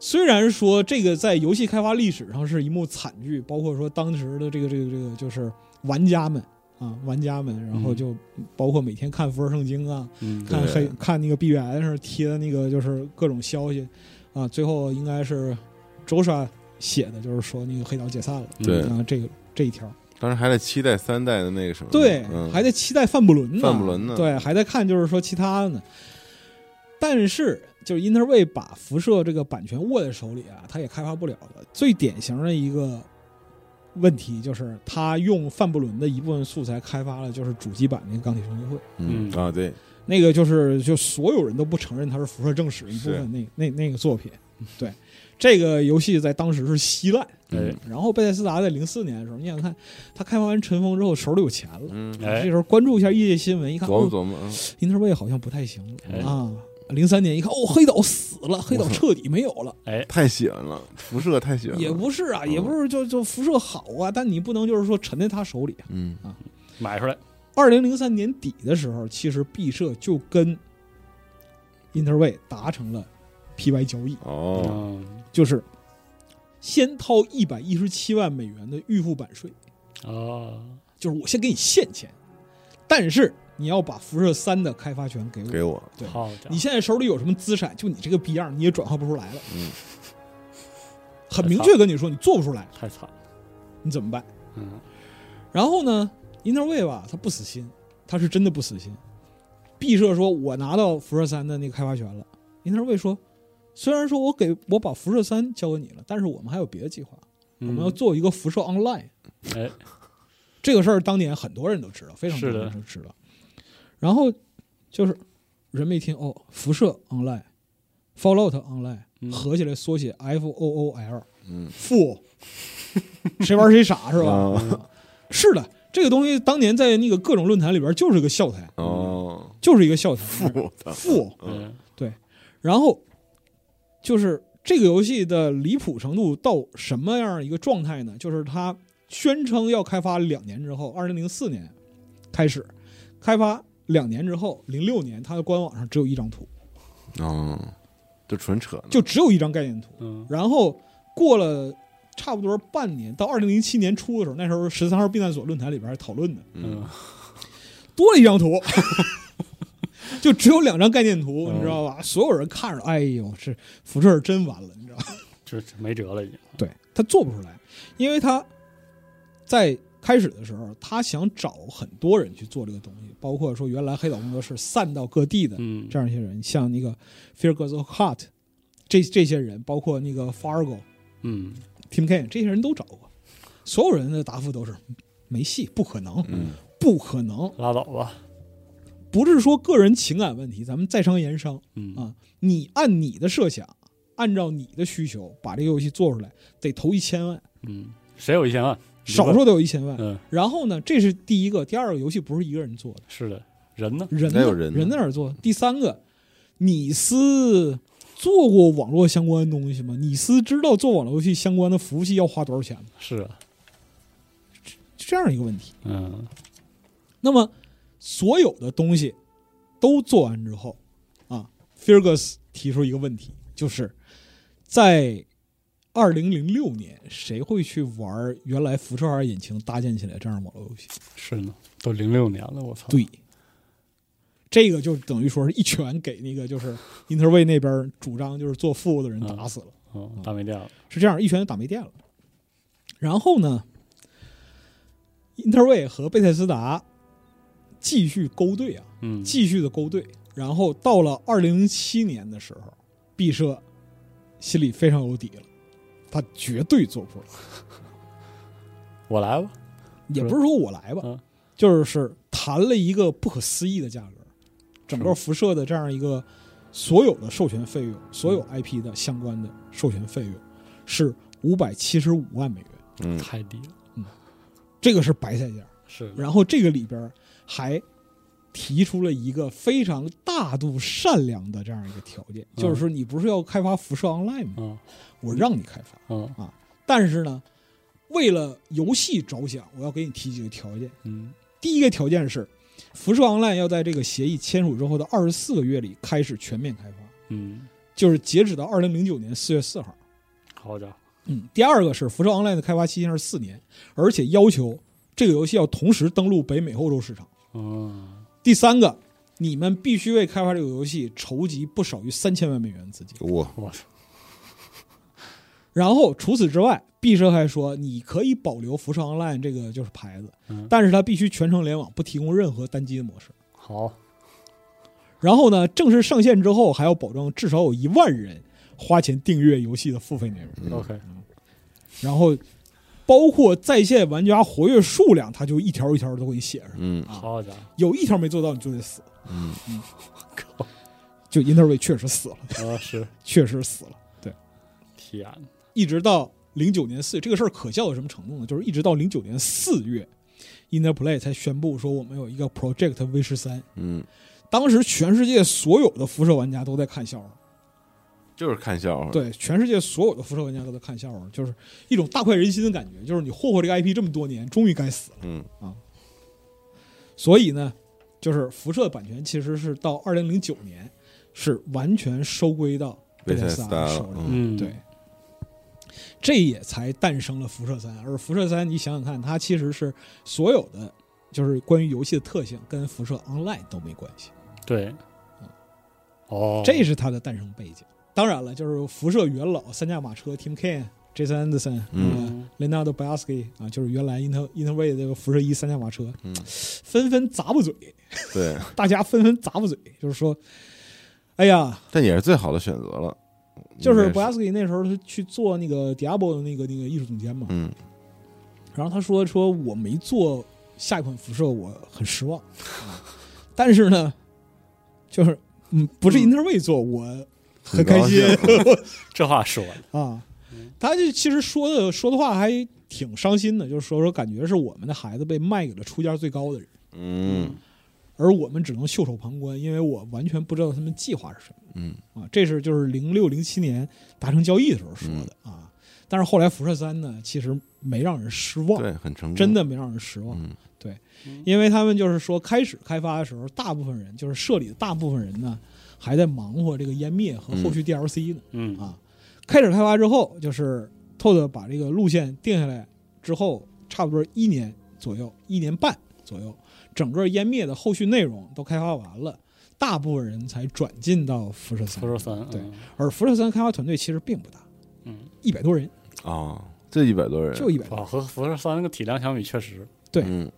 虽然说这个在游戏开发历史上是一幕惨剧，包括说当时的这个这个这个就是玩家们啊，玩家们，然
嗯
后就包括每天看《福尔圣经》啊，
嗯，
看
对
黑看那个 BBS 上贴的那个就是各种消息啊，最后应该是周莎写的，就是说那个黑岛解散了
对
啊，这个这一条，
当时还在期待三代的那个什么，
对，
嗯
还在期待范布伦呢，
范布伦呢
对，还在看就是说其他的呢，但是。就是 Interway 把辐射这个版权握在手里啊，他也开发不了了。最典型的一个问题就是，他用范布伦的一部分素材开发了就是主机版那个《钢铁兄弟会》，
嗯
嗯
啊对，
那个就是就所有人都不承认它是辐射正史一部分那那那个作品，对，这个游戏在当时是稀烂。
嗯
然后贝塞斯达在零四年的时候，你想看他开发完《尘封》之后手里有钱了，
嗯，
哎
这时候关注一下业界新闻，一看
琢磨
哦
琢磨，嗯
，Interway 好像不太行
哎
了啊。零三年一看，哦，黑岛死了，黑岛彻底没有了。
哎，
太喜欢了，辐射太喜欢了，
也不是啊，
嗯
也不是就就辐射好啊，但你不能就是说沉在他手里。啊
嗯
买出来，
二零零三年底的时候，其实毕设就跟 Interway 达成了 PY 交易，
哦，
嗯，
就是先掏一百一十七万美元的预付版税，
哦，
就是我先给你现钱，但是你要把辐射三的开发权给我。
给我，
对
好家伙
你，现在手里有什么资产？就你这个逼样，你也转化不出来了。
嗯，
很明确跟你说，你做不出来，
太惨了，
你怎么办？
嗯，
然后呢，Interway 吧，他不死心，他是真的不死心。毕设说：“我拿到辐射三的那个开发权了。”Interway 说：“虽然说我给我把辐射三交给你了，但是我们还有别的计划，我
我
们要做一个辐射 Online。
嗯哎，
这个事儿当年很多人都知道，非常多
是的
人都知道。然后就是人们一听哦，辐射 Online、Fallout Online、
嗯
合起来缩写 F O O L，
嗯，
负，谁玩谁傻是吧？嗯
啊
是的，这个东西当年在那个各种论坛里边就是个笑谈，
哦，
就是一个笑谈。
我操，
负，
嗯
嗯，
然后就是这个游戏的离谱程度到什么样一个状态呢？就是它宣称要开发两年之后，二零零四年开始开发两年之后，零六年它的官网上只有一张图，
嗯，就纯扯呢，
就只有一张概念图。
嗯
然后过了差不多半年，到二零零七年初的时候，那时候十三号避难所论坛里边还讨论呢，
嗯，
多了一张图， (laughs) 就只有两张概念图，
嗯
你知道吧？所有人看着，哎呦，这福特尔真完了，你知道吧？
这这没辙了已经。
对他做不出来，因为他在开始的时候，他想找很多人去做这个东西，包括说原来黑岛工作室散到各地的
嗯，
这样一些人，像那个 f i r g u s Hart 这这些人，包括那个 Fargo、
嗯
Tim Kaine 这些人都找过，所有人的答复都是没戏，不可能，
嗯
不可能，
拉倒吧。
不是说个人情感问题，咱们在商言商
嗯
啊，你按你的设想，按照你的需求把这个游戏做出来，得投一千万，
嗯，谁有一千万？你就
少
问
说得有一千万。
嗯，
然后呢，这是第一个，第二个游戏不是一个人做的，
是的，人呢？
人
哪有人
人
呢
在哪儿做？第三个，你是做过网络相关的东西吗？你是知道做网络游戏相关的服务器要花多少钱吗？
是啊，
就这样一个问题。
嗯
那么所有的东西都做完之后，啊 f i r g u s 提出一个问题，就是在二零零六年，谁会去玩原来辐射二引擎搭建起来这样的网络游戏？
是呢，都零六年了，我操。
对，这个就等于说是一拳给那个就是 Interway 那边主张就是做副的人打死了，
嗯，大没电了。
是这样，一拳就打没电了。然后呢，Interway 和贝塞斯达继续勾兑啊，
嗯，
继续的勾兑。然后到了二零零七年的时候，毕设心里非常有底了，他绝对做不出来。
我来吧。
也不是说我来吧，
嗯
就是谈了一个不可思议的价格，整
是
个辐射的这样一个所有的授权费用，所
嗯
有 IP 的相关的授权费用是五百七十五万美元，
嗯
太低了。
这个是白菜价。
是的，
然后这个里边还提出了一个非常大度善良的这样一个条件，
嗯
就是说你不是要开发辐射 online 吗？
嗯
我让你开发，
嗯
但是呢，为了游戏着想，我要给你提几个条件。
嗯
第一个条件是，辐射 online 要在这个协议签署之后的二十四个月里开始全面开发，
嗯，
就是截止到二零零九年四月四号。
好家伙，
嗯，第二个是辐射 online 的开发期限是四年，而且要求这个游戏要同时登陆北美、欧洲市场。
嗯，
第三个，你们必须为开发这个游戏筹集不少于三千万美元资金。
哇，
我操，
然后除此之外，毕设还说，你可以保留辐射 online 这个就是牌子
嗯，
但是它必须全程联网，不提供任何单机的模式。
好，
然后呢，正式上线之后，还要保证至少有一万人花钱订阅游戏的付费内容，
嗯
OK，
然后包括在线玩家活跃数量，他就一条一条都给你写上，
嗯
好家伙，
有一条没做到你就得死。
嗯
靠，
就 Interway 确实死了，
啊是，
确实死了。
天哪，
一直到零九年四月，这个事儿可笑到什么程度呢？就是一直到零九年四月，Interplay 才宣布说我们有一个 Project V 十三。
嗯，
当时全世界所有的辐射玩家都在看笑话，
就是看笑话，，
对，全世界所有的辐射玩家都在看笑话，就是一种大快人心的感觉，就是你霍霍这个 IP 这么多年，终于该死了。
嗯
所以呢，就是辐射版权其实是到二零零九年是完全收归到贝
贝塞
塞斯
斯
达
达
手里，
嗯，
对，，这也才诞生了辐射三。而辐射三，你想想看，它其实是所有的就是关于游戏的特性跟辐射 Online 都没关系，
对，哦，
这是它的诞生背景。当然了，就是辐射元老三驾马车 Tim Kaine、Jason Anderson、
嗯
呃、Leonardo b a s k i 啊，就是原来 Inter Interway 这个辐射一三驾马车，
嗯
纷纷砸不嘴，
对，
大家纷纷砸不嘴，就是说，哎呀，
但也是最好的选择了，
就是
应该
b a s k i 那时候他去做那个 Diablo 的那个那个艺术总监嘛，
嗯
然后他说说我没做下一款辐射，我很失望。啊但是呢，就是嗯，不是
嗯
Interway 做，我
很
很
高
开心
(laughs)
这话说的，
啊。他就其实说的说的话还挺伤心的，就是说说感觉是我们的孩子被卖给了出价最高的人，
嗯
而我们只能袖手旁观，因为我完全不知道他们计划是什么。
嗯嗯
啊，这是就是零六零七年达成交易的时候说的啊。但是后来辐射三呢，其实没让人失望，
对，很成功，
真，的没让人失望。
嗯，
因为他们就是说，开始开发的时候，大部分人就是社里的大部分人呢，还在忙活这个湮灭和后续 DLC 呢、
嗯
啊。开始开发之后，就是透的把这个路线定下来之后，差不多一年左右，一年半左右，整个湮灭的后续内容都开发完了，大部分人才转进到辐射三。
辐射嗯三，
对，而辐射三开发团队其实并不大，
嗯，
一百多人，
哦，这一百多人，
就一百多人。
啊，和辐射三那个体量相比，确实
对
嗯，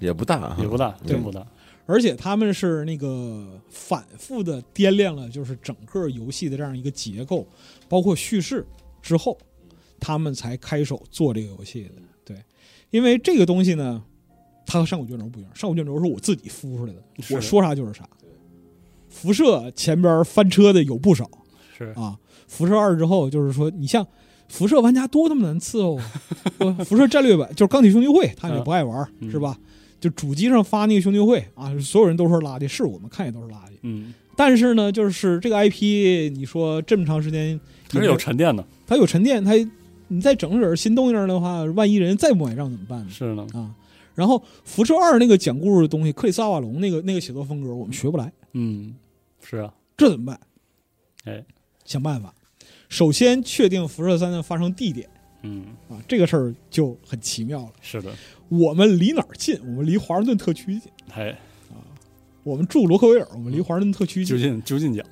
也不大哈，
也不大，
嗯
真不大。
而且他们是那个反复的掂量了，就是整个游戏的这样一个结构，包括叙事之后，他们才开手做这个游戏的。对，因为这个东西呢，它和上古卷轴不一样，上古卷轴是我自己孵出来的，
是
我说啥就是啥。辐射前边翻车的有不少
是，
啊，辐射二之后就是说，你像辐射玩家多他妈难伺候啊！我
(laughs)
辐射战略版就是钢铁兄弟会，他们也不爱玩儿，
嗯
是吧？就主机上发那个兄弟会啊，所有人都说垃圾，是我们看也都是垃圾。
嗯，
但是呢，就是这个 IP，你说这么长时间，
它是有沉淀的，
它有沉淀，它你再整点儿新动静儿的话，万一人再不买账怎么办呢？
是呢，
啊，然后辐射二那个讲故事的东西，克里斯阿瓦隆那个那个写作风格，我们学不来，
嗯，是啊，
这怎么办？
哎，
想办法。首先确定辐射三的发生地点
嗯，
啊，这个事儿就很奇妙了。
是的，
我们离哪儿近？我们离华盛顿特区近。
还
我们住罗克威尔，我们离华盛顿特区
就
近。
近就近讲，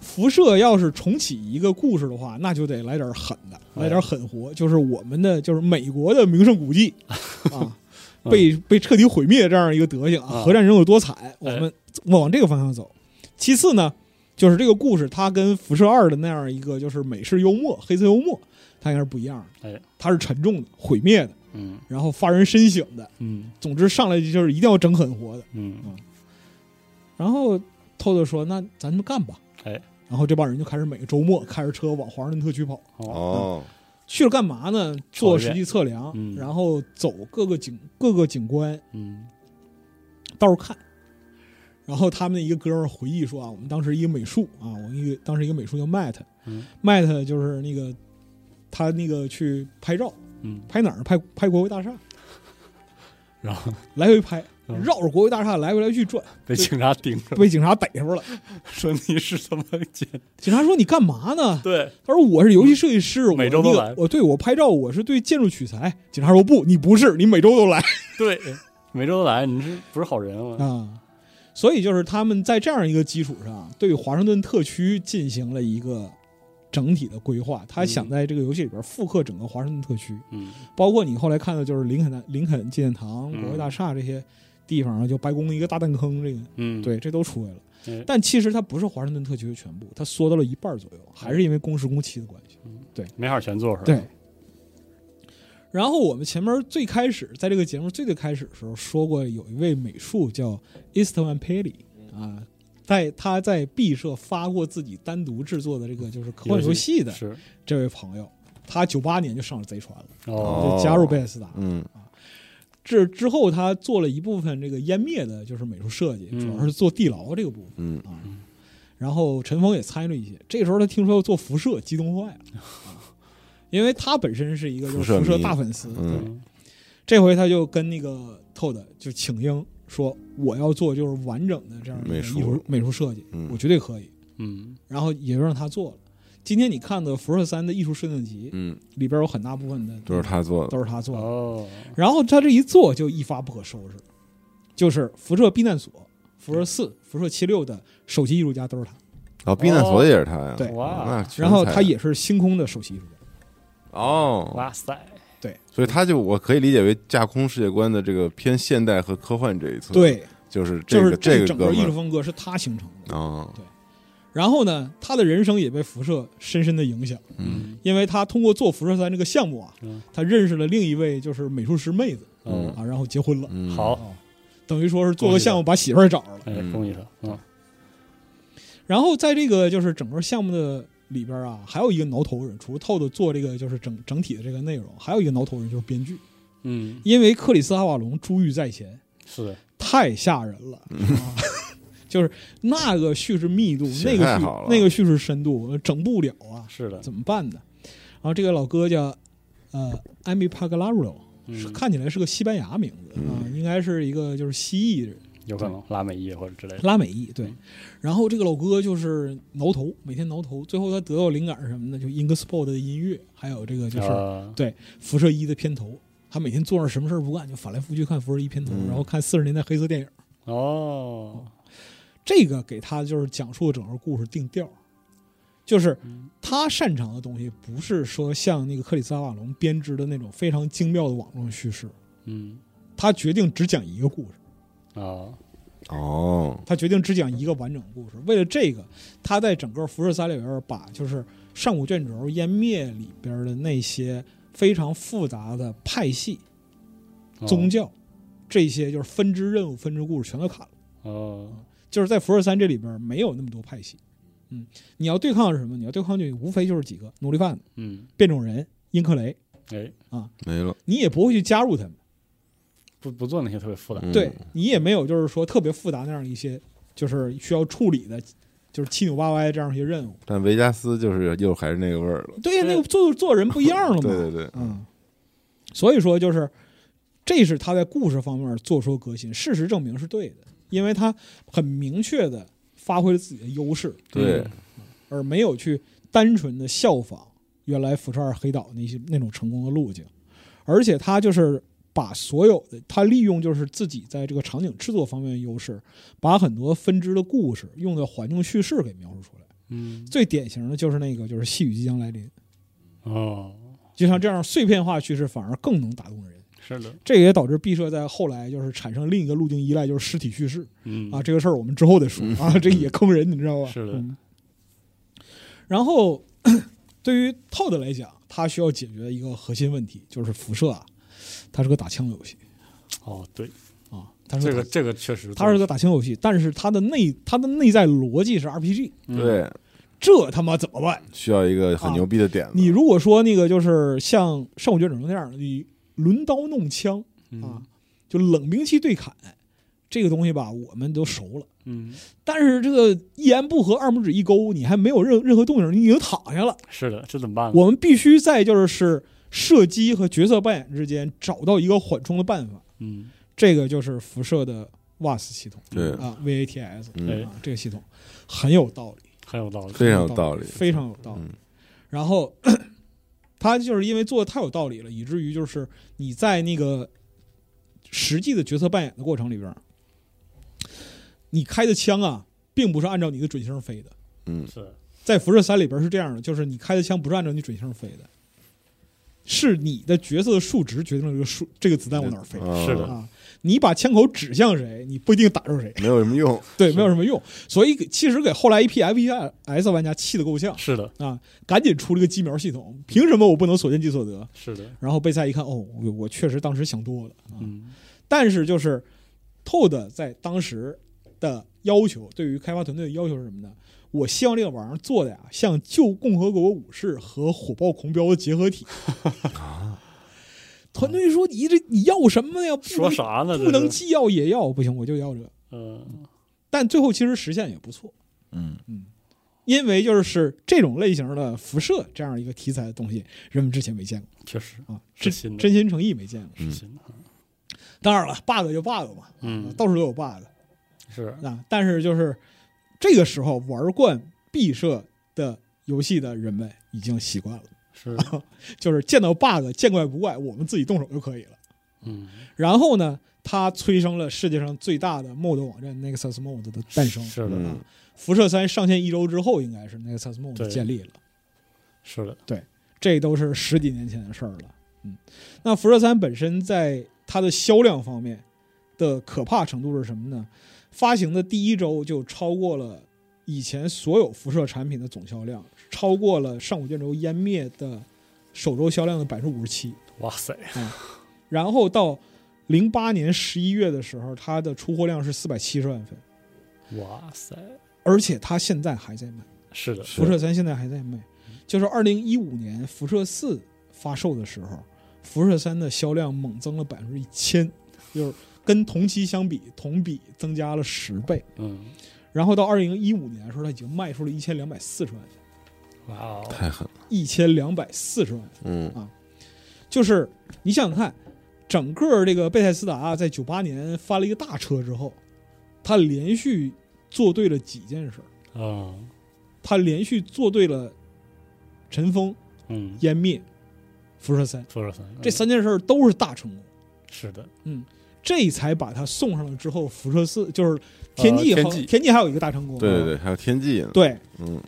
辐射要是重启一个故事的话，那就得来点狠的，
哎
来点狠活，就是我们的就是美国的名胜
(laughs)
古迹啊，被被彻底毁灭这样一个德行
嗯啊哎
啊，核战争有多惨，我们往这个方向走。其次呢，就是这个故事它跟辐射二的那样一个就是美式幽默、黑色幽默，它应该是不一样
哎
的，它是沉重的、毁灭的，
嗯
然后发人深省的。
嗯
总之上来就是一定要整狠活的。
嗯，
然后透透说：“那咱们干吧。”
哎，
然后这帮人就开始每个周末开着车往华盛顿特区跑，
好，啊
哦，
去了干嘛呢？做实际测量，
嗯
然后走各个景各个景观
嗯
到处看。然后他们的一个哥们儿回忆说啊，我们当时一个美术啊，我们一个当时一个美术叫 Matt，Matt、
嗯
Matt 就是那个他那个去拍照，
嗯，
拍哪儿？拍拍国会大厦，
然后
来回拍，
嗯
绕着国会大厦来回来去转，
被警察盯着，
被警察逮着了。
说你是他妈姐，
警察说你干嘛呢？
对，
他说我是游戏设计师，我
嗯每周都
那个
来
我对我拍照，我是对建筑取材。警察说不，你不是，你每周都来 (laughs)
对，每周都来，你是不是好人啊？
啊。所以就是他们在这样一个基础上，对华盛顿特区进行了一个整体的规划。他想在这个游戏里边复刻整个华盛顿特区，
嗯
包括你后来看到就是林肯大林肯纪念堂、
嗯
国会大厦这些地方，啊就白宫一个大弹坑，这个
嗯，，
对这都出来了
哎。
但其实它不是华盛顿特区的全部，它缩到了一半左右，还是因为工时工期的关系。
没法全做出来，
对。然后我们前面最开始在这个节目最最开始的时候说过，有一位美术叫 Istvan Peli 啊，在他在毕设发过自己单独制作的这个就是科幻游戏的
是
这位朋友，他九八年就上了贼船了，
哦，
哦
就加入贝斯达。
嗯，
这之后，他做了一部分这个湮灭的，就是美术设计，
嗯
主要是做地牢这个部分。
嗯
啊，然后陈峰也参与了一些。这时候他听说要做辐射，激动坏了，啊因为他本身是一个就是
辐射迷
辐射大粉丝。
嗯
嗯
这回他就跟那个 Todd 就请缨说，我要做就是完整的这样一个
美
艺
术
术美术设计，
嗯
我绝对可以。
嗯
然后也就让他做了。今天你看的《辐射三》的艺术设定集
嗯，
里边有很大部分的
都是他做的，
都是他做的。
哦，
然后他这一做就一发不可收拾，就是辐射避难所、辐射四、辐射七六的首席艺术家都是他，
哦，避难所也是他呀，
对
哇
那全
然后
才
他也是星空的首席艺术家。
哦，
哇塞，
所以他就我可以理解为架空世界观的这个偏现代和科幻这一侧，，
对，
就是这
就
个
是
这个
整
哥
个艺
们
术
儿
风格是他形成的。
哦，
然后呢，他的人生也被辐射深深的影响，
嗯
因为他通过做辐射三这个项目啊
嗯，
他认识了另一位就是美术师妹子
嗯，
啊，然后结婚了，
嗯，
好，
啊等于说是做个项目把媳妇儿找着了。
哎，恭喜他，嗯
然后在这个就是整个项目的里边啊，还有一个挠头人，除了 Todd 做这个就是整整体的这个内容，还有一个挠头人就是编剧，
嗯，
因为克里斯·阿瓦隆珠玉在前，
是
太吓人了，啊 (laughs) 就是那个叙事密度，
嗯写
那个
太
叙
好了
那个叙事深度，整不了啊，
是的，
怎么办呢？然后这个老哥叫呃艾米帕格拉鲁，是
嗯，
看起来是个西班牙名字啊、
嗯
应该是一个就是西裔人，
有可能拉美裔或者之类的。
拉美裔对
嗯。
然后这个老哥就是挠头，每天挠头，最后他得到灵感是什么呢？就 i n g s p o r t 的音乐，还有这个就是
呃
辐射一的片头。他每天坐那儿什么事儿不干，就翻来覆去看辐射一片头，
嗯
然后看四十年代黑色电影。
哦，
这个给他就是讲述整个故事定调儿，就是
嗯
他擅长的东西不是说像那个克里斯拉瓦隆编织的那种非常精妙的网络叙事，
嗯
他决定只讲一个故事，
啊，
哦，
他决定只讲一个完整的故事。为了这个，他在整个《辐射三》里边儿把就是上古卷轴、湮灭里边儿的那些非常复杂的派系、
哦
宗教，这些就是分支任务、分支故事全都砍了。
哦，
就是在辐射三这里边没有那么多派系，嗯，你要对抗的是什么？你要对抗就无非就是几个奴隶贩子、
嗯，
变种人、英克雷，
哎，
没了。
你也不会去加入他们，
不不做那些特别复杂。
嗯
对你也没有就是说特别复杂那样一些就是需要处理的，就是七扭八歪这样一些任务。
但维加斯就是又还是那个味儿了。
对呀，
对
那个做做人不一样了嘛，
(laughs) 对对对，
嗯，所以说就是这是他在故事方面做出革新，事实证明是对的，因为他很明确的发挥了自己的优势，
对，
而没有去单纯的效仿原来辐射二黑岛那些那种成功的路径，而且他就是把所有的他利用就是自己在这个场景制作方面的优势，把很多分支的故事用的环境叙事给描述出来。
嗯，
最典型的就是那个就是细雨即将来临，
哦，
就像这样碎片化叙事反而更能打动人。
是的，
这个也导致毕设在后来就是产生另一个路径依赖，就是尸体叙事
嗯
啊。这个事儿我们之后再说啊，这也坑人，你知道吧？
是的
嗯然后， (clears throat) 对于 Todd 来讲，他需要解决一个核心问题，就是辐射啊，它是个打枪游戏
哦，对，
啊，它是
这
个
个
打
这个确实做得，
它是个打枪游戏，但是它的内它的内在逻辑是 RPG，
嗯，
对，
这他妈怎么办？
需要一个很牛逼的点子。
你如果说那个就是像《上古卷轴》那样，你抡刀弄枪啊
嗯，
就冷兵器对砍，这个东西吧，我们都熟了。
嗯，
但是这个一言不合，二拇指一勾，你还没有任任何动静，你已经躺下了。
是的，这怎么
嗯
办呢？
我们必须在就是是射击和角色扮演之间找到一个缓冲的办法。
嗯，
这个就是辐射的 WAS 系统
对，
啊，VATS
嗯，
哎
啊，这个系统很有道理，
很有道理。
非常有道理。
非常有道理
嗯。
然后 (clears throat) 他就是因为做的太有道理了，以至于就是你在那个实际的角色扮演的过程里边儿，你开的枪啊，并不是按照你的准星飞的。
嗯，
是，
在辐射三里边是这样的，就是你开的枪不是按照你准星飞的，是你的角色的数值决定了这个数这个子弹往哪儿飞
啊
是的
啊。你把枪口指向谁，你不一定打中谁，
没有什么用。
对，
是
没有什么用。所以给其实给后来一批 FPS 玩家气得够呛，
是的，
赶紧出了个机瞄系统，凭什么我不能所见即所得？
是的，
然后贝塞一看，哦，我我确实当时想多了啊。
嗯，
但是就是 Todd 在当时的要求，对于开发团队的要求是什么呢？我希望这个玩意儿做的呀，像旧共和国武士和火爆狂飙的结
(laughs)
合体。团队说：“你这你要什么呀？不能
说啥呢？
不
这
能
是，
既要也要，不行，我就要这个。
嗯，”
但最后其实实现也不错，
嗯，
因为就是这种类型的辐射这样一个题材的东西，人们之前没见过
确实
啊，
是
真
新的，
真心诚意没见过。啊
是新的，
当然了，bug 就 bug 嘛，
嗯，
到处都有 bug。
是，
啊，但是就是这个时候玩惯毕设的游戏的人们已经习惯了， (laughs)
是，
就是见到 bug 见怪不怪，我们自己动手就可以了。
嗯，
然后呢，它催生了世界上最大的 mod 网站 Nexus Mod 的诞生。
是的，
嗯，
辐射三上线一周之后，应该是 Nexus Mod
对
建立了，
是的，
这都是十几年前的事儿了。嗯，那辐射三本身在它的销量方面的可怕程度是什么呢？发行的第一周就超过了以前所有辐射产品的总销量，超过了上古卷轴湮灭的首周销量的百分之五十七。
哇塞，
然后到零八年十一月的时候，它的出货量是四百七十万份，
哇塞，
而且它现在还在卖。
是的，
是
辐射三现在还在卖，就是二零一五年辐射四发售的时候，辐射三的销量猛增了百分之一千，就是跟同期相比，同比增加了十倍。
嗯，
然后到二零一五年的时候，它已经卖出了一千两百四十万份，
哇哦，
太狠了，
一千两百四十万。
嗯
就是你想想看，整个这个贝塞斯达在九八年翻了一个大车之后，他连续做对了几件事儿，
啊，
他连续做对了尘封、
嗯，
湮灭、辐射三
说说三，
这
嗯
三件事儿都是大成功，
是的，
这才把他送上了之后，辐射四就是天际
呃
好，
天际
天际还有一个大成功，
对对对，还有天际呢，
啊对
嗯，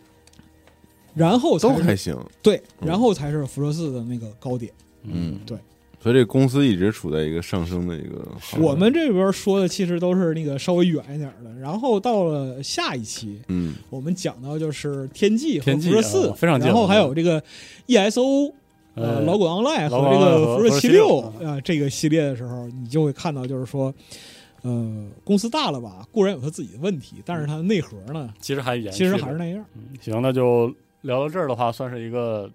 然后
都
才
还
是
行，
对，
嗯
然后才是辐射四的那个高点。
嗯
对
所以这公司一直处在一个上升的一个好。
我们这边说的其实都是那个稍微远一点儿的，然后到了下一期，
嗯
我们讲到就是天际和
天际
辐射四、
啊非常近
然后还有
嗯
这个 E ESO 呃老滚 online
老滚
和这个
online
辐射
和
七
76
六
啊
啊这个系列的时候，你就会看到就是说，呃，公司大了吧，固然有它自己的问题，但是它的内核呢，
其实还延续
其
的，
实还是那样。
嗯行，那就聊到这儿的话，算是一个，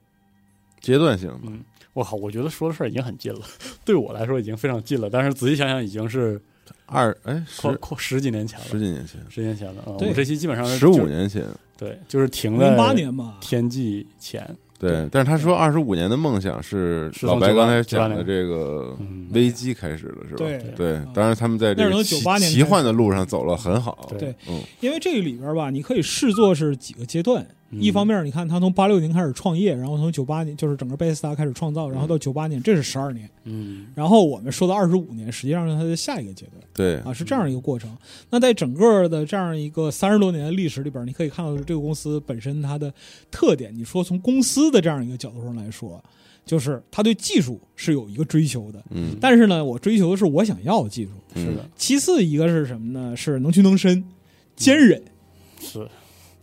阶段性的，
嗯，我靠，我觉得说的事儿已经很近了，对我来说已经非常近了，但是仔细想想，已经是
二哎十
快快十几年前
十
了，
几年前，
十年前了啊，我
对
们这期基本上是
十五
就，
年前，
对，就是停在
零八年嘛，
天际前，
对。但是他说二十五年的梦想是
是从
老白
98
刚才讲
98
的
年
这个
嗯，
危机开始了，是吧？
对
对
嗯，
当然他们在这
那
个
是
奇
从98年开始
奇幻的路上走了很好，
对，
嗯
因为这个里边吧，你可以视作是几个阶段。
嗯
一方面，你看他从八六年开始创业，然后从九八年就是整个贝塞斯达开始创造，然后到九八年，这是十二年。
嗯，
然后我们说的二十五年，实际上是它的下一个阶段。
对，
啊，是这样一个过程。那在整个的这样一个三十多年的历史里边，你可以看到这个公司本身它的特点。你说从公司的这样一个角度上来说，就是它对技术是有一个追求的，
嗯
但是呢，我追求的是我想要的技术。
是的，
其次一个是什么呢？是能屈能伸、坚韧，
是，
(laughs)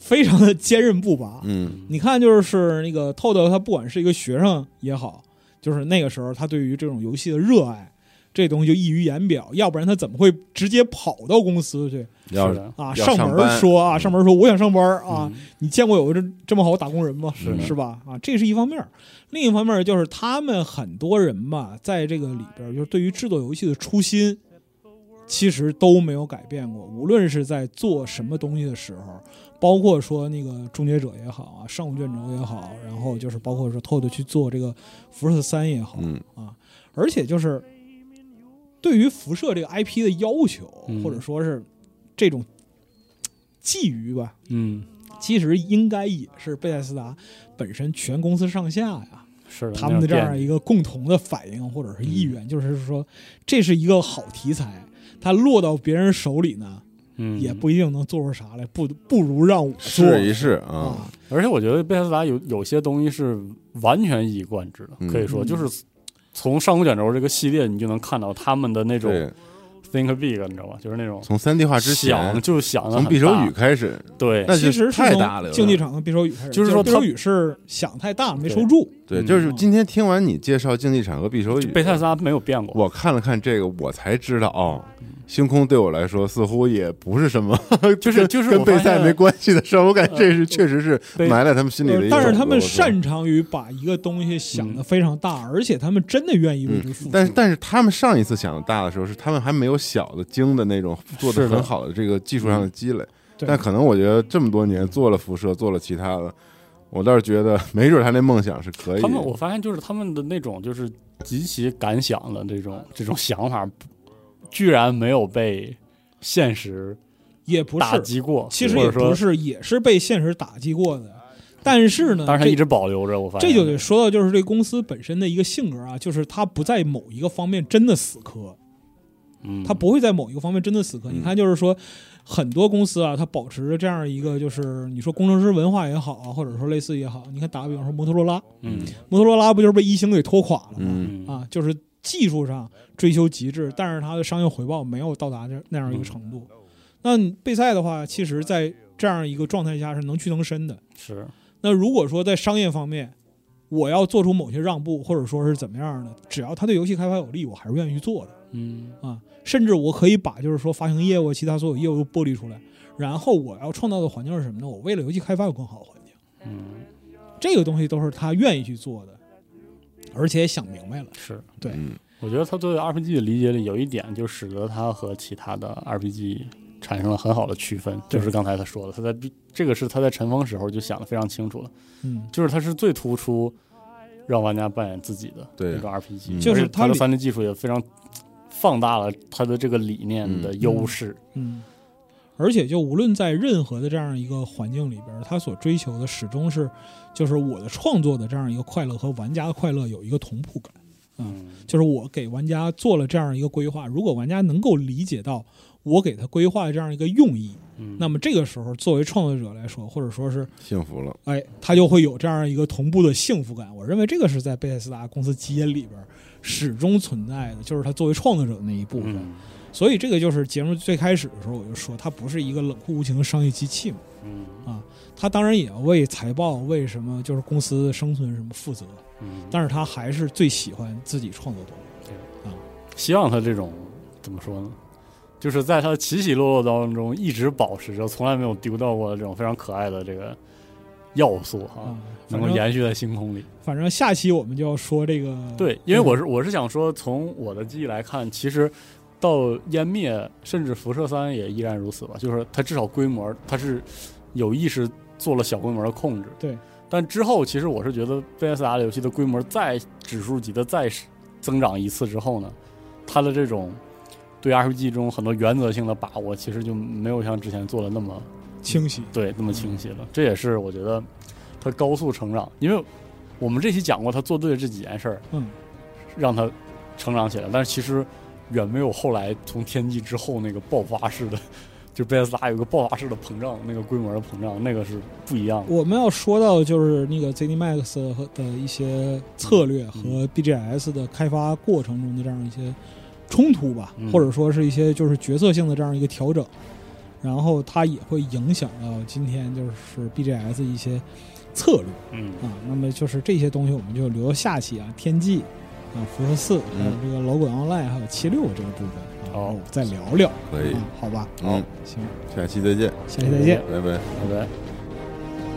非常的坚韧不拔。
嗯
你看，就是那个透透，他不管是一个学生也好，就是那个时候他对于这种游戏的热爱，这东西就溢于言表。要不然他怎么会直接跑到公司去
要
是的，
要
啊？上
上
门
班
儿说啊，
嗯
上门儿说我想上班儿啊！
嗯
你见过有这这么好的打工人吗？
是
是吧？啊，这是一方面儿。另一方面儿就是他们很多人吧，在这个里边儿，就是对于制作游戏的初心，其实都没有改变过。无论是在做什么东西的时候，包括说那个《终结者》也好啊，《上古卷轴》也好，然后就是包括说透的去做这个《辐射三》也好，
嗯
而且就是对于辐射这个 IP 的要求，
嗯
或者说是这种嘖觊觎吧，
嗯，
其实应该也是贝塞斯达本身全公司上下呀，
是的，
他们的这样
一
一个共同的反应或者是意
嗯
愿，就是说这是一个好题材，它落到别人手里呢，
嗯，
也不一定能做出啥来，不不如让我做
试一试啊，
啊，
而且我觉得贝塞斯达有有些东西是完全一以贯之的，
嗯
可以说
嗯
就是从《上古卷轴》这个系列，你就能看到他们的那种
对，
think big，你知道吧？就是那种
从三 D 化之
想
前，
就想得
从
很
匕首
大
语开始，
对，
那
其
就
实是
太大了，
从竞技场跟匕首雨开始，
就是说
匕首
他
雨是想太大了没收住，
对，
嗯
就是今天听完你介绍竞技场和匕首语，
贝塞斯达没有变过，
我看了看这个，我才知道哦，
嗯
星空对我来说似乎也不是什么，
就是
跟
就是
跟
我
备
发
赛
现
没关系的事儿。我感觉
呃
这是确实是
对
埋在他们心里的一种。
呃嗯但是他们
我觉得，
擅长于把一个东西想得非常大，而且他们真的愿
嗯
意为之付出。
但是但是他们上一次想大的时候，是他们还没有小的精的那种做的
是的嗯
很好的这个技术上的积累。
对
但可能我觉得这么多年做了辐射，做了其他的，我倒是觉得没准他那梦想是可以
他。们我发现就是他们的那种就是极其敢想的这种这种想法，居然没有被现实
也不
打
是，
击过，
其实
或
也
者
不
说，嗯
是，也是被现实打击过的。但是呢，
但是他
这
一直啊保留着，我发现
这就得说到就是这公司本身的一个性格啊，就是他不在某一个方面真的死磕，
嗯，
他不会在某一个方面真的死磕。
嗯
你看，就是说很多公司啊，它保持着这样一个就是你说工程师文化也好啊，或者说类似也好，你看打个比方说摩托罗拉，
嗯
摩托罗拉不就是被一星给拖垮了吗？
嗯
嗯
啊，就是技术上追求极致，但是它的商业回报没有到达这那样一个程度。那你备赛的话，其实在这样一个状态下是能屈能伸的。
是
那如果说在商业方面，我要做出某些让步，或者说是怎么样的，只要它对游戏开发有利，我还是愿意去做的
嗯
啊。甚至我可以把就是说发行业务、其他所有业务都剥离出来，然后我要创造的环境是什么呢？我为了游戏开发有更好的环境，
嗯
这个东西都是他愿意去做的，而且也想明白了。
是。
对
嗯
我觉得他对 RPG 的理解里有一点，就使得他和其他的 RPG 产生了很好的区分，
对
就是刚才他说的，他在这个是他在尘封时候就想的非常清楚了，
嗯，
就是他是最突出让玩家扮演自己的
对
那个 RPG，
嗯
而且
就是它
他的
里
三 D 技术也非常放大了他的这个理念的优势，
嗯，而且就无论在任何的这样一个环境里边儿，他所追求的始终是，就是我的创作的这样一个快乐和玩家的快乐有一个同步感。啊
嗯，
就是我给玩家做了这样一个规划，如果玩家能够理解到我给他规划的这样一个用意，
嗯
那么这个时候作为创作者来说，或者说是
幸福了，
哎，他就会有这样一个同步的幸福感。我认为这个是在贝塞斯达公司基因里边儿始终存在的，就是他作为创作者的那一部分。
嗯
所以这个就是节目最开始的时候我就说，它不是一个冷酷无情的商业机器嘛，啊
嗯
它当然也要为财报、为什么就是公司生存什么负责，
嗯，
但是它还是最喜欢自己创作东西。
希望他这种怎么说呢？就是在他起起落落当中一直保持着，从来没有丢掉过这种非常可爱的这个要素哈，
啊，
能
反
够
正
延续在星空里。
反正下期我们就要说这个，
对，因为我是我是想说，从我的记忆来看，其实到湮灭，甚至辐射三也依然如此吧，就是它至少规模它是有意识做了小规模的控制。
对，
但之后其实我是觉得 VSR 的游戏的规模再指数级的再增长一次之后呢，它的这种。对 RPG 中很多原则性的把握，其实就没有像之前做的那么
清晰，
对，那么清晰了。这也是我觉得他高速成长，因为我们这期讲过他做对的这几件事儿，
嗯，
让他成长起来，但是其实远没有后来从天际之后那个爆发式的， (laughs) 就贝斯拉有个爆发式的膨胀，那个规模的膨胀，那个是不一样的。
我们要说到就是那个 ZeniMax 和的一些策略和
嗯
BGS 的开发过程中的这样一些冲突吧，
嗯
或者说是一些就是决策性的这样一个调整，然后它也会影响到今天就是 BGS 一些策略
嗯
啊。那么就是这些东西我们就留到下期啊，天际啊，辐射四，还
嗯
有这个老滚 online，还有七六这个部分啊，
好
我们再聊聊
可以
啊，，好吧？
嗯，
行，
下期再见，
下期再见。
拜拜。
拜拜。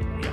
模样。